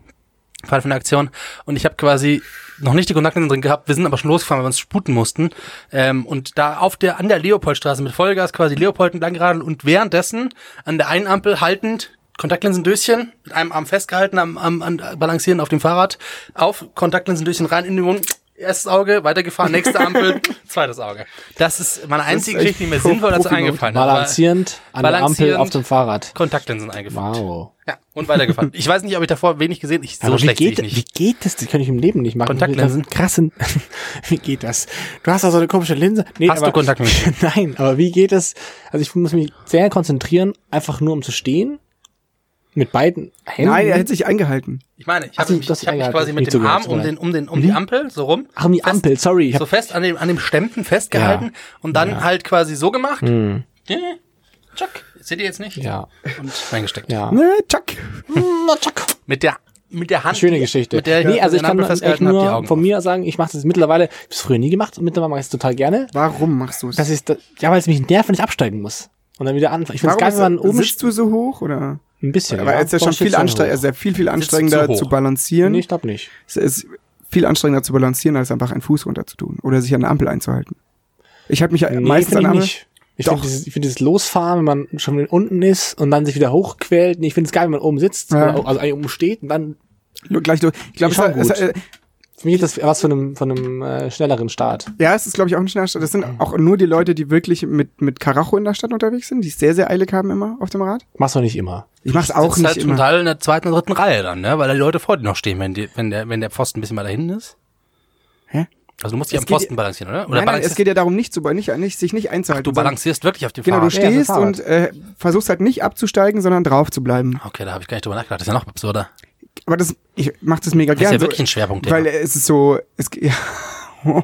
S3: Fall von der Aktion. Und ich habe quasi noch nicht die Kontaktlinsen drin gehabt. Wir sind aber schon losgefahren, weil wir uns sputen mussten. Ähm, und da auf der, an der Leopoldstraße mit Vollgas quasi Leopold entlang geradelt und währenddessen an der einen Ampel haltend Kontaktlinsendöschen mit einem Arm festgehalten, am, am, am balancieren auf dem Fahrrad, auf Kontaktlinsendöschen rein in den Mund, erstes Auge, weitergefahren, nächste Ampel, zweites Auge. Das ist meine einzige
S4: echt
S3: Geschichte, die mir sinnvoll dazu
S4: Profi-Move.
S3: eingefallen ist.
S2: Balancierend an der Ampel
S3: balancierend.
S2: auf dem Fahrrad.
S3: Kontaktlinsen eingefahren.
S2: Wow.
S3: Ja, und weitergefahren. Ich weiß nicht, ob ich davor wenig gesehen, ich, so
S2: Aber wie
S3: schlecht sehe
S2: geht,
S3: ich nicht.
S2: wie geht das? Das kann ich im Leben nicht machen.
S3: Kontaktlinsen?
S2: Mit Krassen. wie geht das? Du hast da so eine komische Linse. Nee,
S3: Hast du Kontaktlinsen?
S2: Nein, aber wie geht das? Also ich muss mich sehr konzentrieren, einfach nur um zu stehen. Mit beiden Händen.
S4: Nein, er hätte sich eingehalten.
S3: Ich meine, ich
S2: Hast
S3: habe
S2: du-
S3: mich,
S2: das
S3: ich hab mich
S2: ärgert
S3: quasi
S2: mich
S3: mit
S2: nicht
S3: dem
S2: sogar,
S3: Arm
S2: tut
S3: um
S2: mir
S3: den, um den, um die Ampel so rum.
S2: Ach, um die
S3: fest,
S2: Ampel, sorry. Ich hab,
S3: So fest an dem, an dem Stempel festgehalten und dann halt quasi so gemacht. Ja, Tschack. Seht ihr jetzt nicht?
S2: Mhm. ja,
S3: Und reingesteckt.
S2: ja.
S4: Ne, Chuck.
S3: Mit der, mit der Hand.
S2: Schöne Geschichte.
S3: Mit der ich
S2: nee, also ich
S3: den
S4: ne,
S2: kann
S3: Ampel
S2: echt
S3: festgehalten habe, die
S2: nur
S3: Augen.
S2: von mir sagen, ich mache das mittlerweile, ich habe es früher nie gemacht und mittlerweile mache ich es total gerne.
S4: Warum machst du es?
S2: Das ist, das- ja, weil es mich nervt, wenn ich absteigen muss. Und dann wieder anfangen. Ich finde es
S4: Warum
S2: geil, wenn man
S4: ist,
S2: oben
S4: sitzt du so hoch oder?
S2: ein bisschen.
S4: Aber es ist ja
S2: Doch,
S4: schon
S2: ich sitz
S4: viel anstrengender,
S2: hoch.
S4: also viel viel
S3: zu
S4: anstrengender
S3: hoch.
S4: zu balancieren.
S2: Nee, ich glaube nicht.
S4: Es ist viel anstrengender zu balancieren, als einfach einen Fuß runter zu tun oder sich an eine Ampel einzuhalten. Ich habe mich ja
S2: Nee,
S4: meistens
S2: find
S4: an
S2: ich
S4: Ampel.
S2: nicht. Ich finde
S4: Hm, Doch.
S2: dieses, ich find dieses Losfahren, wenn man schon unten ist und dann sich wieder hochquält. Nee, ich finde es geil, wenn man oben sitzt,
S4: Ja.
S2: oder, also eigentlich oben steht und dann,
S4: Nur Gleich durch. Ich glaube,
S2: Ist schon
S4: es, es,
S2: gut.
S4: äh,
S2: für mich ist das was von einem, von einem äh, schnelleren Start.
S4: ja, es ist, glaube ich, auch ein schneller Start. Das sind auch nur die Leute, die wirklich mit, mit Karacho in der Stadt unterwegs sind, die sehr, sehr eilig haben immer auf dem Rad.
S2: Machst du nicht immer.
S4: Ich mach's
S3: Du
S4: auch
S3: sitzt
S4: nicht
S3: halt zum
S4: immer.
S3: Teil in der zweiten und dritten Reihe dann, ne? Weil da die Leute vor dir noch stehen, wenn, die, wenn, der, wenn der Pfosten ein bisschen weiter hinten ist.
S4: Hä?
S3: Also du musst dich
S4: Es
S3: am
S4: geht-
S3: Pfosten balancieren, oder? oder
S4: Nein, nein, es
S3: balancierst,
S4: geht ja darum, nicht zu, nicht, nicht, sich nicht einzuhalten.
S3: du
S4: sondern-
S3: balancierst wirklich auf dem
S4: Genau, du
S3: Fahrrad.
S2: Ja, so
S4: stehst
S2: Fahrrad.
S4: und äh, versuchst halt nicht abzusteigen, sondern drauf zu bleiben.
S3: Okay, da habe ich gar nicht drüber nachgedacht. Das ist ja noch absurder.
S4: Aber das, ich mach das mega
S3: Das ist
S4: gerne.
S3: ja wirklich ein Schwerpunkt.
S4: also, Weil es ist so, es, ge- ja.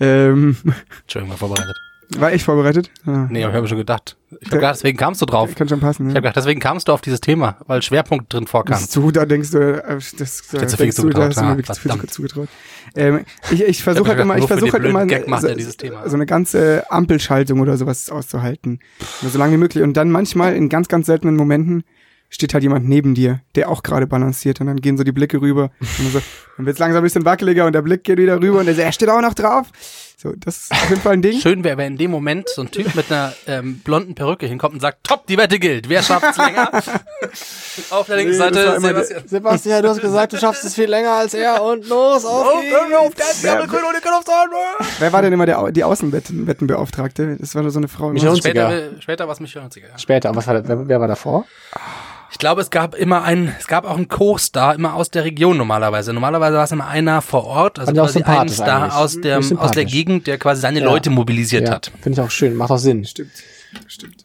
S4: ähm,
S3: Entschuldigung, war vorbereitet.
S4: war ich vorbereitet? Ja.
S3: Nee, aber ich habe mir schon gedacht. Ich habe gedacht, deswegen kamst du drauf. Ich
S4: Kann schon passen.
S3: habe
S4: Ne?
S3: gedacht, deswegen kamst du auf dieses Thema, weil Schwerpunkt drin vorkam.
S4: Dass du da denkst, du, äh, das, da
S3: hab zu viel
S4: denkst du, da
S3: zugetraut,
S4: hast du mir
S3: ja,
S4: wirklich zu viel
S3: verdammt.
S4: zugetraut. Ähm, ich ich
S3: Ich
S4: versuche
S3: hab
S4: halt
S3: gedacht,
S4: immer, ich
S3: nur für
S4: versuche
S3: den
S4: halt immer
S3: blöden Gag macht
S4: so,
S3: er dieses Thema.
S4: so eine ganze Ampelschaltung oder sowas auszuhalten, Nur so lange wie möglich. Und dann manchmal in ganz, ganz seltenen Momenten steht halt jemand neben dir, der auch gerade balanciert und dann gehen so die Blicke rüber und dann, so, dann wird's langsam ein bisschen wackeliger und der Blick geht wieder rüber und der so, er steht auch noch drauf. So, das ist auf jeden Fall ein Ding.
S3: Schön wäre, wenn in dem Moment so ein Typ mit einer ähm, blonden Perücke hinkommt und sagt, top, die Wette gilt. Wer schafft's länger? auf der linken
S4: Nee, das war
S3: Seite
S4: immer der-
S3: Sebastian.
S2: Sebastian, du hast gesagt, du schaffst es viel länger als er und los, auf
S4: Wer war denn immer der, Au- die Außenwettenbeauftragte? Das war doch so eine Frau.
S2: Michel
S3: Später, äh, später war es Michel Hunziger. ja.
S2: Später, was war das? Wer, wer war davor?
S3: Ich glaube, es gab immer einen, es gab auch einen Co-Star, immer aus der Region normalerweise. Normalerweise war es immer einer vor Ort, also
S2: Fand ich auch
S3: quasi ein
S2: sympathisch
S3: Star
S2: eigentlich.
S3: aus der,
S2: Ist
S3: aus der
S2: sympathisch.
S3: Gegend, der quasi seine Leute mobilisiert hat.
S2: Finde ich auch schön, macht auch Sinn.
S4: Stimmt, stimmt.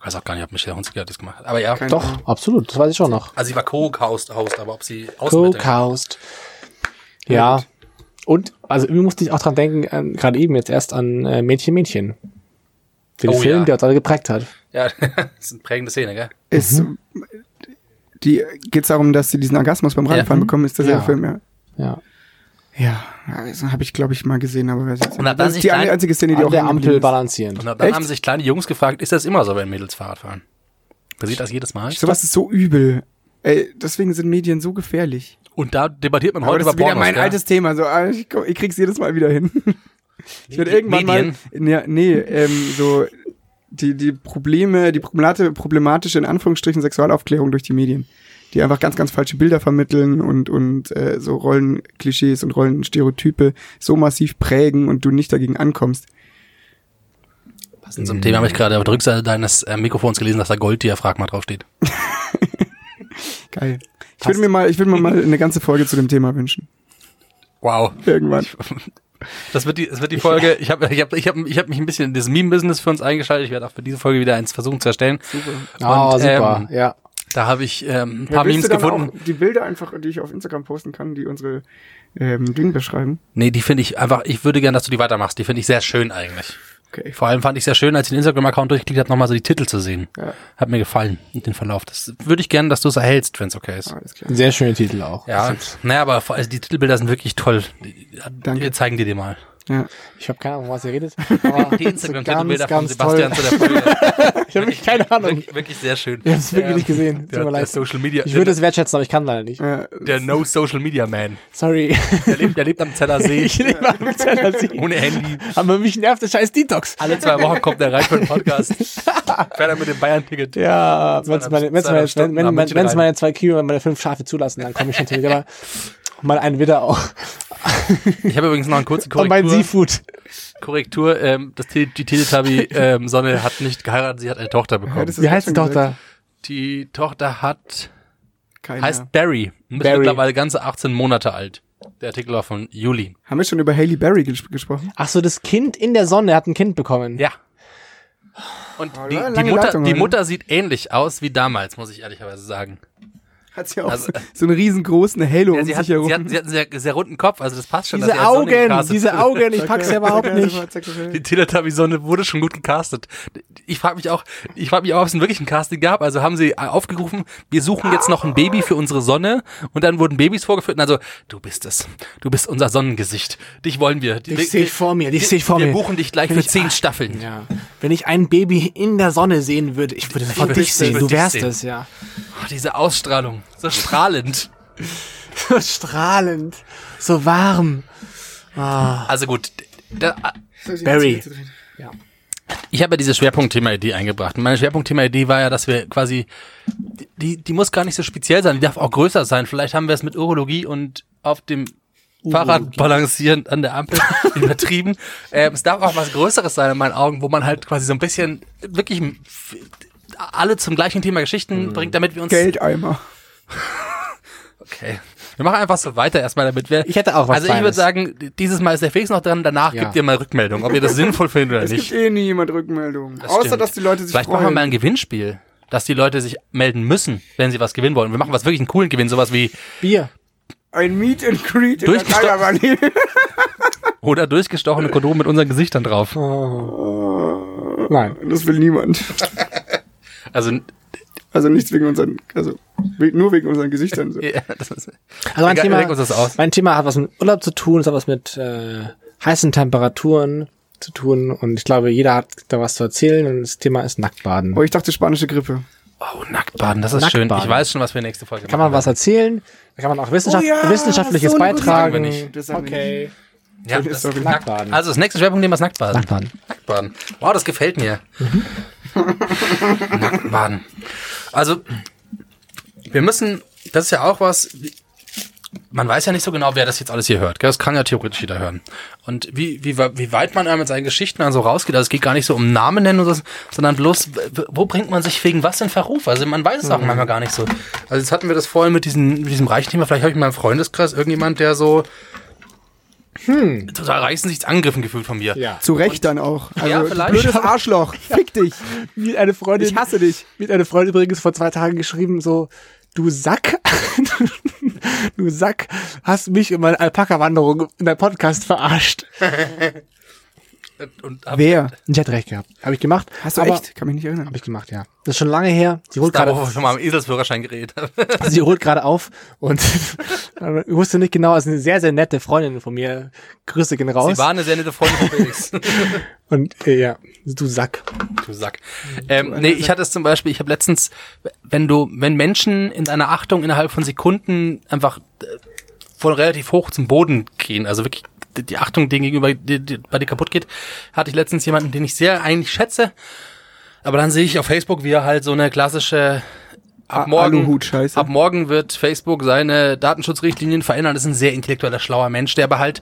S3: Ich weiß auch gar nicht, ob Michelle Hunziker das gemacht hat. Aber ja,
S4: Keine
S2: Doch, absolut, das weiß ich schon noch.
S3: Also sie war Co-Host, Host, aber ob sie Außenwette-
S2: Co-Caust. Ja. Und, also irgendwie musste ich auch dran denken, ähm, gerade eben jetzt erst an äh, Mädchen, Mädchen. Den
S3: Oh,
S2: Film,
S3: ja.
S2: der uns alle geprägt hat.
S3: Ja, das ist eine prägende Szene, gell?
S4: Ist, die, geht's darum, dass sie diesen Orgasmus beim Radfahren
S3: Ja.
S4: bekommen, ist das
S2: Ja.
S4: ja. der Film, ja.
S2: Ja.
S4: Ja, also habe ich, glaube ich, mal gesehen, aber wer
S3: Und ab dann
S4: das
S3: sich
S4: ist die
S3: klein-
S4: einzige Szene, die
S2: An
S4: auch
S2: der
S4: hängen
S2: Ampel
S4: geblieben
S2: balancierend.
S3: Und ab dann
S4: Echt?
S3: haben sich kleine Jungs gefragt, ist das immer so, wenn Mädels Fahrrad fahren? Man sieht das jedes Mal.
S4: ist. Sowas ist so übel. Ey, deswegen sind Medien so gefährlich.
S3: Und da debattiert man
S4: aber
S3: heute über
S4: das ist wieder
S3: Pornos.
S4: mein
S3: gell?
S4: altes Thema. So, ah, ich, komm, ich krieg's jedes Mal wieder hin. Ich werde irgendwann
S3: Medien.
S4: mal. Ja, nee, ähm, so die, die Probleme, die Problemate, problematische, in Anführungsstrichen, Sexualaufklärung durch die Medien, die einfach ganz, ganz falsche Bilder vermitteln und, und äh, so Rollenklischees und Rollenstereotype so massiv prägen und du nicht dagegen ankommst.
S3: Passend zum Thema habe ich gerade auf der Rückseite deines äh, Mikrofons gelesen, dass da Golddiafragma draufsteht.
S4: Geil. Ich würde mir mal, ich würde mir mal eine ganze Folge zu dem Thema wünschen.
S3: Wow.
S4: Irgendwann.
S3: Das wird die, das wird die Folge. Ich habe ich hab, ich hab, ich hab mich ein bisschen in das Meme-Business für uns eingeschaltet. Ich werde auch für diese Folge wieder eins versuchen zu erstellen.
S2: Ah,
S3: Und,
S2: super,
S3: ähm,
S2: ja.
S3: Da habe ich ähm, ein
S4: Ja,
S3: paar
S4: willst
S3: Memes
S4: du dann
S3: gefunden.
S4: Auch die Bilder einfach, die ich auf Instagram posten kann, die unsere ähm, Ding beschreiben.
S3: Nee, die finde ich einfach, ich würde gern, dass du die weitermachst. Die finde ich sehr schön eigentlich.
S4: Okay.
S3: Vor allem fand ich sehr schön, als ich den Instagram-Account durchklickt habe, nochmal so die Titel zu sehen.
S4: Ja,
S3: Hat mir gefallen, den Verlauf. Das würde ich gerne, dass du es erhältst, wenn es okay ist.
S4: alles klar.
S2: Sehr schöne Titel auch.
S3: Ja, naja, aber vor- also die Titelbilder sind wirklich toll.
S4: Danke.
S3: Wir zeigen dir die mal.
S4: Ja.
S2: Ich habe keine Ahnung, um was ihr redet. Aber
S3: Die Instagram-Titelbilder
S2: ganz,
S3: von
S2: ganz
S3: Sebastian
S2: toll.
S3: zu der Folge.
S2: Ich habe wirklich keine Ahnung.
S3: wirklich, wirklich sehr schön.
S2: Ich habe es wirklich
S3: Ähm,
S2: nicht gesehen. Tut
S3: Der,
S2: mir
S3: der
S2: leid.
S3: Social Media,
S2: Ich würde es wertschätzen, aber ich kann leider nicht.
S4: Äh,
S3: der No Social Media Man.
S2: Sorry.
S3: Der lebt, der lebt am Zellersee
S2: Ich lebe mal mit Zeller Sie.
S3: ohne Handy.
S2: Aber mich nervt der scheiß Detox.
S3: Alle zwei Wochen kommt er rein für den Podcast. Fährt er mit dem Bayern-Ticket.
S2: Ja, wenn es meine, wenn's meine,
S3: Zweieinhalb
S2: wenn,
S3: Stunden nach
S2: wenn,
S3: München
S2: wenn's
S3: rein.
S2: meine zwei Kühe und meine fünf Schafe zulassen, dann komme ich natürlich. Aber mal einen Widder auch.
S3: Ich habe übrigens noch einen kurzen
S2: Und mein
S3: Korrektur.
S2: Seafood.
S3: Korrektur, ähm, das Tele- die Teletubby ähm, Sonne hat nicht geheiratet, sie hat eine Tochter bekommen.
S4: das ist
S2: Wie heißt die
S4: schon gesagt.
S2: Tochter?
S3: die Tochter hat,
S4: Keiner.
S3: heißt Barry und ist
S2: Barry.
S3: mittlerweile ganze 18 Monate alt. Der Artikel war von Juli.
S4: Haben wir schon über Haley Berry ges gesprochen?
S2: Ach so, das Kind in der Sonne hat ein Kind bekommen.
S3: Ja. Und
S4: Oh,
S3: die,
S4: lange
S3: die, Mutter,
S4: Leitung
S3: die
S4: heute.
S3: Mutter sieht ähnlich aus wie damals, muss ich ehrlicherweise sagen.
S4: Hat sie auch
S3: Also-
S4: so, so einen riesengroßen Halo
S3: Ja,
S4: um
S3: sie,
S4: sich
S3: hat,
S4: herum.
S3: sie, hat, sie hat einen sehr, sehr runden Kopf, also das passt schon. dass
S2: Diese
S3: sie als Sonne
S2: Augen,
S3: gecastet
S2: diese
S3: wurde.
S2: Augen, ich pack's ja überhaupt nicht.
S3: Die Teletubby-Sonne wurde schon gut gecastet. Ich frage mich auch, ich frage mich auch, ob es einen wirklichen Casting gab. Also haben sie aufgerufen, wir suchen jetzt noch ein Baby für unsere Sonne und dann wurden Babys vorgeführt. Und also, du bist es. Du bist unser Sonnengesicht. Dich wollen wir.
S2: Dich seh ich vor mir, dich seh ich vor
S3: wir
S2: mir.
S3: Wir buchen dich gleich
S2: Wenn
S3: für
S2: ich-
S3: zehn Staffeln.
S2: Ja. Wenn ich ein Baby in der Sonne sehen würde, ich würde sofort
S3: würde
S2: dich
S3: dich
S2: sehen.
S3: sehen.
S2: Du
S3: Ich würde dich
S2: wärst
S3: sehen.
S2: es, ja.
S3: Oh, diese Ausstrahlung. So strahlend.
S2: Strahlend. So warm.
S3: Also gut. Da,
S2: Barry.
S3: ich habe ja diese Schwerpunktthema-Idee eingebracht. Und meine Schwerpunktthema-Idee war ja, dass wir quasi, die, die muss gar nicht so speziell sein, die darf auch größer sein. Vielleicht haben wir es mit Urologie und auf dem Fahrrad balancierend an der Ampel übertrieben. Ähm, es darf auch was Größeres sein in meinen Augen, wo man halt quasi so ein bisschen wirklich f- alle zum gleichen Thema Geschichten
S2: Mhm.
S3: bringt, damit wir uns
S4: Geldeimer.
S3: Okay. Wir machen einfach so weiter erstmal damit. Wir,
S2: Ich hätte auch was
S3: Also ich würde
S2: Feines.
S3: sagen, dieses Mal ist der Felix noch dran, danach
S2: Ja.
S3: gibt ihr mal Rückmeldung, ob ihr das sinnvoll findet oder
S4: Es gibt
S3: nicht.
S4: eh nie jemand Rückmeldung. Außer,
S3: stimmt.
S4: dass die Leute sich
S3: Vielleicht machen wir
S4: freuen.
S3: mal ein Gewinnspiel, dass die Leute sich melden müssen, wenn sie was gewinnen wollen. Wir machen was wirklich einen coolen Gewinn, sowas wie
S2: Bier.
S4: ein Meet and Greet in der
S3: Durchgesto-
S4: Geilerbahn.
S3: oder oh, durchgestochene Kondome mit unseren Gesichtern drauf.
S2: Nein.
S4: Das will niemand.
S3: Also
S4: Also nichts wegen unseren, also we- nur wegen unseren Gesichtern. So.
S3: ja, das ist,
S2: Also mein
S3: Egal,
S2: Thema,
S3: leg uns das aus.
S2: mein Thema hat was mit Urlaub zu tun, es hat was mit äh, heißen Temperaturen zu tun und ich glaube, jeder hat da was zu erzählen und das Thema ist Nacktbaden.
S4: Oh, ich dachte spanische Grippe.
S3: oh, Nacktbaden, das ist schön.
S2: Nacktbaden.
S3: Ich weiß schon, was wir nächste Folge
S2: Kann
S3: machen.
S2: man was erzählen? Da kann man auch Wissenschaft,
S4: Oh ja,
S2: wissenschaftliches
S4: so eine gute
S2: beitragen.
S3: Sagen wir nicht.
S4: Das sagen wir
S2: okay.
S3: ja,
S4: Sorry,
S3: das
S4: sorry.
S2: Nacktbaden.
S3: Also das nächste Schwerpunktthema ist Nacktbaden.
S2: Nacktbaden.
S3: Nacktbaden. Wow, das gefällt mir. Nacktbaden. Also, wir müssen, das ist ja auch was, man weiß ja nicht so genau, wer das jetzt alles hier hört. Gell? Das kann ja theoretisch jeder hören. Und wie, wie, wa- wie weit man einmal mit seinen Geschichten dann so rausgeht, also es geht gar nicht so um Namen nennen, oder so, sondern bloß, w- w- wo bringt man sich wegen was in Verruf? Also man weiß es auch manchmal gar nicht so. Also jetzt hatten wir das vorhin mit, diesem mit diesem reichen Thema, vielleicht habe ich in meinem Freundeskreis irgendjemand, der so hm. total Reichsensichtangriffen gefühlt von mir.
S2: Ja.
S4: Zu Recht dann auch. Also,
S3: Ja,
S4: du
S3: vielleicht.
S4: blödes Arschloch. Fick dich.
S2: Wie eine Freundin,
S4: Ich hasse dich.
S2: Mir hat eine Freundin übrigens vor zwei Tagen geschrieben, so, du Sack, du Sack, hast mich in meiner Alpaka-Wanderung in deinem Podcast verarscht.
S3: Und hab
S4: Wer?
S2: Und sie hat recht gehabt. Habe ich gemacht.
S4: Hast du
S2: aber-
S4: echt? Kann mich nicht erinnern.
S2: Habe ich gemacht, ja. Das ist schon lange her. Sie holt
S3: da, wo wir
S2: gerade,
S3: schon mal am Eselsführerschein geredet haben.
S2: sie holt gerade auf und ich wusste nicht genau, es ist eine sehr, sehr nette Freundin von mir. Grüße gehen raus.
S3: Sie war eine sehr nette Freundin von Felix.
S2: und äh, ja, du Sack.
S3: du Sack. Ähm, nee, ich hatte es zum Beispiel, ich habe letztens, wenn du, wenn Menschen in deiner Achtung innerhalb von Sekunden einfach äh, von relativ hoch zum Boden gehen, also wirklich die- die Achtung denen gegenüber, die, die bei dir kaputt geht, hatte ich letztens jemanden, den ich sehr eigentlich schätze, aber dann sehe ich auf Facebook, wie er halt so eine klassische
S4: A-
S3: Ab morgen,
S4: Aluhut-Scheiße.
S3: ab morgen wird Facebook seine Datenschutzrichtlinien verändern. Das ist ein sehr intellektueller, schlauer Mensch, der aber halt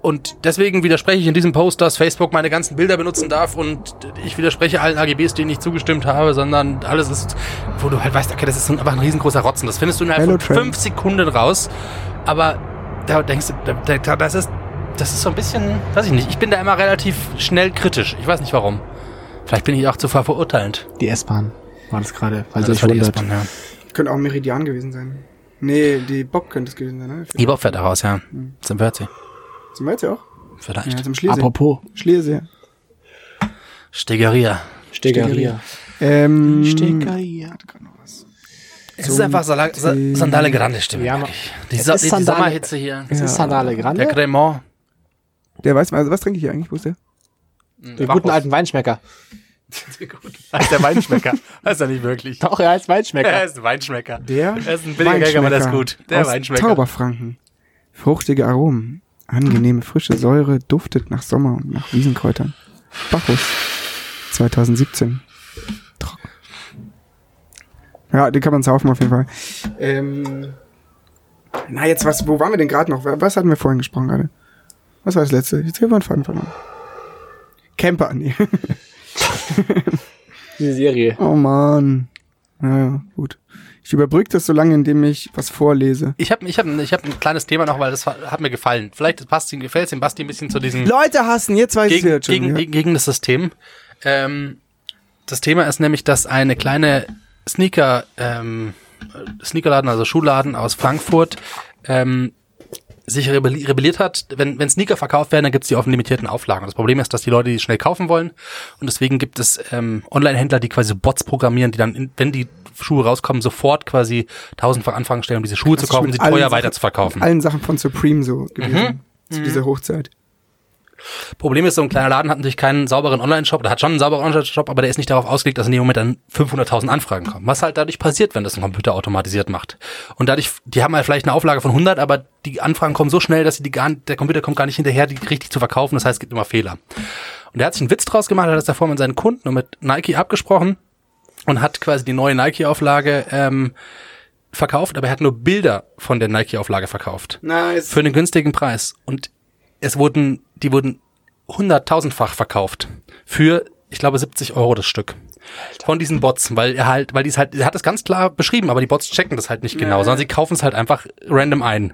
S3: und deswegen widerspreche ich in diesem Post, dass Facebook meine ganzen Bilder benutzen darf und ich widerspreche allen AGBs, denen ich zugestimmt habe, sondern alles ist, wo du halt weißt, okay, das ist einfach ein riesengroßer Rotzen. Das findest du innerhalb
S4: Hello,
S3: von
S4: Trent.
S3: fünf Sekunden raus. Aber da denkst du, da, da, das ist, das ist so ein bisschen, weiß ich nicht. Ich bin da immer relativ schnell kritisch. Ich weiß nicht warum. Vielleicht bin ich auch zu ver- verurteilend.
S2: Die S-Bahn war das gerade, weil sie
S3: Das
S2: sich
S3: war die
S2: wundert.
S3: S-Bahn, ja.
S4: Könnte auch Meridian gewesen sein. Nee, die Bob könnte es gewesen sein, ne?
S3: Die Bob fährt da raus, ja. Zum Wörthsee.
S4: Zum Beispiel auch.
S3: Vielleicht.
S4: Ja, zum Schlesien.
S2: Apropos
S4: Schlesien.
S3: Stegeria.
S2: Stegeria.
S3: Hm.
S4: Ähm,
S2: Stegeria.
S3: Es ist einfach Sala Sa Sandale Grande Stimme.
S2: Ja,
S3: Ja,
S2: ma-
S3: die, Sa
S2: Es
S3: die
S2: ist Sandale-
S3: Sommerhitze hier.
S2: Das ist Sandale
S3: Der
S2: Grande.
S3: Cremant.
S4: Der weiß mal, also was trinke ich hier eigentlich, wo ist der?
S2: Den guten alten Weinschmecker.
S3: Heißt der Weinschmecker. Heißt er nicht wirklich.
S2: Doch, er heißt Weinschmecker.
S3: Er ist ein Weinschmecker.
S4: Der?
S3: Er ist ein billiger Gag, aber der ist gut. Der
S4: aus
S3: Weinschmecker.
S4: Tauberfranken. Fruchtige Aromen, angenehme frische Säure, duftet nach Sommer und nach Wiesenkräutern. Bacchus, 2017. Trocken. Ja, den kann man saufen auf jeden Fall. Ähm, na, jetzt was, wo waren wir denn gerade noch? Was hatten wir vorhin gesprochen gerade? Was war das letzte? Jetzt haben wir einen Faden verloren. Camper, nee.
S2: Die Serie.
S4: Oh Mann. Naja, gut. Ich überbrücke das so lange, indem ich was vorlese.
S3: Ich habe ich hab, ich hab ein kleines Thema noch, weil das hat mir gefallen. Vielleicht passt ihm, gefällt dem Basti ein bisschen zu diesem
S4: Mhm. Leute hassen, jetzt weiß
S3: gegen,
S4: ich's wieder
S3: gegen,
S4: ja.
S3: gegen, gegen das System. Ähm, das Thema ist nämlich, dass eine kleine Sneaker, ähm, Sneakerladen, also Schuhladen aus Frankfurt, ähm, sich rebelli rebelliert hat, wenn, wenn Sneaker verkauft werden, dann gibt es die offen limitierten Auflagen. Das Problem ist, dass die Leute die schnell kaufen wollen und deswegen gibt es ähm, Online-Händler, die quasi Bots programmieren, die dann, in, wenn die Schuhe rauskommen, sofort quasi tausendfach anfangen stellen, um diese Schuhe
S4: Das
S3: zu
S4: ist
S3: kaufen
S4: schon
S3: und sie
S4: allen
S3: teuer
S4: Sachen-
S3: weiter zu verkaufen.
S4: allen Sachen von Supreme
S3: Mhm.
S4: so gewesen. Zu dieser Hochzeit.
S3: Problem ist, so ein kleiner Laden hat natürlich keinen sauberen Online-Shop, oder hat schon einen sauberen Online-Shop, aber der ist nicht darauf ausgelegt, dass in dem Moment dann 500.000 Anfragen kommen. Was halt dadurch passiert, wenn das ein Computer automatisiert macht. Und dadurch, die haben halt vielleicht eine Auflage von 100, aber die Anfragen kommen so schnell, dass sie die gar, der Computer kommt gar nicht hinterher, die richtig zu verkaufen. Das heißt, es gibt immer Fehler. Und der hat sich einen Witz draus gemacht, hat das davor mit seinen Kunden und mit Nike abgesprochen und hat quasi die neue Nike-Auflage ähm, verkauft, aber er hat nur Bilder von der Nike-Auflage verkauft
S4: Nice.
S3: für einen günstigen Preis. Und es wurden, die wurden hunderttausendfach verkauft. Für, ich glaube, 70 Euro das Stück. Von diesen Bots, weil er halt, weil die es halt, er hat es ganz klar beschrieben, aber die Bots checken das halt nicht genau, sondern sie kaufen es halt einfach random ein.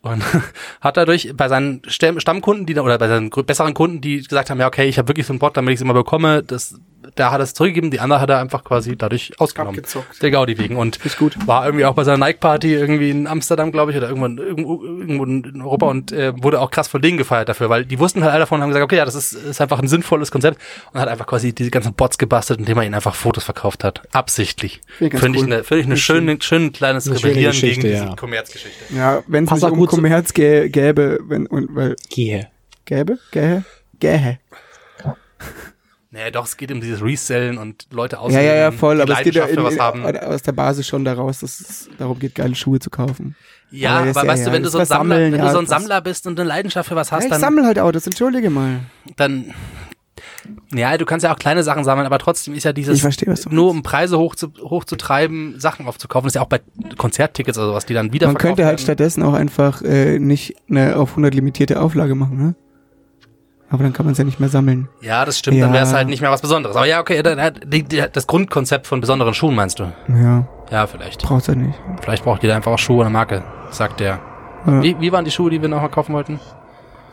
S3: Und hat dadurch bei seinen Stamm- Stammkunden, die da- oder bei seinen grö- besseren Kunden, die gesagt haben, ja, okay, ich habe wirklich so einen Bot, damit ich es immer bekomme, das, da hat er es zurückgegeben, die andere hat er einfach quasi dadurch ausgenommen.
S4: Abgezockt.
S3: Der Gaudi wegen. Und
S4: Ist gut.
S3: war irgendwie auch bei seiner Nike-Party irgendwie in Amsterdam, glaube ich, oder irgendwann irgendwo, irgendwo in Europa und äh, wurde auch krass von denen gefeiert dafür, weil die wussten halt alle davon und haben gesagt, okay, ja, das ist, ist einfach ein sinnvolles Konzept und hat einfach quasi diese ganzen Bots gebastelt, indem er ihnen einfach Fotos verkauft hat. Absichtlich.
S4: Finde ich ganz
S3: Finde ich
S4: cool.
S3: eine, finde ich eine schöne, schöne kleines
S2: Eine schöne
S3: Rebellieren
S2: Geschichte,
S3: gegen diese
S2: ja.
S3: Kommerzgeschichte.
S4: Ja, wenn es
S2: Passt
S4: nicht
S2: auch
S4: um
S2: gut zu-
S4: Kommerz gä gäbe, wenn, und, weil,
S2: Gehe.
S4: gäbe? Gähe? Gähe.
S3: Naja, doch, es geht um dieses Resellen und Leute
S4: Ja,
S3: ausleben,
S4: ja, ja, voll,
S3: Also die
S4: aber es geht ja
S3: Leidenschaft
S4: in,
S3: für was
S4: in, äh,
S3: haben.
S4: aus der Basis schon daraus, dass es darum geht, geile Schuhe zu kaufen.
S3: Ja,
S4: aber das
S3: aber
S4: ist ja-
S3: weißt du,
S4: ja,
S3: wenn du
S4: das
S3: so ein
S4: ist
S3: Sammler,
S4: Sammeln,
S3: wenn
S4: ja,
S3: du so ein
S4: das-
S3: Sammler bist und eine Leidenschaft für was
S4: Ja,
S3: hast,
S4: ich
S3: dann
S4: sammle halt Autos, entschuldige mal.
S3: dann ja, du kannst ja auch kleine Sachen sammeln, aber trotzdem ist ja dieses
S4: Ich verstehe, was du
S3: nur um Preise hoch zu, hochzutreiben, Sachen aufzukaufen, ist ja auch bei Konzerttickets oder sowas, die dann wieder
S4: Man könnte halt stattdessen auch einfach äh, nicht eine auf 100 limitierte Auflage machen, ne? Aber dann kann man es ja nicht mehr sammeln.
S3: Ja, das stimmt,
S4: Ja.
S3: dann wäre es halt nicht mehr was Besonderes. Aber ja, okay, dann, hat- die, die, das Grundkonzept von besonderen Schuhen meinst du?
S4: Ja,
S3: Ja, vielleicht.
S4: braucht er nicht.
S3: Vielleicht braucht jeder einfach auch Schuhe einer Marke, sagt der.
S4: Ja.
S3: Wie, wie waren die Schuhe, die wir nochmal kaufen wollten?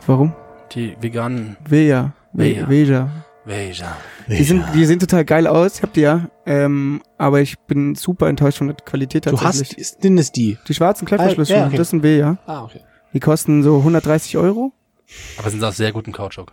S4: Warum?
S3: Die veganen
S4: Veja.
S3: Veja.
S4: Ve- Veja.
S3: Veja.
S4: Die, sind, die sehen total geil aus, ich hab die ja. Ähm, aber ich bin super enttäuscht von der Qualität
S2: Du
S4: tatsächlich.
S2: hast, ist- sind es die?
S4: die schwarzen Klettverschlüsse,
S2: Ah, ja, okay.
S4: das sind Veja.
S2: Ah, okay.
S4: Die kosten so 130 Euro.
S3: Aber sind aus sehr gutem Kautschuk.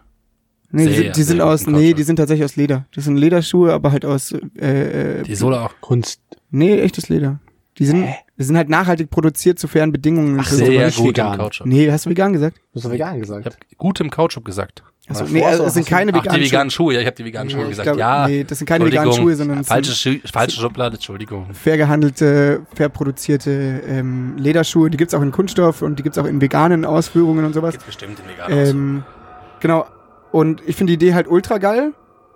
S4: Nee, die
S3: Sehr,
S4: sind, die
S3: sehr
S4: sind
S3: guten
S4: aus,
S3: Kautschuk.
S4: nee, die sind tatsächlich aus Leder. Das sind Lederschuhe, aber halt aus, äh, äh,
S3: Die Sohle auch.
S2: Kunst.
S4: nee, echtes Leder. Die sind, die sind halt nachhaltig produziert zu fairen Bedingungen.
S2: Ach,
S4: Das ist
S2: sehr
S4: aber
S3: Sehr
S2: nicht
S3: gutem
S2: vegan.
S3: Kautschuk.
S4: Nee, hast du vegan gesagt?
S2: Du hast doch vegan
S3: Ich
S2: gesagt.
S3: habe gutem Kautschuk gesagt.
S4: Achso,
S2: Oder
S4: nee,
S2: Forst
S4: also
S2: oder
S4: es sind
S2: was hast
S4: keine
S3: Ach,
S4: veganen
S3: die
S4: Schuhe.
S3: veganen Schuhe. Ja, ich habe die veganen Schuhe
S4: ich
S3: gesagt.
S4: glaub,
S3: ja.
S4: nee, das sind keine veganen
S3: Entschuldigung.
S4: Schuhe, sondern es
S3: falsche,
S4: sind-
S3: Schu falsche Schublade. Entschuldigung.
S4: Fair gehandelte, fair produzierte ähm, Lederschuhe. Die gibt's auch in Kunststoff und die gibt's auch in veganen Ausführungen und sowas.
S3: Geht bestimmt in vegan aus.
S4: Ähm, genau. Und ich finde die Idee halt ultra geil.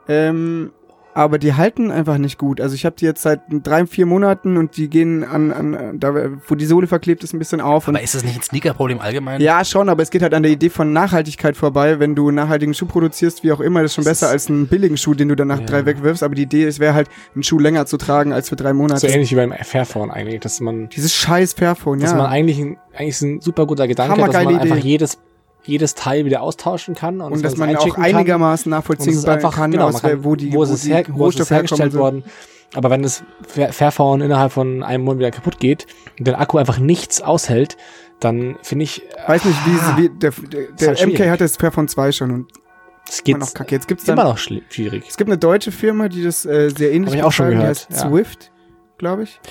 S4: Ähm, aber die halten einfach nicht gut. Also ich habe die jetzt seit drei, vier Monaten und die gehen an, an da, wo die Sohle verklebt ist, ein bisschen auf. Und
S3: Aber ist das nicht ein Sneaker-Problem allgemein?
S4: ja, schon, aber es geht halt an der Idee von Nachhaltigkeit vorbei. Wenn du einen nachhaltigen Schuh produzierst, wie auch immer, das ist schon besser als einen billigen Schuh, den du danach drei wegwirfst. Aber die Idee ist, wäre halt, einen Schuh länger zu tragen als für drei
S2: So
S4: Monate.
S2: ähnlich wie beim Fairphone eigentlich, dass man,
S4: Dieses scheiß Fairphone,
S2: dass
S4: ja.
S2: man eigentlich, ein, eigentlich ist ein super guter Gedanke, dass
S4: Hammergeile
S2: man einfach
S4: Idee.
S2: jedes, jedes Teil wieder austauschen kann und,
S4: und dass man
S2: es
S4: auch
S2: einschicken kann.
S4: einigermaßen
S2: Und es ist
S4: nachvollziehbar
S2: einfach,
S4: kann,
S2: genau,
S4: aus,
S2: man kann,
S4: wo die,
S2: wo, es
S4: wo
S2: ist
S4: die
S2: her, wo es
S4: Rohstoffe
S2: ist hergestellt
S4: herkommen.
S2: worden. Aber wenn das Ver- Verfahren innerhalb von einem Monat wieder kaputt geht und der Akku einfach nichts aushält, dann finde ich, äh,
S4: Weiß nicht, wie, es- wie der, der, der
S2: Ah. halt schwierig.
S4: MK hat das Fairphone 2 schon und
S2: es geht
S4: immer noch kacke. Jetzt gibt's
S2: immer
S4: dann,
S2: noch schli- schwierig.
S4: es gibt eine deutsche Firma, die das äh, sehr ähnlich
S2: ich auch schon
S4: betreibt,
S2: gehört,
S4: die heißt
S2: ja.
S4: Swift, glaube ich.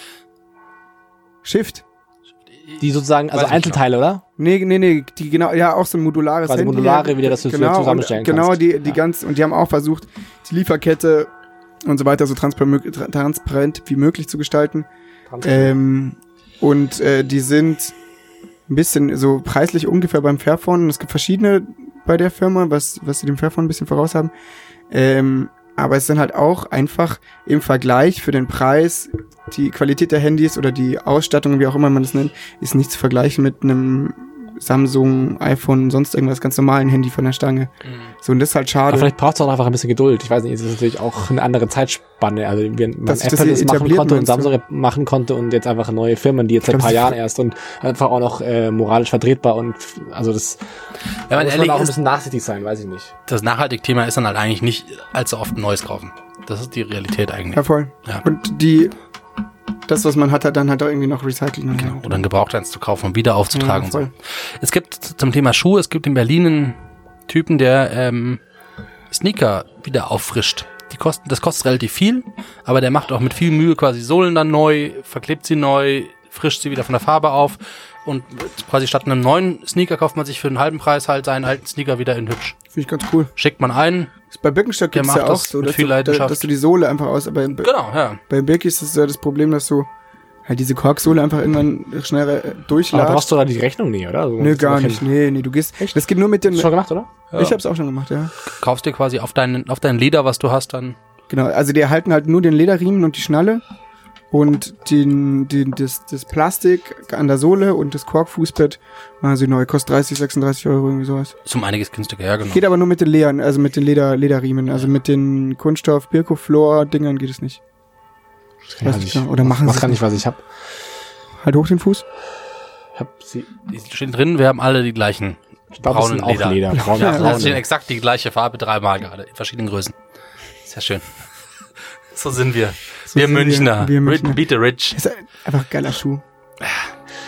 S4: Shift. Äh,
S2: Die sozusagen, also
S3: Weiß ich nicht
S2: Einzelteile, oder?
S4: Nee, nee, nee, die genau, ja, auch so ein modulares
S2: Quasi
S4: Handy.
S2: modulare wieder, dass du es wieder
S4: genau,
S2: zusammenstellen
S4: und, Genau,
S2: kannst.
S4: die, die
S2: Ja.
S4: ganz, und die haben auch versucht, die Lieferkette und so weiter so transparent, transparent wie möglich zu gestalten. Ähm, und äh, die sind ein bisschen so preislich ungefähr beim Fairphone. Und Es gibt verschiedene bei der Firma, was, was sie dem Fairphone ein bisschen voraus haben. Ähm, aber es ist dann halt auch einfach im Vergleich für den Preis, die Qualität der Handys oder die Ausstattung, wie auch immer man das nennt, ist nicht zu vergleichen mit einem Samsung, iPhone, sonst irgendwas ganz normalen Handy von der Stange.
S3: Mhm.
S4: So, und das ist halt
S2: Aber
S4: schade.
S2: vielleicht braucht es auch einfach ein bisschen Geduld. Ich weiß nicht, es ist natürlich auch eine andere Zeitspanne. Also wenn man
S4: Dass sich das
S2: Apple das machen
S4: etabliert,
S2: konnte und
S4: meinst du?
S2: Samsung machen konnte und jetzt einfach neue Firmen, die jetzt seit ein
S4: glaub,
S2: paar
S4: sie-
S2: Jahren erst und einfach auch noch äh, moralisch vertretbar und f- also das
S3: Wenn man
S2: muss man
S3: ehrlich
S2: auch ein
S3: ist,
S2: bisschen nachsichtig sein, weiß ich nicht.
S3: das Nachhaltig-Thema ist dann halt eigentlich nicht allzu oft ein neues kaufen. Das ist die Realität eigentlich.
S4: Ja, voll.
S3: Ja.
S4: Und die, das, was man hat, hat dann halt auch irgendwie noch recyceln. Genau.
S3: Oder ein Gebrauchteins zu kaufen und wieder aufzutragen
S4: Ja,
S3: und
S4: voll.
S3: so. Es gibt z- zum Thema Schuhe, es gibt in Berlin einen Typen, der ähm, Sneaker wieder auffrischt. Die kosten, das kostet relativ viel, aber der macht auch mit viel Mühe quasi Sohlen dann neu, verklebt sie neu, frischt sie wieder von der Farbe auf und quasi statt einem neuen Sneaker kauft man sich für einen halben Preis halt seinen alten Sneaker wieder in hübsch.
S4: Finde ich ganz cool.
S3: Schickt man ein,
S4: Bei Birkenstock
S3: Der
S4: gibt's
S3: macht
S4: ja auch
S3: das
S4: so,
S3: mit
S4: dass,
S3: viel
S4: du, da-
S3: Leidenschaft.
S4: dass du die Sohle einfach aus, aber bei,
S3: genau, ja.
S4: bei Birki ist das ja das Problem, dass du halt diese Korksohle einfach irgendwann schneller äh,
S2: Aber
S4: durchladest.
S2: brauchst du da die Rechnung nie, oder? Also,
S4: Nö,
S2: das
S4: gar
S2: ist
S4: nicht. Nee, nee, du gehst.
S2: Echt?
S4: Das geht nur mit den.
S2: Hast du schon gemacht, oder?
S4: Ich hab's auch schon gemacht, ja.
S3: Kaufst dir quasi auf deinen, auf dein Leder, was du hast, dann
S4: Genau, also die erhalten halt nur den Lederriemen und die Schnalle und den, den, das, das Plastik an der Sohle und das Korkfußbett. Also neu, kostet 30, 36 Euro, irgendwie sowas.
S3: ist um einiges günstiger, ja genau.
S4: Geht aber nur mit den Leeren, also mit den Leder, Lederriemen, also mit den Kunststoff, Birko-Flor-Dingern geht es nicht.
S2: Ich
S4: Weiß nicht genau. Oder machen
S2: was
S4: sie
S2: kann
S4: es
S2: ich, was ich habe.
S4: Halt hoch den Fuß.
S2: Ich hab sie
S3: Die stehen drin, wir haben alle die gleichen
S2: ich glaub, es sind auch Leder. Braune,
S3: Ja,
S2: braune.
S3: das sind exakt die gleiche Farbe dreimal gerade, in verschiedenen Größen. Sehr schön. So sind wir. wir,
S4: sind wir.
S3: Münchner.
S4: Wir Münchner.
S3: Ri- Beat the Rich.
S4: Ist halt einfach ein geiler Schuh. Ah.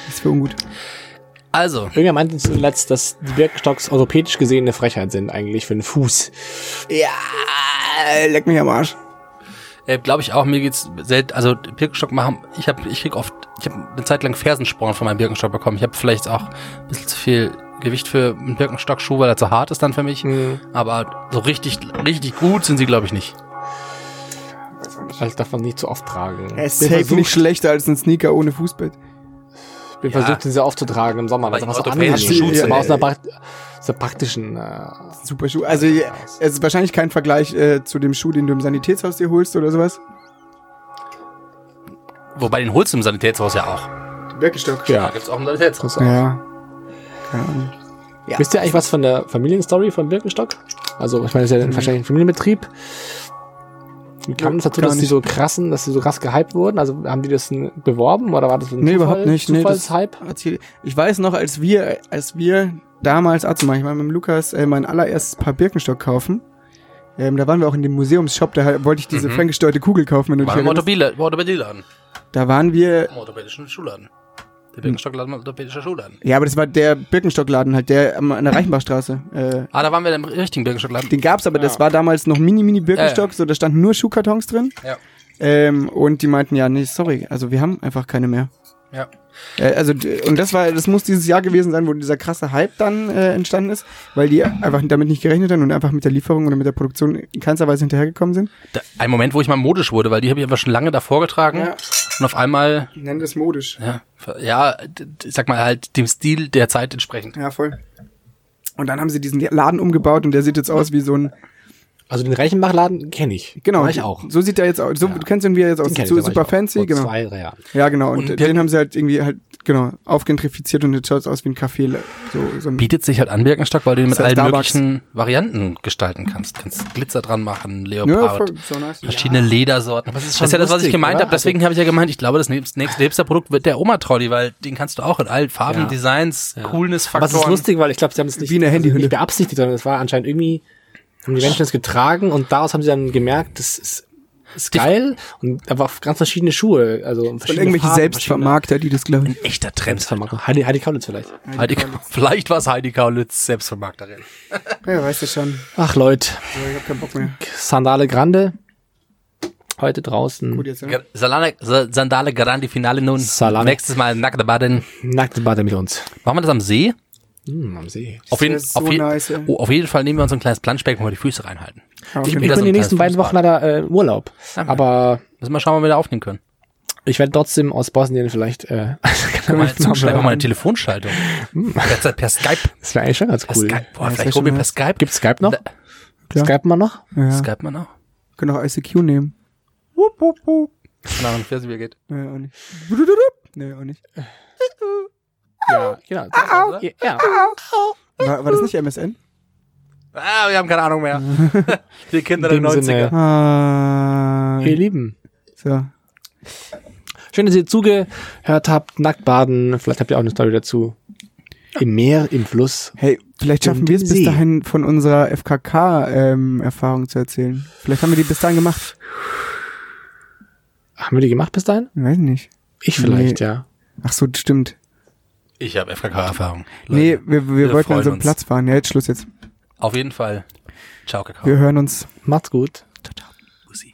S4: Ist für ungut.
S3: Also,
S2: Irgendwer meinte zuletzt, dass die Birkenstocks europäisch gesehen eine Frechheit sind eigentlich für den Fuß.
S4: Äh, leck mich am Arsch.
S3: äh, glaube ich auch, mir geht's selten, also Birkenstock machen, ich habe ich krieg oft, ich habe eine Zeit lang Fersensporn von meinem Birkenstock bekommen. Ich habe vielleicht auch ein bisschen zu viel Gewicht für einen Birkenstock-Schuh, weil er zu hart ist dann für mich.
S2: Mhm.
S4: Hm.
S3: Aber so richtig, richtig gut sind sie, glaube ich, nicht.
S2: Also darf man nicht zu oft tragen.
S4: Er ist safe halt nicht schlechter als ein Sneaker ohne Fußbett.
S2: Ich bin
S3: Ja.
S2: versucht, ihn sehr aufzutragen im Sommer. also weil es
S3: Weil
S2: einfach so
S3: orthopädische
S2: angenehm
S4: Schuhe
S2: ist.
S4: sind,
S2: Aber aus
S4: ey.
S2: einer pra- aus der praktischen. Äh,
S4: Super Schuh. Also ja, es ist wahrscheinlich kein Vergleich äh, zu dem Schuh, den du im Sanitätshaus dir holst oder sowas.
S3: Wobei den holst du im Sanitätshaus ja auch.
S4: Birkenstock.
S3: Da
S2: ja.
S3: gibt's auch im Sanitätshaus.
S4: Ja. Keine Ahnung.
S2: Wisst ihr eigentlich was von der Familienstory von Birkenstock? Also ich meine, das ist ja ein- wahrscheinlich ein Familienbetrieb. Wie kam es dazu,
S4: Mhm. gar
S2: dass die
S4: nicht.
S2: so krassen, dass die so krass gehypt wurden? Also haben die das n- beworben oder war das ein
S4: Nee, überhaupt nicht. Nee, das-
S2: Zufallshype?
S4: erzähl. Ich weiß noch, als wir, als wir damals, also ich war mit dem Lukas äh, mein allererstes Paar Birkenstock kaufen. Ähm, da waren wir auch in dem Museumsshop, da wollte ich diese ferngesteuerte Kugel kaufen, wenn du dich
S3: Mhm. War im
S4: erinnerst.
S3: Orthopädie- Orthopädieladen.
S4: Da waren wir,
S3: Im orthopädischen Schuhladen. Der Birkenstockladen im orthopädischen Schuhladen.
S4: ja, aber das war der Birkenstockladen halt, der am- an der Reichenbachstraße. Äh,
S3: Ah, da waren wir im richtigen Birkenstockladen.
S4: den gab's, aber das war damals noch mini, mini Birkenstock,
S3: Ah, Ja, ja.
S4: so da standen nur Schuhkartons drin.
S3: Ja.
S4: Ähm, und die meinten, ja, nee, sorry, also wir haben einfach keine mehr.
S3: Ja.
S4: Äh, also d- und das war, das muss dieses Jahr gewesen sein, wo dieser krasse Hype dann äh, entstanden ist, weil die einfach damit nicht gerechnet haben und einfach mit der Lieferung oder mit der Produktion in keinster Weise hinterhergekommen sind.
S3: Da, ein Moment, wo ich mal modisch wurde, weil die habe ich aber schon lange davor getragen.
S4: Ja.
S3: Und auf einmal,
S4: Nennen das modisch.
S3: ja, ver- ja, d- d- ich sag mal halt dem Stil der Zeit entsprechend.
S4: Ja, voll. Und dann haben sie diesen Laden umgebaut und der sieht jetzt aus wie so ein
S2: Also den Reichenbachladen kenne ich.
S4: genau.
S2: War ich auch.
S4: So sieht der jetzt aus. So du kennst ihn wie er jetzt aus.
S2: Den kenn ich,
S4: So
S2: da war
S4: super
S2: ich auch.
S4: fancy,
S2: Vor
S4: genau.
S2: Zwei, drei Jahren.
S4: Ja, genau. Und,
S3: Und
S4: den
S3: Birken-
S4: haben sie halt irgendwie halt genau aufgentrifiziert und jetzt schaut's aus wie ein Café. So, so ein
S3: Bietet sich halt an Birkenstock, weil du ihn mit
S4: Ist ja
S3: allen
S4: Starbucks.
S3: möglichen Varianten gestalten kannst. Kannst Glitzer dran machen,
S4: ja,
S3: Leopard,
S4: voll, so nice.
S3: verschiedene Ledersorten.
S2: es ist
S3: das
S2: schon
S3: ist ja das, was ich
S2: lustig,
S3: gemeint
S2: oder?
S3: habe. Deswegen habe ich ja gemeint, ich glaube, das nächste, nächste Hipster-Produkt wird der Oma-Trolley, weil den kannst du auch in allen Farben,
S2: Ja.
S3: Designs,
S2: Aber es ist
S3: Coolness-Faktoren.
S2: lustig, weil ich glaube, sie haben es nicht,
S4: Wie eine Handyhülle.
S2: nicht beabsichtigt, sondern es war anscheinend irgendwie, haben die Menschen es getragen und daraus haben sie dann gemerkt, das ist ist geil und aber auf ganz verschiedene Schuhe, also
S4: Und
S2: verschiedene
S4: irgendwelche
S2: Farben,
S4: Selbstvermarkter, die das glauben.
S3: Ein echter
S2: verschiedene
S3: Trend.
S2: Selbstvermarktung. Heidi, Heidi Kaulitz vielleicht.
S3: Heidi Kaulitz. Vielleicht war es Heidi Kaulitz, Selbstvermarkterin.
S4: Ja, weißt du schon.
S2: Ach Leute,
S4: So, ich hab keinen Bock mehr.
S2: Sandale Grande heute draußen.
S4: Gut, jetzt. Ne?
S3: Ger- Salane, Sa- Sandale Grandi Finale nun.
S2: Salane.
S3: Nächstes Mal nackte Baden.
S2: Nackte Bade mit uns.
S3: Machen wir das am See?
S2: Hm, am See.
S3: Auf jeden,
S4: so
S3: auf, jeden,
S4: nice, ey.
S3: oh, auf jeden Fall nehmen wir uns ein kleines Planschbecken, wo wir die Füße reinhalten.
S4: Ja,
S2: Ich,
S4: Ah, okay.
S2: ich
S3: wieder
S2: bin
S3: so
S2: die
S3: ein
S2: nächsten
S3: kleines
S2: beiden Wochen leider äh, im Urlaub.
S3: Danke.
S2: Aber
S3: Müssen wir schauen, wann wir da aufnehmen können.
S2: ich werde trotzdem aus Bosnien vielleicht. Äh,
S3: Können wir jetzt zuschneiden, machen wir mal eine Telefonschaltung. Derzeit per Skype.
S2: das wäre eigentlich schon ganz
S3: Per
S2: cool.
S3: Skype. Boah,
S4: Hm. Ja, das wär
S3: vielleicht
S4: schon
S3: probieren wir per
S4: nice.
S3: Skype.
S2: Gibt Skype noch?
S3: Da-
S4: Klar.
S2: Skype mal noch?
S4: Ja, ja.
S3: Skype man auch.
S4: Können auch ICQ nehmen. Wupp, wupp, wupp.
S3: Keine Ahnung, wie es mir geht.
S4: Nee, auch nicht. Brudududup. Nee, auch nicht.
S2: Ja, genau.
S3: Also,
S2: Ja, ja.
S4: War, war das nicht MSN?
S3: Ah, wir haben keine Ahnung mehr. Die Kinder der
S2: In dem
S3: 90er.
S2: Sinne.
S4: Ah,
S2: Ihr Lieben.
S4: so.
S2: Schön, dass ihr zugehört habt. Nackt baden. Vielleicht habt ihr auch eine Story dazu. Im Meer, im Fluss.
S4: Hey, vielleicht schaffen
S2: Und
S4: wir es bis
S2: sie.
S4: dahin von unserer FKK-Erfahrung ähm, zu erzählen. Vielleicht haben wir die bis dahin gemacht.
S2: Haben wir die gemacht bis dahin?
S4: Ich weiß nicht.
S2: Ich vielleicht, ja.
S4: Ach so, stimmt.
S3: Ich habe FKK-Erfahrung.
S4: Nee, wir, wir,
S3: wir
S4: wollten an
S3: freuen
S4: so einen
S3: uns.
S4: Platz fahren. Ja, jetzt Schluss jetzt.
S3: Auf jeden Fall. Ciao, Kakao.
S4: Wir hören uns.
S2: Macht's gut.
S3: Ciao, ciao. Bussi.